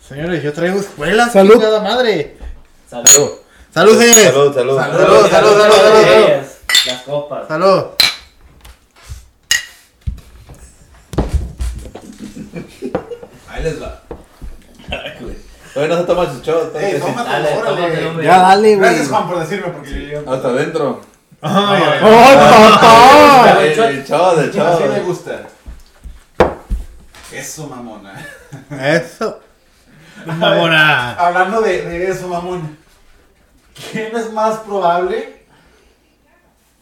Speaker 4: Señores, yo traigo escuelas.
Speaker 6: Salud.
Speaker 4: chingada madre.
Speaker 3: Salud.
Speaker 4: Salud, señores. Salud.
Speaker 5: Salud, salud.
Speaker 2: Salud, salud, salud,
Speaker 4: salud, salud.
Speaker 3: Ellas, Las copas.
Speaker 2: Ahí les va.
Speaker 5: Hoy no se toma su shot.
Speaker 2: Ey,
Speaker 5: entonces,
Speaker 2: tómate
Speaker 3: Dale,
Speaker 2: ahora,
Speaker 3: tómate,
Speaker 2: güey.
Speaker 3: hombre.
Speaker 6: Ya dale, güey.
Speaker 2: Gracias, Juan, por decirme, porque yo.
Speaker 5: Hasta adentro.
Speaker 2: Ay,
Speaker 6: ¡Oh, papá!
Speaker 3: Ah, el
Speaker 5: El
Speaker 3: shot.
Speaker 5: el shot, el
Speaker 2: Así me
Speaker 5: shot.
Speaker 2: gusta. Eso, mamona.
Speaker 4: Eso. Mamona.
Speaker 2: Hablando de, de eso, mamón. ¿Quién es más probable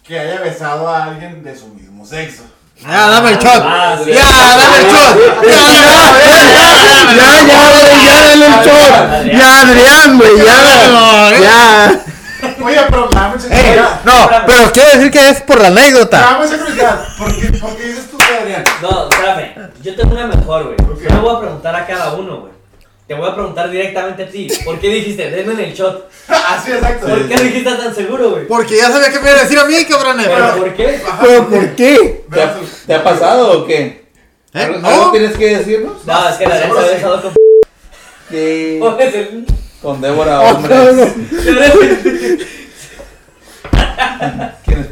Speaker 2: que haya besado a alguien de su mismo sexo?
Speaker 4: Ya, dame el shot.
Speaker 3: Ah, sí.
Speaker 4: ya, dame el shot. Ya,
Speaker 6: Ya, ya, güey, ya dale el shot. Ya, Adrián, güey, ya. Ya.
Speaker 2: Oye, pero dame esa
Speaker 4: Ey,
Speaker 2: curiosidad.
Speaker 4: eh. no, pero quiero decir que es por la anécdota.
Speaker 2: Dame esa curiosidad. ¿Por qué, por qué dices tú, que Adrián?
Speaker 3: No, espérame. Yo tengo una mejor, güey.
Speaker 2: Ok.
Speaker 3: Yo le voy a preguntar a cada uno, güey. Te voy a preguntar directamente a ti. ¿Por qué dijiste, denme el shot?
Speaker 2: Así, exacto.
Speaker 3: ¿Por qué dijiste tan seguro, güey?
Speaker 4: Porque ya sabía que me iba a decir a mí, cabrones.
Speaker 3: ¿Pero por qué?
Speaker 2: Ajá,
Speaker 6: ¿Pero por qué?
Speaker 5: ¿Te ha- ¿Te ha pasado o qué?
Speaker 4: ¿Eh?
Speaker 5: ¿Algo-
Speaker 4: No.
Speaker 5: algo tienes que decirnos?
Speaker 3: No, es que la
Speaker 2: Seguro
Speaker 3: neta
Speaker 2: sí.
Speaker 3: he besado con
Speaker 5: Sí.
Speaker 3: p***es el-
Speaker 5: Con Débora,
Speaker 6: Ah, cabrón.
Speaker 5: hombre.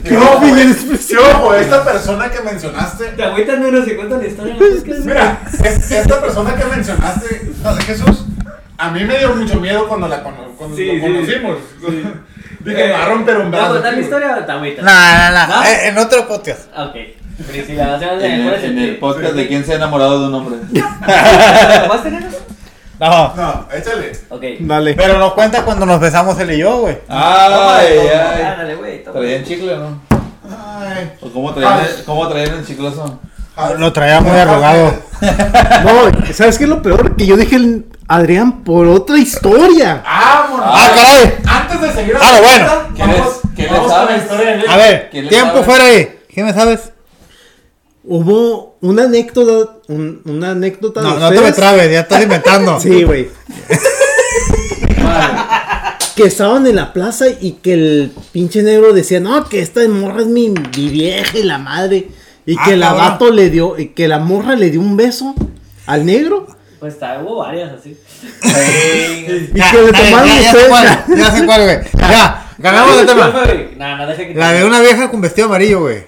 Speaker 6: ¿Qué opinas?
Speaker 2: Sí, ojo, esta persona que mencionaste.
Speaker 3: Te agüitas menos y cuentan la historia. ¿no? Es que es-
Speaker 2: Mira, es- esta persona que mencionaste, la de Jesús, a mí me dio mucho miedo cuando la cono- cuando
Speaker 3: Sí,
Speaker 2: lo
Speaker 3: sí. pues,
Speaker 2: conocimos. Dije marrón, pero en
Speaker 3: ¿Te voy a
Speaker 2: brazos.
Speaker 3: contar Eh, mi historia o te agüitas?
Speaker 4: No, no, no.
Speaker 3: ¿No?
Speaker 4: eh, en otro podcast.
Speaker 3: Ok. Felicitaciones
Speaker 5: En el, en el podcast de quién se ha enamorado de un hombre.
Speaker 3: ¿Vas a tener eso?
Speaker 4: No.
Speaker 2: No, échale.
Speaker 3: Ok.
Speaker 6: Dale.
Speaker 4: Pero no cuenta cuando nos besamos él y yo, güey.
Speaker 5: Ay, ay.
Speaker 3: Ándale, güey. toma.
Speaker 5: ¿Traían chicle o no?
Speaker 2: Ay.
Speaker 5: ¿O cómo traían,
Speaker 2: Ay.
Speaker 5: cómo traían el chicloso?
Speaker 4: Lo traía muy arrugado.
Speaker 6: No, ¿sabes qué es lo peor? Que yo dije el Adrián por otra historia.
Speaker 2: Vámonos.
Speaker 4: Ah, caray.
Speaker 2: Antes de seguir
Speaker 4: Ah, bueno.
Speaker 2: pregunta,
Speaker 5: ¿Quién es-
Speaker 2: vamos-
Speaker 5: quién
Speaker 2: vamos
Speaker 5: le
Speaker 2: con
Speaker 5: sabe?
Speaker 2: la historia de
Speaker 4: A ver,
Speaker 5: ¿Quién le
Speaker 4: tiempo
Speaker 5: sabe?
Speaker 4: fuera ahí. ¿Qué me sabes?
Speaker 6: Hubo una anécdota, un- una anécdota
Speaker 4: No,
Speaker 6: de
Speaker 4: no te me
Speaker 6: ustedes.
Speaker 4: trabes, ya estás inventando.
Speaker 6: Sí, güey. que estaban en la plaza y que el pinche negro decía, no, que esta morra es mi, mi vieja y la madre. Y
Speaker 4: Ah,
Speaker 6: que la
Speaker 4: cabrón.
Speaker 6: vato le dio, y que la morra le dio un beso al negro.
Speaker 3: Pues está, hubo varias así.
Speaker 6: Y que le
Speaker 4: ya,
Speaker 6: tomaron
Speaker 4: ya, ya sé
Speaker 6: ustedes.
Speaker 4: cuál, ya sé cuál, güey. Ya, ganamos el tema.
Speaker 3: No, no, deja que
Speaker 4: La de una vieja con vestido amarillo, güey.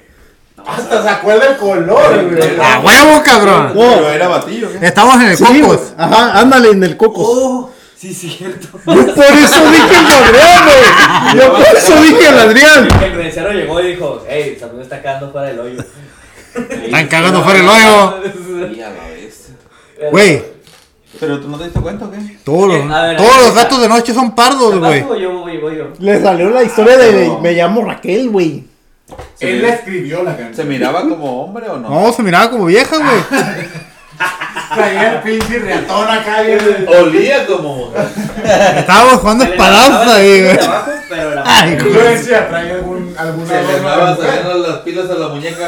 Speaker 2: Hasta se acuerda el color, güey.
Speaker 4: ¡A huevo, cabrón!
Speaker 6: Oh.
Speaker 5: Pero era batillo, ¿qué?
Speaker 4: Estamos en el
Speaker 6: Sí, güey.
Speaker 4: Cocos.
Speaker 6: Ajá, ándale en el coco.
Speaker 3: Oh, sí, cierto.
Speaker 6: Yo por eso dije el Adrián, güey. Yo por eso dije el Adrián.
Speaker 3: El mesero llegó y dijo, hey, Samuel está cagando fuera del hoyo.
Speaker 4: Están cagando fuera el hoyo.
Speaker 5: Y a la bestia.
Speaker 4: Güey,
Speaker 5: ¿Pero tú no te diste cuenta o qué?
Speaker 4: todos
Speaker 3: Eh, a ver, a
Speaker 4: los, todos
Speaker 3: ver,
Speaker 4: los gatos de noche son pardos, güey.
Speaker 3: Voy yo, voy, voy yo.
Speaker 6: Le salió la historia de Me llamo Raquel, güey.
Speaker 5: Se,
Speaker 2: Él la escribió la
Speaker 5: ¿Se
Speaker 2: canción.
Speaker 5: miraba como hombre o no?
Speaker 4: No, se miraba como vieja, güey.
Speaker 2: Traía el pinche reatón acá. güey.
Speaker 5: Olía como mujer.
Speaker 4: Estábamos jugando
Speaker 3: Se le lanzaba
Speaker 4: espadazo
Speaker 3: el
Speaker 4: ahí,
Speaker 3: de
Speaker 4: güey.
Speaker 3: abajo, Pero la
Speaker 4: Ay,
Speaker 2: Yo decía, traía algún, alguna
Speaker 5: Se le
Speaker 2: adorno de
Speaker 5: andaba
Speaker 2: mujer.
Speaker 5: saliendo las pilas a la muñeca.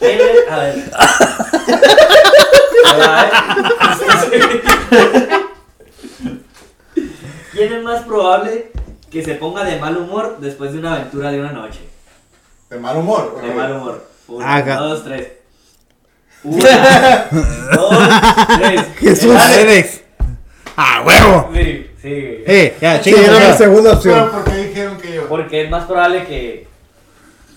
Speaker 3: Él- A ver. eh. ¿Quién es más probable que se ponga de mal humor después de una aventura de una noche?
Speaker 2: De mal humor.
Speaker 3: De
Speaker 2: güey.
Speaker 3: mal humor. Uno,
Speaker 4: Ajá.
Speaker 3: dos, tres. Una, dos, tres.
Speaker 6: Eh,
Speaker 4: Jesús
Speaker 3: Dale.
Speaker 4: Félix. ¡A huevo!
Speaker 3: Sí, sí, güey.
Speaker 4: Eh, ya,
Speaker 6: Sí, era la
Speaker 4: chicos.
Speaker 6: segunda
Speaker 2: Pero
Speaker 6: opción.
Speaker 2: ¿por qué dijeron que yo?
Speaker 3: Porque es más probable que.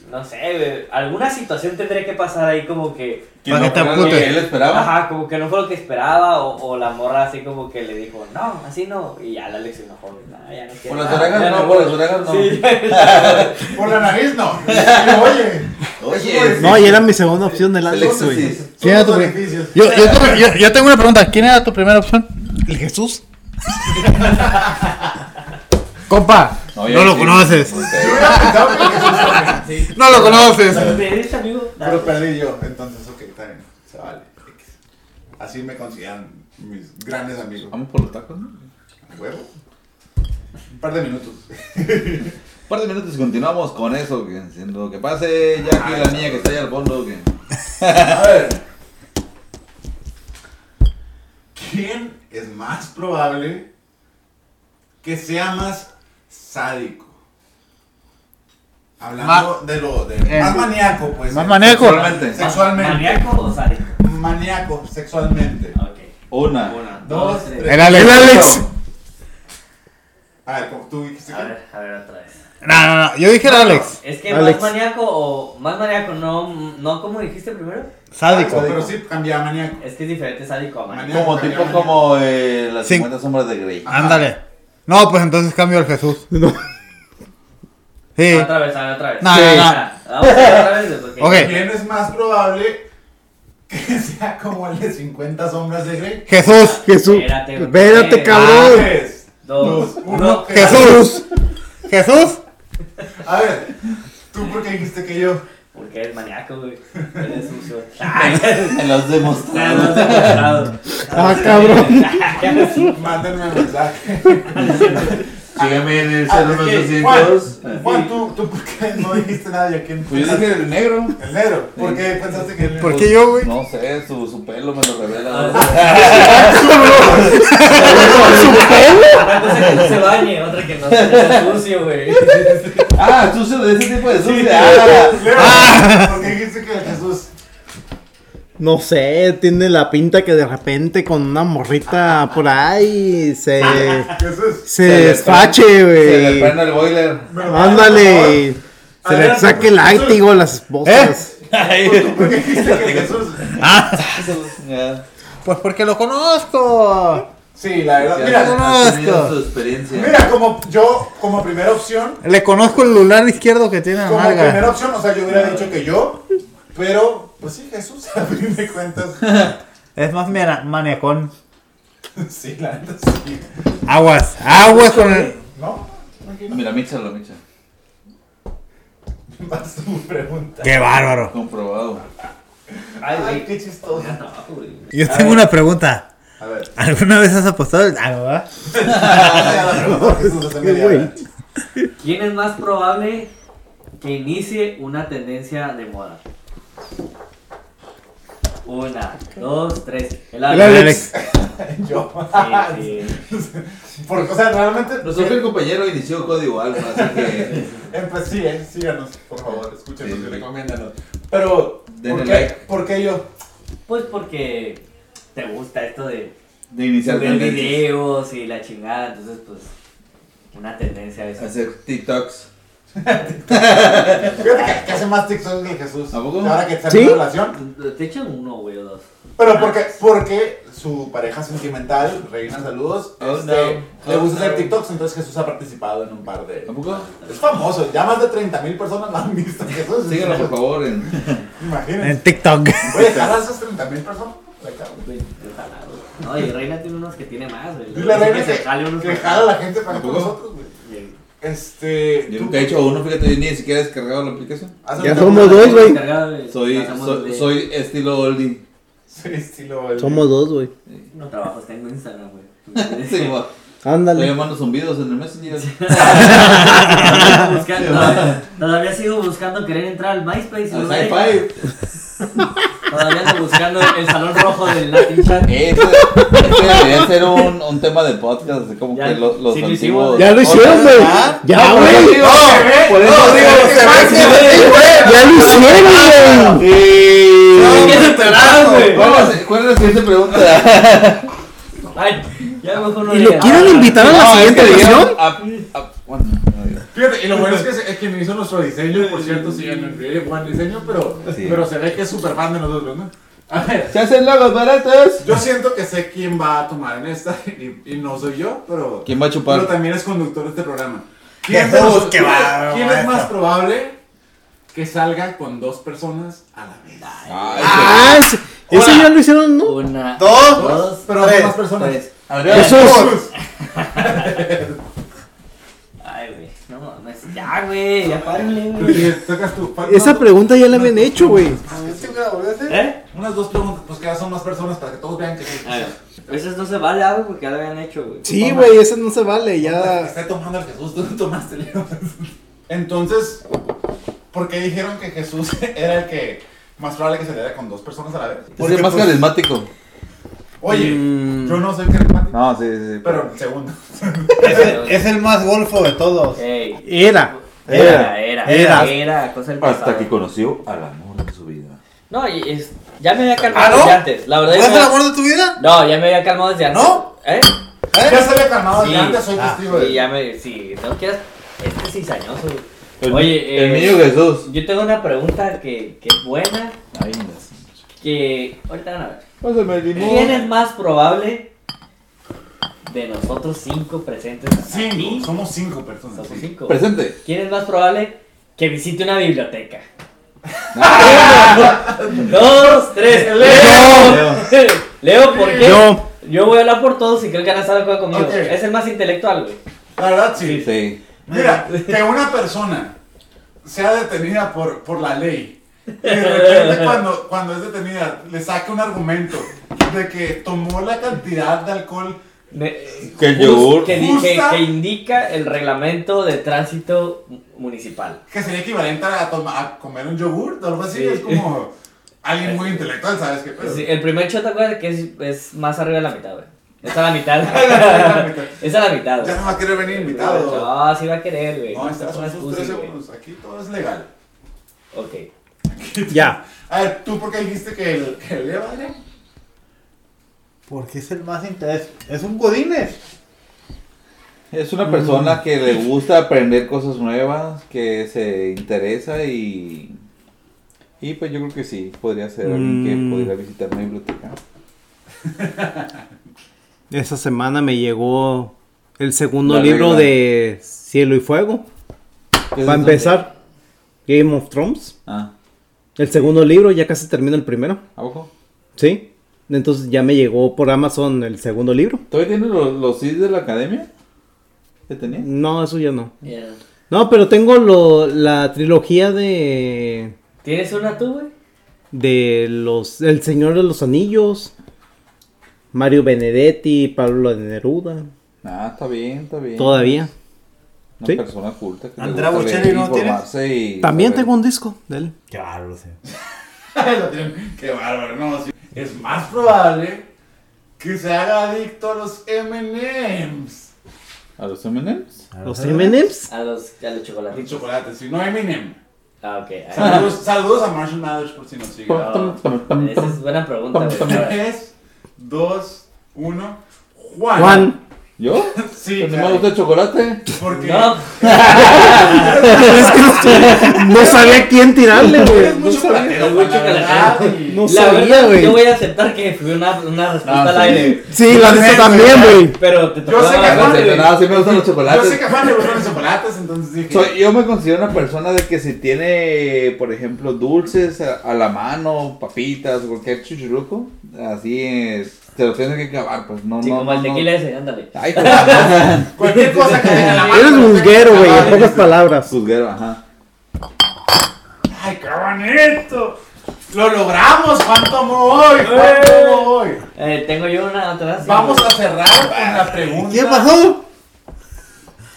Speaker 3: No sé, güey, alguna situación tendría que pasar ahí como que.
Speaker 5: Que
Speaker 4: Para
Speaker 5: no
Speaker 4: que te
Speaker 5: fuera lo
Speaker 4: amputes.
Speaker 5: que él esperaba.
Speaker 3: Ajá, como que no fue lo que esperaba. O, o la morra así como que le dijo, no, así no. Y ya la leccionó, joven. No, ya no quiero
Speaker 5: Por las
Speaker 3: nada,
Speaker 5: orejas
Speaker 3: ya
Speaker 5: no, por las orejas no.
Speaker 3: Sí,
Speaker 2: Por la nariz no. Oye.
Speaker 5: Oye,
Speaker 4: pues,
Speaker 6: No, y era mi segunda opción del
Speaker 5: el
Speaker 6: Alex, güey.
Speaker 5: éxtasis.
Speaker 4: ¿Quién era tu pri-
Speaker 2: beneficios.
Speaker 4: yo, yo te- yo- yo tengo una pregunta. ¿Quién era tu primera opción? ¿El Jesús? Compa, no,
Speaker 5: Oye,
Speaker 4: lo
Speaker 5: sí.
Speaker 4: conoces.
Speaker 2: Yo hubiera pensado que Jesús también.
Speaker 4: No lo conoces.
Speaker 3: Me dice, amigo. dale.
Speaker 2: Pero perdí yo, entonces, ok, está bien. Se vale. X. Así me consideran mis grandes amigos.
Speaker 5: Vamos por los tacos, ¿no?
Speaker 2: ¿Huevo? Un par de minutos.
Speaker 5: Un par de minutos y continuamos con eso, que siendo que pase, ya que la niña que está allá al fondo, que...
Speaker 2: A ver. ¿Quién es más probable que sea más sádico? Hablando de lo de
Speaker 4: Eh.
Speaker 2: más maníaco, pues.
Speaker 4: Más maníaco.
Speaker 5: Sexualmente.
Speaker 2: Sexualmente.
Speaker 3: ¿Maníaco o sádico?
Speaker 2: Maníaco, sexualmente.
Speaker 3: Ok.
Speaker 5: Una.
Speaker 3: Una, dos,
Speaker 2: Dos,
Speaker 3: tres.
Speaker 2: tres.
Speaker 4: El Alex.
Speaker 6: El Alex.
Speaker 2: A ver, como tú dijiste.
Speaker 3: A ver, a ver, otra vez.
Speaker 4: No, no, no. Yo dije el Alex.
Speaker 3: Es que
Speaker 6: Alex.
Speaker 3: más maníaco o. Más maníaco, no. no ¿Cómo dijiste primero?
Speaker 4: Sádico.
Speaker 2: Pero sí cambiaba maníaco.
Speaker 3: Es que es diferente sádico a maníaco.
Speaker 5: Como tipo como eh, las
Speaker 4: Sí.
Speaker 5: 50 sombras de Grey.
Speaker 4: Ándale. No, pues entonces cambio al Jesús.
Speaker 6: No.
Speaker 4: Sí.
Speaker 3: Ah, Otra vez, a ver, otra vez.
Speaker 4: No,
Speaker 3: Sí.
Speaker 4: no, no.
Speaker 3: Ah, Vamos a ver otra vez. porque-
Speaker 4: Ok.
Speaker 2: ¿Quién es más probable que sea como el de 50 sombras de Grey?
Speaker 4: Jesús.
Speaker 6: Jesús.
Speaker 3: Espérate, güey.
Speaker 6: Espérate,
Speaker 4: Ah.
Speaker 6: cabrón.
Speaker 2: Tres,
Speaker 3: Dos,
Speaker 2: dos,
Speaker 3: uno.
Speaker 2: uno.
Speaker 4: Jesús. Jesús.
Speaker 2: A ver, ¿tú por qué dijiste que yo?
Speaker 3: Porque eres maníaco, güey. Eres sucio.
Speaker 5: Me los demostrado.
Speaker 3: Ah,
Speaker 6: Ah, cabrón.
Speaker 2: Mándenme un mensaje.
Speaker 5: Sígueme en el
Speaker 2: Ah, es que,
Speaker 5: 01800.
Speaker 2: Juan, Juan, ¿tú, ¿tú por qué no dijiste nada de quién
Speaker 5: Pues yo dije el negro.
Speaker 2: El negro. ¿Por qué pensaste que el negro?
Speaker 4: ¿Por qué yo, güey?
Speaker 5: No sé, su, su pelo me lo revela.
Speaker 3: Una cosa que no se bañe, otra que no se sea sucio, güey.
Speaker 5: ah, sucio de ese tipo de sucio.
Speaker 2: Ah,
Speaker 5: Ah,
Speaker 2: Leo,
Speaker 4: Ah.
Speaker 2: ¿Por qué dijiste que el Jesús?
Speaker 6: No sé, tiene la pinta que de repente con una morrita por ahí se,
Speaker 2: Jesús.
Speaker 6: se despache,
Speaker 5: Se le
Speaker 6: güey.
Speaker 5: prende el boiler.
Speaker 2: me lo mandas,
Speaker 6: Ándale. Se le
Speaker 2: Adelante,
Speaker 6: saque el
Speaker 2: Jesús.
Speaker 6: látigo a las esposas.
Speaker 2: por favor. ¿Tú por qué
Speaker 4: Ah,
Speaker 2: dijiste que el Jesús?
Speaker 5: Ya.
Speaker 4: Pues porque lo conozco.
Speaker 2: Sí, la verdad.
Speaker 5: Sí,
Speaker 2: Mira,
Speaker 5: ha-
Speaker 4: no, no,
Speaker 5: ha
Speaker 4: es
Speaker 5: tenido
Speaker 4: que-
Speaker 5: su experiencia.
Speaker 2: mira como yo, como primera opción,
Speaker 4: Le conozco el lunar izquierdo que tiene la
Speaker 2: como primera
Speaker 4: nalga.
Speaker 2: opción, o sea, yo hubiera dicho que yo, pero, pues sí, Jesús, a fin de cuentas,
Speaker 4: Es más mera- maniacón.
Speaker 2: sí, la neta sí.
Speaker 4: Aguas, aguas con el.
Speaker 2: ¿No? Tranquilo.
Speaker 5: Mira, míchalo, míchalo.
Speaker 2: Vas tu pregunta.
Speaker 4: Qué bárbaro.
Speaker 5: Comprobado.
Speaker 2: Ay, qué chistoso.
Speaker 3: Ah,
Speaker 4: Yo tengo una pregunta.
Speaker 2: A ver.
Speaker 4: ¿Alguna vez has apostado el. Ah, ¿verdad?
Speaker 2: Jesús, hace media
Speaker 6: güey.
Speaker 2: hora.
Speaker 3: ¿Quién es más probable que inicie una tendencia de moda? Una, dos, tres. El
Speaker 4: El Alex.
Speaker 2: Yo.
Speaker 3: Sí, sí.
Speaker 2: Porque, o sea, realmente.
Speaker 5: Nosotros el compañero inició código alfa, así que
Speaker 2: Eh, pues sí, eh, síganos, por favor, escúchenos
Speaker 5: Sí,
Speaker 2: y
Speaker 5: sí.
Speaker 2: recomiéndanos. Pero,
Speaker 5: Denle
Speaker 2: ¿por qué,
Speaker 5: like.
Speaker 2: ¿por qué yo?
Speaker 3: Pues porque te gusta esto de
Speaker 5: de iniciar
Speaker 3: subir
Speaker 5: tendencias.
Speaker 3: videos y la chingada, entonces pues una tendencia a veces.
Speaker 5: Hacer TikToks.
Speaker 2: Fíjate que, que hace más TikTok que Jesús.
Speaker 5: ¿A poco?
Speaker 2: Ahora que está
Speaker 6: ¿Sí?
Speaker 2: en una relación.
Speaker 3: Te echan uno, güey, o dos.
Speaker 2: Pero porque, porque su pareja sentimental, Reina Saludos,
Speaker 5: Oh,
Speaker 2: este,
Speaker 5: no.
Speaker 2: le
Speaker 5: Oh,
Speaker 2: gusta
Speaker 5: no.
Speaker 2: hacer TikToks, entonces Jesús ha participado en un par de...
Speaker 5: ¿A poco?
Speaker 2: Es famoso, ya más de 30 mil personas lo han visto. Jesús,
Speaker 5: Síguelo, por favor, en
Speaker 2: Imagínense.
Speaker 4: En TikTok.
Speaker 2: Oye, ¿jalas esas 30 mil personas? La cago.
Speaker 3: Ojalá, güey. No, y Reina tiene unos que tiene más, güey.
Speaker 2: Y la
Speaker 3: Así
Speaker 2: reina
Speaker 3: que
Speaker 2: que,
Speaker 3: se jale unos
Speaker 2: que
Speaker 3: con-
Speaker 2: jala a la gente para
Speaker 5: ¿A
Speaker 2: acá con
Speaker 5: poco?
Speaker 2: nosotros, güey.
Speaker 3: Bien.
Speaker 2: Este...
Speaker 5: Yo
Speaker 2: tú-
Speaker 5: nunca he hecho uno, fíjate, yo ni siquiera he descargado la aplicación.
Speaker 2: hace
Speaker 6: Ya
Speaker 2: un-
Speaker 6: somos dos, güey.
Speaker 3: Encargado de-
Speaker 5: Soy,
Speaker 3: hacemos
Speaker 5: soy,
Speaker 3: de-
Speaker 5: soy estilo oldie.
Speaker 2: Sí, estilo... el-
Speaker 6: Somos dos, güey.
Speaker 3: No trabajo, tengo Instagram, güey.
Speaker 5: Sí, mo. Todavía
Speaker 6: Ándale.
Speaker 5: mando zumbidos en el messenger.
Speaker 3: Buscando- todavía- Todavía sigo buscando querer entrar al MySpace. y
Speaker 5: Al
Speaker 3: no me deja.
Speaker 5: sci-fi.
Speaker 3: Todavía ando buscando el salón rojo del Latin Chat.
Speaker 5: Ese, ese debería ser un, un tema de podcast, así como
Speaker 3: Ya,
Speaker 5: que lo- los
Speaker 3: sí lo hicimos.
Speaker 5: antiguos.
Speaker 6: Ya lo hicieron, güey. Ya, güey.
Speaker 5: Por eso digo, se me hace-
Speaker 6: Ya lo hicieron, güey.
Speaker 5: ¿Cuál es- ¿Cuál es la siguiente pregunta?
Speaker 3: Ay, ya mejor no
Speaker 6: ¿Y lo
Speaker 3: diga.
Speaker 6: quieren invitar a la
Speaker 5: No, es
Speaker 6: siguiente
Speaker 5: que dijeron
Speaker 6: edición?
Speaker 5: a- a- bueno, no digo.
Speaker 2: Fíjate, y lo bueno es que es quien hizo nuestro diseño, por cierto, sí, en el buen diseño, pero,
Speaker 5: Sí.
Speaker 2: pero se ve que es súper fan de nosotros, ¿no? A ver,
Speaker 5: Se hacen logos baratos.
Speaker 2: yo siento que sé quién va a tomar en esta, y, y no soy yo, pero,
Speaker 5: ¿Quién va a chupar?
Speaker 2: pero también es conductor de este programa.
Speaker 4: Jesús,
Speaker 2: de nosotros-
Speaker 4: qué
Speaker 2: quién-
Speaker 4: bárbaro,
Speaker 2: ¿Quién es más
Speaker 4: maestro.
Speaker 2: probable que salga con dos personas a la vez?
Speaker 6: Ah, sí. ese ya lo hicieron, ¿no?
Speaker 3: Una,
Speaker 4: Dos,
Speaker 2: pero son
Speaker 4: tres,
Speaker 2: más personas.
Speaker 3: tres.
Speaker 5: Adrián,
Speaker 6: Jesús.
Speaker 3: Ay, güey. No mames. Ya, güey. Ya párenle,
Speaker 2: Pero
Speaker 3: güey.
Speaker 2: que sacas tu-
Speaker 6: Esa pregunta ya la habían hecho, güey.
Speaker 2: Es que me la volví a hacer.
Speaker 3: ¿Eh?
Speaker 2: Unas dos preguntas, pues que ya son más personas para que todos vean que sí.
Speaker 3: A ver. Esas no se vale, algo porque ya lo habían hecho, güey.
Speaker 6: Sí, güey, ese no se vale,
Speaker 2: Que
Speaker 6: ya.
Speaker 2: Ah, Está tomando el Jesús, tú tomaste Leo. Entonces, ¿por qué dijeron que Jesús era el que más probable que se le diera con dos personas a la vez?
Speaker 5: es el más
Speaker 2: pues,
Speaker 5: carismático.
Speaker 2: Oye,
Speaker 6: Mm.
Speaker 2: yo no soy carismático,
Speaker 5: No, sí, sí. sí.
Speaker 2: pero el segundo.
Speaker 4: Es el, es el más golfo de todos.
Speaker 3: Ey.
Speaker 6: Era.
Speaker 3: Era, era,
Speaker 4: Era.
Speaker 3: era, era, cosa del pasado.
Speaker 5: Hasta que conoció al amor de su vida.
Speaker 3: No, y es, ya me había calmado
Speaker 4: ¿Ah, no?
Speaker 3: desde antes. La verdad,
Speaker 4: ¿No
Speaker 3: ya
Speaker 4: es
Speaker 3: me-
Speaker 4: el amor de tu vida?
Speaker 3: no, ya me había calmado desde antes.
Speaker 4: ¿No?
Speaker 3: ¿Eh?
Speaker 2: Ya se había calmado
Speaker 3: Sí.
Speaker 2: de antes, soy
Speaker 4: Ah,
Speaker 2: testigo
Speaker 3: Sí,
Speaker 2: de.
Speaker 3: ya me, sí, no quieras, este es cizañoso. güey.
Speaker 5: El,
Speaker 3: Oye,
Speaker 5: el
Speaker 3: eh,
Speaker 5: niño Jesús.
Speaker 3: Yo tengo una pregunta que, que es buena,
Speaker 5: Ay, mira.
Speaker 3: que ahorita van a ver.
Speaker 5: Pásame el
Speaker 3: ¿Quién es más probable de nosotros cinco presentes aquí?
Speaker 2: Cinco, somos cinco personas.
Speaker 3: Somos
Speaker 2: sí.
Speaker 3: cinco.
Speaker 5: Presente.
Speaker 3: ¿Quién es más probable que visite una biblioteca? Dos, tres. Leo. Leo, ¿por
Speaker 6: ¿Eh?
Speaker 3: qué?
Speaker 4: Yo.
Speaker 3: Yo voy a hablar por todos y creo que Ana sabe juega conmigo.
Speaker 2: Ok.
Speaker 3: Es el más intelectual, güey.
Speaker 2: La verdad, sí.
Speaker 5: Sí.
Speaker 2: Mira, que una persona sea detenida por, por la ley y de repente cuando, cuando es detenida le saca un argumento de que tomó la cantidad de alcohol
Speaker 3: Ne-
Speaker 5: Que el
Speaker 3: Just-
Speaker 5: yogur.
Speaker 3: eh, Que, di- que-
Speaker 2: Justa.
Speaker 3: que indica el reglamento de tránsito mu- municipal.
Speaker 2: que sería equivalente a, toma- a comer un yogur o algo así.
Speaker 3: Sí.
Speaker 2: Es como alguien muy intelectual, ¿sabes pues, qué? pedo?
Speaker 3: Sí, el primer shot, acuérdate que es, es más arriba de la mitad, güey. Es a la mitad. es a la mitad,
Speaker 2: Ya
Speaker 3: güey.
Speaker 2: no va a querer venir invitado.
Speaker 3: No, sí va a querer, güey.
Speaker 2: No, estas
Speaker 3: Estás
Speaker 2: son
Speaker 3: más
Speaker 2: esos
Speaker 3: pussy,
Speaker 2: tres
Speaker 3: güey.
Speaker 2: segundos. Aquí todo es legal.
Speaker 3: Ok.
Speaker 6: Ya.
Speaker 2: A ver, ¿tú por qué dijiste que el, que el Leo, Adrián?
Speaker 4: Porque es el más interés. Es un Godínez.
Speaker 5: Es una persona que le gusta aprender cosas nuevas, que se interesa y. Y pues yo creo que sí, podría ser alguien que
Speaker 4: Mm.
Speaker 5: pudiera visitar una biblioteca.
Speaker 6: Esa semana me llegó el segundo
Speaker 5: La
Speaker 6: libro
Speaker 5: regla.
Speaker 6: de Cielo y Fuego.
Speaker 5: ¿Qué es
Speaker 6: Para
Speaker 5: eso?
Speaker 6: empezar, Game of Thrones.
Speaker 5: Ah,
Speaker 6: El segundo libro, ya casi termino el primero.
Speaker 5: ¿a poco?
Speaker 6: Sí. Entonces ya me llegó por Amazon el segundo libro.
Speaker 5: ¿Todavía tienes los, los CDs de la academia? ¿Qué tenía?
Speaker 6: No, eso ya no.
Speaker 3: Yeah.
Speaker 6: No, pero tengo lo- la trilogía de.
Speaker 3: ¿Tienes una tú, güey?
Speaker 6: de los. El Señor de los Anillos. Mario Benedetti, Pablo de Neruda.
Speaker 5: Ah, está bien, está bien.
Speaker 6: Todavía.
Speaker 5: Una
Speaker 6: Sí.
Speaker 5: persona culta que le
Speaker 4: Andrea
Speaker 5: gusta leer
Speaker 4: Bocelli,
Speaker 5: y
Speaker 4: ¿no tienes?
Speaker 5: informarse y
Speaker 6: También
Speaker 5: saber.
Speaker 6: tengo un disco de él.
Speaker 4: Claro, lo sé.
Speaker 2: Lo tienen- Qué bárbaro, no. sí. Es más probable que se haga adicto a los MMs.
Speaker 5: ¿A los M&M's?
Speaker 6: Los MMs.
Speaker 3: A los, a los
Speaker 2: Los
Speaker 3: chocolates.
Speaker 2: chocolates, si no Eminem.
Speaker 3: Ah, ok. Ah,
Speaker 2: Saludos, saludos a Marshall Mathers por si nos sigue.
Speaker 3: no. oh. Esa es buena pregunta, güey.
Speaker 2: 3, 2, 1. Juan.
Speaker 3: Ah.
Speaker 6: Juan.
Speaker 5: ¿Yo?
Speaker 2: Sí,
Speaker 5: Pues no me
Speaker 2: caray.
Speaker 5: gusta el chocolate.
Speaker 2: Porque
Speaker 3: No,
Speaker 6: No sabía a quién tirarle,
Speaker 2: eres
Speaker 6: güey.
Speaker 2: muy chocolatero,
Speaker 3: eres muy
Speaker 2: Juan, la verdad, y-
Speaker 6: No
Speaker 3: la
Speaker 6: sabía,
Speaker 3: verdad,
Speaker 6: güey.
Speaker 3: yo voy a aceptar que fui una, una respuesta
Speaker 5: No,
Speaker 3: al
Speaker 5: sí.
Speaker 3: aire.
Speaker 6: Sí, la neta también, güey.
Speaker 3: Pero te
Speaker 2: Yo
Speaker 3: tocaba
Speaker 2: sé que
Speaker 3: la-
Speaker 2: Juan-
Speaker 5: No, no, sí me gustan los
Speaker 2: Yo sé
Speaker 5: chocolates.
Speaker 2: que a Juan le gustan los chocolates, entonces dije.
Speaker 5: Soy- yo me considero una persona de que si tiene, por ejemplo, dulces a, a la mano, papitas, cualquier chuchuruco, así es, te lo tienes que acabar, pues no,
Speaker 3: Sí,
Speaker 5: no,
Speaker 3: como
Speaker 5: no,
Speaker 3: el tequila
Speaker 5: no.
Speaker 3: ese, ándale.
Speaker 5: Ay, pues, no.
Speaker 2: Cualquier cosa que tenga en la mano.
Speaker 6: Eres
Speaker 2: pero-
Speaker 6: musguero, güey, en
Speaker 3: Ah,
Speaker 2: Ay,
Speaker 6: pocas palabras.
Speaker 5: Juzguero, ajá.
Speaker 2: Ay, qué bonito. Lo logramos, Juan tomó hoy. Juan tomó hoy.
Speaker 3: Eh, tengo yo una otra. sí,
Speaker 2: Vamos
Speaker 3: güey.
Speaker 2: a cerrar con la pregunta.
Speaker 4: ¿Qué pasó?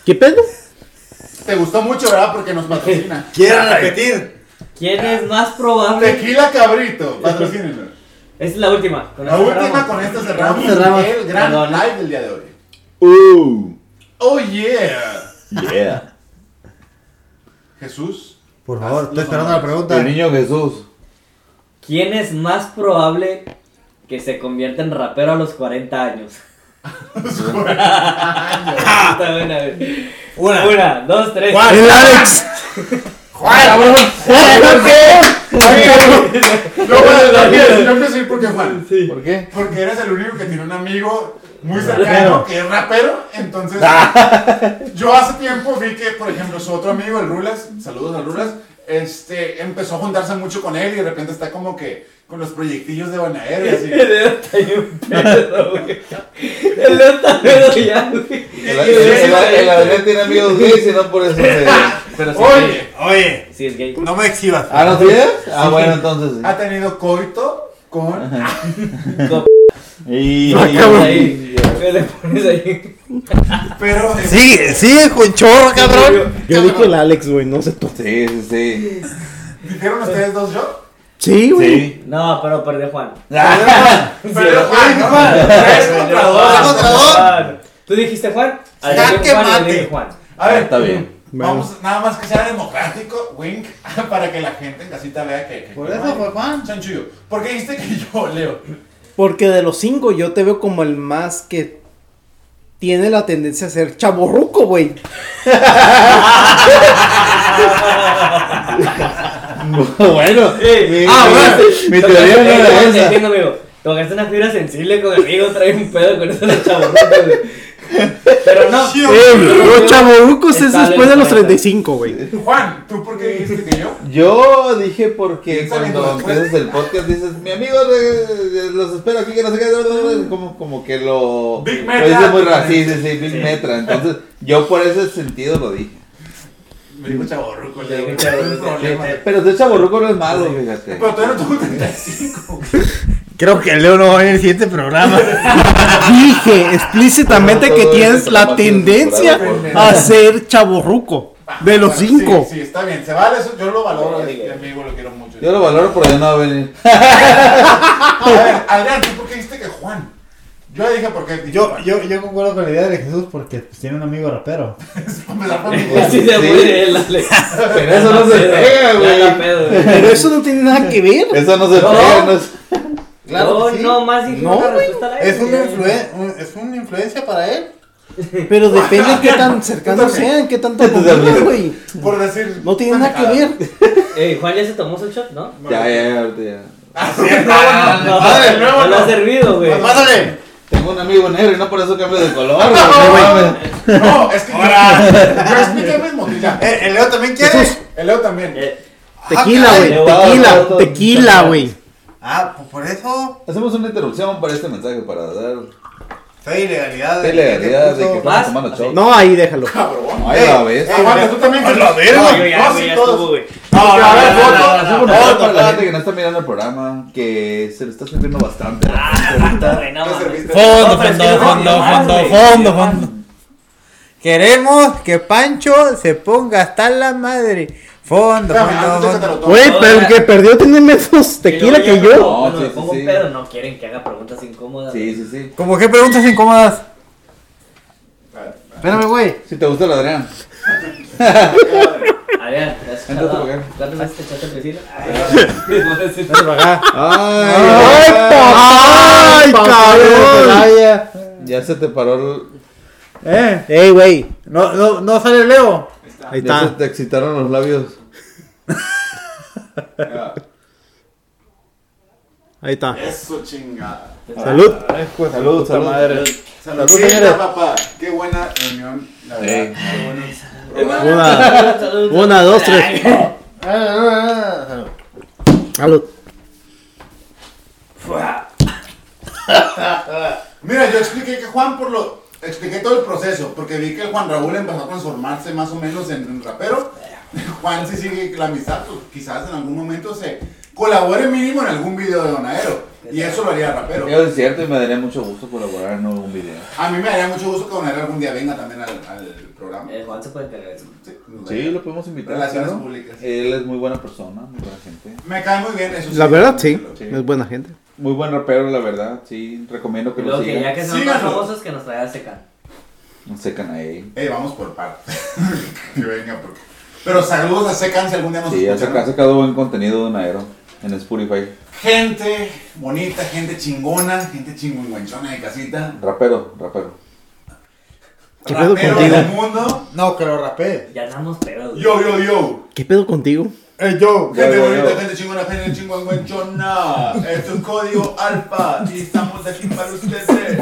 Speaker 6: ¿Qué pedo?
Speaker 2: Te gustó mucho, ¿verdad? Porque nos patrocina.
Speaker 4: Quiero repetir.
Speaker 3: ¿Quién es más probable?
Speaker 2: Tequila Cabrito, patrocínenlo.
Speaker 3: Esta es la última. con
Speaker 2: La
Speaker 3: esta
Speaker 2: última
Speaker 3: cerramos.
Speaker 2: con esta cerramos, ¿eh?
Speaker 4: Cerramos.
Speaker 2: el gran
Speaker 3: Perdón.
Speaker 2: live del día de hoy.
Speaker 5: Uh,
Speaker 2: Oh yeah.
Speaker 5: yeah.
Speaker 2: Jesús.
Speaker 4: Por favor, estoy esperando la pregunta.
Speaker 5: El niño Jesús.
Speaker 3: ¿Quién es más probable que se convierta en rapero a los 40 años? Está buena, güey.
Speaker 4: Una.
Speaker 3: Una, dos, tres.
Speaker 6: ¡El Alex!
Speaker 5: ¡Cabrón!
Speaker 2: No, bueno, Daniel, si no empiezo a ir porque Juan.
Speaker 5: ¿Por qué?
Speaker 2: Porque eres el único que tiene un amigo muy cercano que es rapero. Entonces,
Speaker 5: Ah.
Speaker 2: yo hace tiempo vi que, por ejemplo, su otro amigo, el Rulas, saludos al Rulas, este, empezó a juntarse mucho con él y de repente está como que con los proyectillos de Banaer y así.
Speaker 3: El Leo está bien pedo, güey. El Leo está pedo ya, güey.
Speaker 2: Y- y-
Speaker 5: El el
Speaker 2: y-
Speaker 5: Adrián tiene amigos gays y no por eso se... pero sí.
Speaker 2: Oye,
Speaker 4: Oye,
Speaker 3: Sí, es gay.
Speaker 4: no me exhibas.
Speaker 5: ¿Ah, no tienes? Ah, bueno, entonces
Speaker 2: ha tenido coito con...
Speaker 5: sí. Y...
Speaker 3: Le pones ahí. Le pones ahí.
Speaker 2: Pero... eh,
Speaker 4: Sigue, sigue con chorro, cabrón.
Speaker 6: Yo dije el Alex, güey, no sé tú.
Speaker 5: Sí, sí, sí.
Speaker 2: ¿Dijeron ustedes dos yo?
Speaker 6: Sí, güey.
Speaker 5: Sí.
Speaker 3: No, pero perdió Juan.
Speaker 2: Pero Juan, ¿no? Tres contra dos.
Speaker 4: contra dos.
Speaker 3: ¿Tú dijiste Juan?
Speaker 5: Ah,
Speaker 4: Ya
Speaker 3: Adrián,
Speaker 4: que
Speaker 3: Juan,
Speaker 4: mate.
Speaker 3: Adrián, Juan.
Speaker 2: A ver,
Speaker 5: Está bien.
Speaker 2: Vamos, nada más que sea democrático, wink, para que la gente en casita vea que. que-
Speaker 4: Por eso, pues, Juan.
Speaker 2: Chanchullo, ¿por qué dijiste que yo leo?
Speaker 6: Porque de los cinco yo te veo como el más que tiene la tendencia a ser chaborruco, güey.
Speaker 5: bueno.
Speaker 3: Eh,
Speaker 5: ah, bueno. Mi teoría no era
Speaker 3: Entiendo,
Speaker 5: esa.
Speaker 3: Entiendo, amigo. Tocaste una fibra sensible con el amigo, trae un pedo con eso de chaborrucos, güey. Pero no.
Speaker 4: Sí,
Speaker 6: Ey, Eh, los chaborrucos es
Speaker 3: Está
Speaker 6: después de los
Speaker 3: lento,
Speaker 6: 35, güey.
Speaker 2: Juan, ¿tú por qué dijiste que yo?
Speaker 5: Yo dije porque
Speaker 2: Piénsale
Speaker 5: cuando
Speaker 2: en tu
Speaker 5: empiezas el podcast dices, mi amigo eh, eh, los espero aquí que no sé qué, bla, bla, bla", como, como que lo,
Speaker 2: Big
Speaker 5: lo
Speaker 2: Metra.
Speaker 5: dices muy racista, sí, sí, Big
Speaker 3: Sí.
Speaker 5: Metra. Entonces, yo por ese sentido lo dije.
Speaker 2: Me dijo chaborruco,
Speaker 3: Sí,
Speaker 2: le digo,
Speaker 3: chaborruco,
Speaker 2: "No hay problema".
Speaker 3: sí,
Speaker 5: Pero de chaborruco no es malo, fíjate.
Speaker 2: Pero todavía no tuvo 35.
Speaker 4: Creo que Leo no va en el siguiente programa.
Speaker 6: Dije explícitamente
Speaker 5: Todo
Speaker 6: que
Speaker 5: eso
Speaker 6: tienes
Speaker 5: está
Speaker 6: la
Speaker 5: más bien
Speaker 6: tendencia
Speaker 2: superado,
Speaker 6: a
Speaker 4: Ah,
Speaker 2: por-
Speaker 6: ser chaborruco. De los
Speaker 2: Sí,
Speaker 6: cinco.
Speaker 2: Sí, está bien, se vale eso, yo lo valoro,
Speaker 3: Sí,
Speaker 2: mi
Speaker 3: digo.
Speaker 2: amigo lo quiero mucho. Ah,
Speaker 5: Yo lo valoro porque no va a venir.
Speaker 2: A ver, Adrián, ¿tú por qué dijiste que Juan? Yo dije por qué. dije
Speaker 4: Yo,
Speaker 2: Juan.
Speaker 4: yo, yo concuerdo con la idea de Jesús porque pues, tiene un amigo rapero.
Speaker 2: Me la pongo.
Speaker 3: Así se
Speaker 5: Sí.
Speaker 3: muere él, dale.
Speaker 5: Pero eso no se pega, güey.
Speaker 3: Ya la pedo, güey.
Speaker 6: Pero eso no tiene nada que ver.
Speaker 5: Eso no se
Speaker 3: No.
Speaker 5: pega, no es...
Speaker 4: Oh,
Speaker 3: No, no, más dije
Speaker 4: No,
Speaker 3: una
Speaker 4: güey.
Speaker 3: respuesta al aire.
Speaker 4: Es una, influen- un- es una influencia para él.
Speaker 6: Pero depende de qué tan cercanos
Speaker 2: Entonces-
Speaker 6: sean, qué tanto
Speaker 5: Entonces,
Speaker 6: convivan,
Speaker 5: amigo.
Speaker 6: güey.
Speaker 2: Por decir.
Speaker 6: No tiene nada que
Speaker 2: pendejada.
Speaker 6: ver.
Speaker 3: Eh, Juan ya se tomó su shot, ¿no?
Speaker 5: Ya, ya, ya, ahorita ya.
Speaker 2: Ah, sí, no, no, no,
Speaker 3: No,
Speaker 2: de nuevo
Speaker 3: no lo
Speaker 2: no.
Speaker 3: ha servido, güey.
Speaker 2: Pásale.
Speaker 5: Tengo un amigo negro y no por eso cambio de color, güey.
Speaker 2: No,
Speaker 5: No
Speaker 2: güey.
Speaker 5: mames.
Speaker 2: No, es que yo, yo expliqué mis motivos.
Speaker 4: Eh, ¿El Leo también quiere?
Speaker 6: Jesús.
Speaker 2: El Leo también.
Speaker 3: Eh,
Speaker 6: Tequila, güey.
Speaker 5: Ah, caray,
Speaker 6: Tequila,
Speaker 5: no, no,
Speaker 6: tequila,
Speaker 5: no.
Speaker 6: güey.
Speaker 4: Ah, pues por eso.
Speaker 5: Hacemos una interrupción para este mensaje para dar
Speaker 4: Soy ilegalidad.
Speaker 5: la ilegalidad de que
Speaker 4: puto-
Speaker 5: estamos tomando show.
Speaker 6: No, ahí déjalo.
Speaker 2: Cabrón.
Speaker 5: Ahí la ves.
Speaker 2: Aguanta, Ah, tú también.
Speaker 4: A la verga.
Speaker 3: no, yo ya,
Speaker 4: No,
Speaker 3: güey,
Speaker 4: sí,
Speaker 3: ya
Speaker 4: todos.
Speaker 3: estuvo, güey.
Speaker 4: No, no,
Speaker 2: A ver,
Speaker 4: no,
Speaker 2: foto.
Speaker 4: no, no, no.
Speaker 5: Hacemos una foto
Speaker 4: Foto,
Speaker 5: para la
Speaker 4: claro.
Speaker 5: gente Ah, que no está mirando el programa, que se le está sirviendo bastante.
Speaker 3: Ah, güey, no
Speaker 4: No
Speaker 3: mames.
Speaker 4: serviste.
Speaker 3: No,
Speaker 4: Fondo,
Speaker 3: pero es
Speaker 4: fondo,
Speaker 3: que yo creo
Speaker 4: fondo,
Speaker 3: que más,
Speaker 4: fondo,
Speaker 3: güey.
Speaker 4: fondo, fondo. Queremos que Pancho se ponga hasta la madre. Fondo,
Speaker 2: Espérame,
Speaker 4: fondo,
Speaker 2: antes de
Speaker 4: fondo.
Speaker 2: que
Speaker 6: Güey,
Speaker 3: no,
Speaker 6: pero el
Speaker 3: ya.
Speaker 6: que perdió tiene menos tequila que yo.
Speaker 3: Cuando
Speaker 5: No,
Speaker 3: me
Speaker 5: sí,
Speaker 3: pongo
Speaker 5: sí, sí.
Speaker 3: pedo, no quieren que haga preguntas incómodas.
Speaker 5: Sí, sí, sí.
Speaker 4: Como que preguntas incómodas.
Speaker 6: Espérame, güey.
Speaker 5: Si te gusta el Adrián.
Speaker 3: Adrián, ¿te has
Speaker 5: Entra
Speaker 3: escuchado?
Speaker 5: tú, güey.
Speaker 3: ¿Cuántas veces te echaste Priscila?
Speaker 6: ¡Ay,
Speaker 5: Ay,
Speaker 6: papá! ¡Ay, cabrón!
Speaker 5: Ya se te paró el...
Speaker 4: ¿Eh?
Speaker 6: Ey, güey.
Speaker 4: No, no, no sale Leo.
Speaker 6: Ahí
Speaker 5: Ya se
Speaker 6: está.
Speaker 5: te excitaron los labios.
Speaker 6: Ahí está.
Speaker 2: Eso chingada.
Speaker 6: Salud.
Speaker 5: Salud, salud.
Speaker 2: Salud,
Speaker 6: señores.
Speaker 2: papá. Qué buena reunión, la verdad. Qué bueno.
Speaker 6: Una,
Speaker 3: Salud.
Speaker 6: una, dos, tres. Salud.
Speaker 2: Mira, yo expliqué que Juan por lo expliqué todo el proceso, porque vi que el Juan Raúl empezó a transformarse más o menos en, en rapero. Juan si sigue la amistad, pues quizás en algún momento se colabore mínimo en algún video de Donadero. Y eso lo haría rapero.
Speaker 5: Yo es cierto y me daría mucho gusto colaborar en un video.
Speaker 2: A mí me haría mucho gusto que Donadero algún día venga también al, al programa.
Speaker 3: Eh, Juan se puede encargar de eso.
Speaker 2: Sí, nos
Speaker 5: Sí,
Speaker 2: daría.
Speaker 5: lo podemos invitar.
Speaker 2: Relaciones
Speaker 5: claro.
Speaker 2: públicas.
Speaker 5: Él es muy buena persona, muy buena gente.
Speaker 2: Me cae muy bien eso.
Speaker 6: La verdad, sí.
Speaker 5: Sí.
Speaker 6: Es buena gente.
Speaker 5: Muy buen rapero, la verdad. Sí, ¿eh? recomiendo que lo
Speaker 3: Luego que ya
Speaker 5: sigan.
Speaker 3: que son más
Speaker 2: Síganlo.
Speaker 3: famosos que nos traiga seca.
Speaker 5: No secan ahí.
Speaker 2: Eh, vamos por partes. que venga, porque. Pero saludos a Secan si algún día nos
Speaker 5: Sí, ha
Speaker 2: escuchan.
Speaker 5: saca- ha sacado buen contenido Donaero en Spotify.
Speaker 2: Gente bonita, gente chingona, gente chingüengüenchona de casita.
Speaker 5: Rapero, rapero.
Speaker 6: ¿Qué pedo
Speaker 2: Rapero
Speaker 6: contigo?
Speaker 2: del mundo.
Speaker 4: No, que lo rapé.
Speaker 3: Ya andamos pedos. güey.
Speaker 2: Yo, yo, yo.
Speaker 6: ¿Qué pedo contigo?
Speaker 4: Eh, yo.
Speaker 2: Gente
Speaker 5: yo,
Speaker 2: bonita,
Speaker 5: yo.
Speaker 2: gente chingona, gente chingüengüenchona. Esto es código alfa y estamos aquí para ustedes.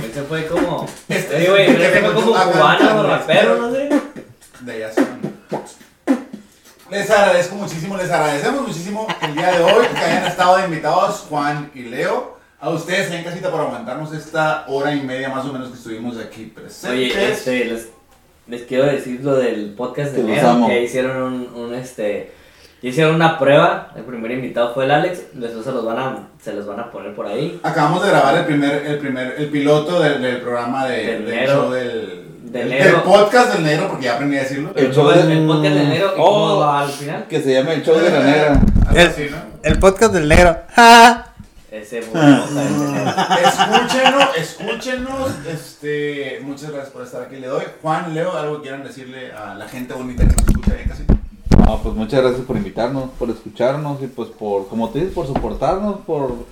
Speaker 3: Ese fue como.
Speaker 2: Este-
Speaker 3: Sí, güey,
Speaker 2: este-
Speaker 3: ese fue como
Speaker 2: acá-
Speaker 3: cubano,
Speaker 2: acá-
Speaker 3: rapero, no sé.
Speaker 2: De allá son. Les agradezco muchísimo, les agradecemos muchísimo el día de hoy que hayan estado de invitados Juan y Leo. A ustedes en casita por aguantarnos esta hora y media más o menos que estuvimos aquí presentes.
Speaker 3: Oye, este, les, les quiero decir lo del podcast de
Speaker 5: Te los
Speaker 3: Leo,
Speaker 5: amo.
Speaker 3: que hicieron un, un, este, hicieron una prueba, el primer invitado fue el Alex, después se los van a, se los van a poner por ahí,
Speaker 2: Acabamos de grabar el primer, el primer, el piloto del, del programa de,
Speaker 3: Del
Speaker 2: del
Speaker 3: Nero.
Speaker 2: show del,
Speaker 3: Del
Speaker 2: del
Speaker 3: Nero.
Speaker 2: podcast del negro, porque ya aprendí a decirlo.
Speaker 5: El
Speaker 3: el,
Speaker 5: show de-
Speaker 3: el podcast de enero, y
Speaker 5: Oh.
Speaker 3: cómo va al final,
Speaker 5: Que se llama El Show de la Negra.
Speaker 2: Algo
Speaker 4: El-
Speaker 2: así, ¿no?
Speaker 4: El podcast del negro. Ja.
Speaker 3: ese fue el
Speaker 5: Ah.
Speaker 3: podcast del enero.
Speaker 2: Escúchenos, escúchenos. Este, muchas gracias por estar aquí. Le doy Juan, Leo, algo que quieran decirle a la gente bonita que nos escucha ahí en casita.
Speaker 5: No, pues muchas gracias por invitarnos, por escucharnos y pues por, como tú dices, por soportarnos, por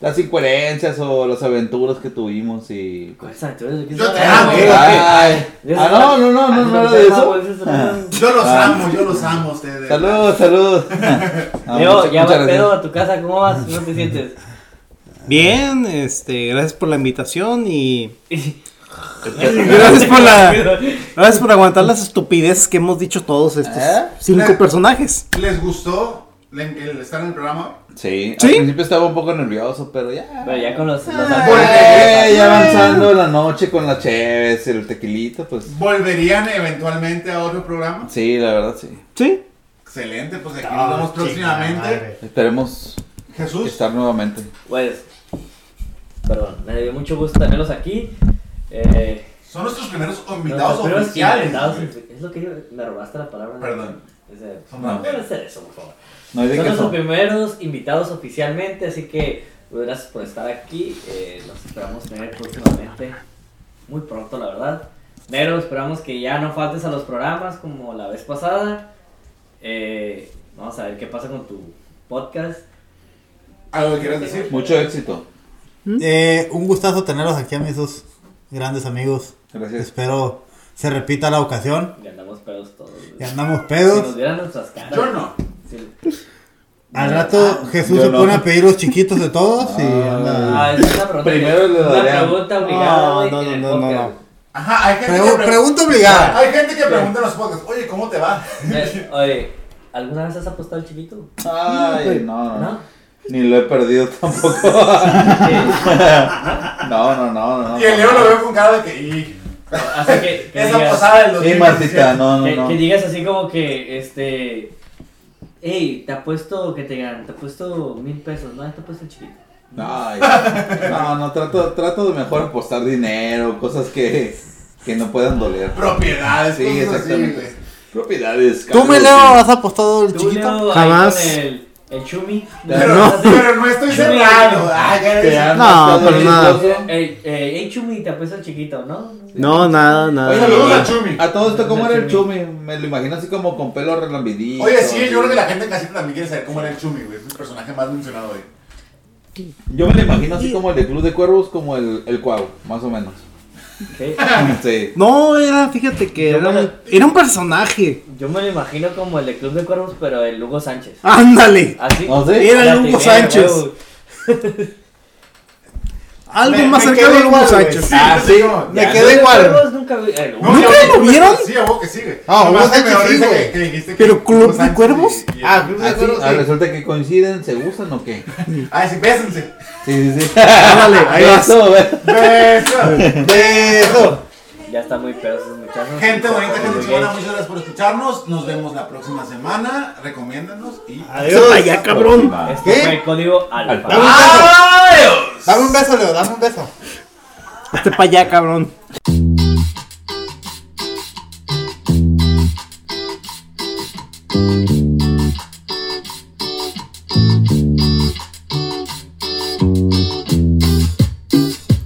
Speaker 5: las incoherencias o las aventuras que tuvimos y... pues,
Speaker 3: ¿Cuáles aventuras de Ah, qué
Speaker 2: Yo
Speaker 3: se
Speaker 2: te
Speaker 3: habla,
Speaker 2: amo,
Speaker 3: güey?
Speaker 5: Ay.
Speaker 3: ¿De eso
Speaker 5: Ah,
Speaker 3: se
Speaker 5: no,
Speaker 3: habla?
Speaker 5: no, no, no,
Speaker 3: Ah,
Speaker 5: no era de
Speaker 3: habla,
Speaker 5: eso.
Speaker 3: güey, se habla.
Speaker 2: Yo los
Speaker 5: Ah.
Speaker 2: amo, yo los amo a ustedes.
Speaker 5: Salud, salud. Ah,
Speaker 3: Leo,
Speaker 5: muchas-
Speaker 3: ya
Speaker 5: muchas
Speaker 3: va
Speaker 5: gracias.
Speaker 3: pedo a tu casa, ¿cómo vas? ¿Cómo te sientes?
Speaker 6: Bien, este, gracias por la invitación y
Speaker 3: Gracias
Speaker 6: por la- gracias por aguantar las estupideces que hemos dicho todos estos
Speaker 5: ¿Eh?
Speaker 6: cinco
Speaker 2: Le-
Speaker 6: personajes.
Speaker 2: ¿Les gustó el, el estar en el programa?
Speaker 5: Sí,
Speaker 6: ¿Sí?
Speaker 5: al principio estaba un poco nervioso, pero ya...
Speaker 3: Pero ya con los, los
Speaker 5: Eh, ya avanzando la noche con la cheves, el tequilito, pues...
Speaker 2: ¿Volverían eventualmente a otro programa?
Speaker 5: Sí, la verdad, sí.
Speaker 6: ¿Sí?
Speaker 2: Excelente, pues aquí
Speaker 3: Ah,
Speaker 2: nos vemos próximamente.
Speaker 5: Esperemos
Speaker 2: Jesús.
Speaker 5: estar nuevamente.
Speaker 3: Pues, perdón, me dio mucho gusto tenerlos aquí. Eh,
Speaker 2: Son nuestros primeros
Speaker 3: los
Speaker 2: invitados
Speaker 3: primeros
Speaker 2: oficiales.
Speaker 3: invitados
Speaker 2: güey.
Speaker 3: ofi- es lo que yo, me robaste la palabra. ¿no?
Speaker 2: Perdón.
Speaker 3: Es de-
Speaker 2: Son
Speaker 3: no,
Speaker 2: raperos.
Speaker 3: pero hacer eso, por favor.
Speaker 5: No hay de
Speaker 3: Son
Speaker 5: qué
Speaker 3: nuestros
Speaker 5: son.
Speaker 3: primeros invitados oficialmente, así que pues, gracias por estar aquí. Eh, los esperamos tener próximamente, muy pronto, la verdad. Pero esperamos que ya no faltes a los programas como la vez pasada. Eh, vamos a ver qué pasa con tu podcast.
Speaker 2: ¿Algo que quieras decir?
Speaker 5: Mucho éxito.
Speaker 4: Eh, un gustazo tenerlos aquí a mis dos grandes amigos.
Speaker 5: Gracias.
Speaker 4: Espero se repita la ocasión.
Speaker 3: Y andamos pedos todos.
Speaker 4: Y andamos
Speaker 3: Si nos
Speaker 4: pedos.
Speaker 3: vieran nuestras caras.
Speaker 2: Yo no.
Speaker 3: Sí.
Speaker 4: Al rato Jesús
Speaker 5: yo
Speaker 4: se
Speaker 5: no.
Speaker 4: pone a pedir los chiquitos de todos y anda.
Speaker 3: Ah, esa es una pregunta.
Speaker 5: Primero le
Speaker 3: Una
Speaker 5: darían.
Speaker 3: pregunta obligada,
Speaker 4: No,
Speaker 3: güey.
Speaker 4: no,
Speaker 3: en
Speaker 4: no,
Speaker 3: el
Speaker 4: no, no,
Speaker 3: podcast.
Speaker 4: no.
Speaker 2: Ajá, hay gente
Speaker 4: Pregu-
Speaker 2: que
Speaker 4: pregunta obligada.
Speaker 2: Hay gente que pregunta en los podcasts, oye, ¿cómo te va?
Speaker 3: Eh, Oye, ¿alguna vez has apostado al chiquito?
Speaker 5: Ay, no, no.
Speaker 3: ¿No?
Speaker 5: Ni lo he perdido tampoco.
Speaker 3: Eh,
Speaker 5: no, no, no, no.
Speaker 2: Y el Leo lo veo con cara de que, y,
Speaker 3: Así que, que
Speaker 2: esa
Speaker 3: digas,
Speaker 2: posada del
Speaker 5: Y
Speaker 2: 2017.
Speaker 5: Martita, no, no,
Speaker 3: que,
Speaker 5: no.
Speaker 3: que digas así como que, este... Ey, te apuesto que te ganan, te apuesto mil pesos, no, te apuesto el chiquito.
Speaker 5: Ay, no, no, trato, trato de mejor apostar dinero, cosas que, que no puedan doler.
Speaker 2: Propiedades,
Speaker 5: Sí,
Speaker 2: cosas así,
Speaker 5: exactamente.
Speaker 2: güey.
Speaker 5: Propiedades.
Speaker 4: ¿Tú, me
Speaker 5: cambios,
Speaker 4: Leo,
Speaker 5: sí.
Speaker 4: has apostado el
Speaker 3: Tú,
Speaker 4: chiquito?
Speaker 3: Leo, ahí
Speaker 6: Jamás.
Speaker 3: con El, el chumi.
Speaker 2: Pero
Speaker 3: No.
Speaker 2: no, pero no estoy cerrado. Ay, ya
Speaker 5: Te
Speaker 2: eres-
Speaker 5: han
Speaker 6: No,
Speaker 5: marcado
Speaker 6: pero
Speaker 5: el
Speaker 6: nada.
Speaker 5: coso.
Speaker 3: Ey, ey, ey, chumi, te apuesto el chiquito, ¿no?
Speaker 6: No, nada,
Speaker 5: Oye,
Speaker 6: nada.
Speaker 2: Saludos
Speaker 5: y-
Speaker 2: al Chumi.
Speaker 5: A todo esto, ¿cómo era el Chumi? Me lo imagino así como con pelo relambidito.
Speaker 2: Oye, sí, yo creo que la gente en casita también quiere saber cómo era el Chumi, güey. Es el personaje más mencionado hoy.
Speaker 5: Yo me lo imagino así como el de Club de Cuervos, como el, el Cuau, más o menos.
Speaker 3: Ok.
Speaker 5: Sí.
Speaker 6: No, era, fíjate que era un, era un personaje.
Speaker 3: Yo me lo imagino como el de Club de Cuervos, pero el Hugo Sánchez.
Speaker 6: Ándale.
Speaker 3: Así.
Speaker 5: No
Speaker 3: La
Speaker 5: sé.
Speaker 4: Era ¿Ah, el Hugo
Speaker 3: primera,
Speaker 4: Sánchez.
Speaker 3: huevo.
Speaker 4: Algo
Speaker 2: Me-
Speaker 4: más
Speaker 2: me
Speaker 4: cercano
Speaker 2: quedé
Speaker 4: al Hugo
Speaker 2: igual, güey.
Speaker 4: Sánchez.
Speaker 2: Sí,
Speaker 5: Ah, sí.
Speaker 2: no,
Speaker 4: Me
Speaker 3: Ya,
Speaker 4: quedé
Speaker 3: Club de
Speaker 4: igual.
Speaker 3: Cuervos nunca vi- el Hugo
Speaker 2: No,
Speaker 4: ¿Nunca
Speaker 2: ya,
Speaker 4: lo
Speaker 2: güey,
Speaker 4: vieron?
Speaker 2: Sí, a vos que sí, güey.
Speaker 4: Ah,
Speaker 2: Además,
Speaker 4: vos
Speaker 2: que
Speaker 4: que
Speaker 2: me
Speaker 4: sí,
Speaker 2: ahorita
Speaker 4: güey.
Speaker 2: que- que dijiste que
Speaker 4: Pero
Speaker 2: Hugo
Speaker 4: Club de
Speaker 2: Sánchez
Speaker 4: Cuervos.
Speaker 2: y- y-
Speaker 4: Ah, Club
Speaker 5: Ah, sí, ah, resulta que coinciden, ¿se gustan o qué?
Speaker 2: Ah, sí, bésense.
Speaker 5: Sí, sí, sí.
Speaker 4: Ándale, ahí vas.
Speaker 5: Eso, ¿verdad?
Speaker 2: Besos.
Speaker 4: Beso.
Speaker 3: Ya está muy pedo esos muchachos.
Speaker 2: Gente bonita, gente
Speaker 3: Ok.
Speaker 2: chingona, muchas gracias por escucharnos. Nos vemos la próxima semana. Recomiéndanos y.
Speaker 4: Adiós.
Speaker 6: Hasta allá, cabrón.
Speaker 3: Este
Speaker 4: ¿Qué?
Speaker 3: fue el código alfa.
Speaker 4: Dame un beso. Dame un beso, Leo, dame un beso.
Speaker 6: Hasta para allá, cabrón.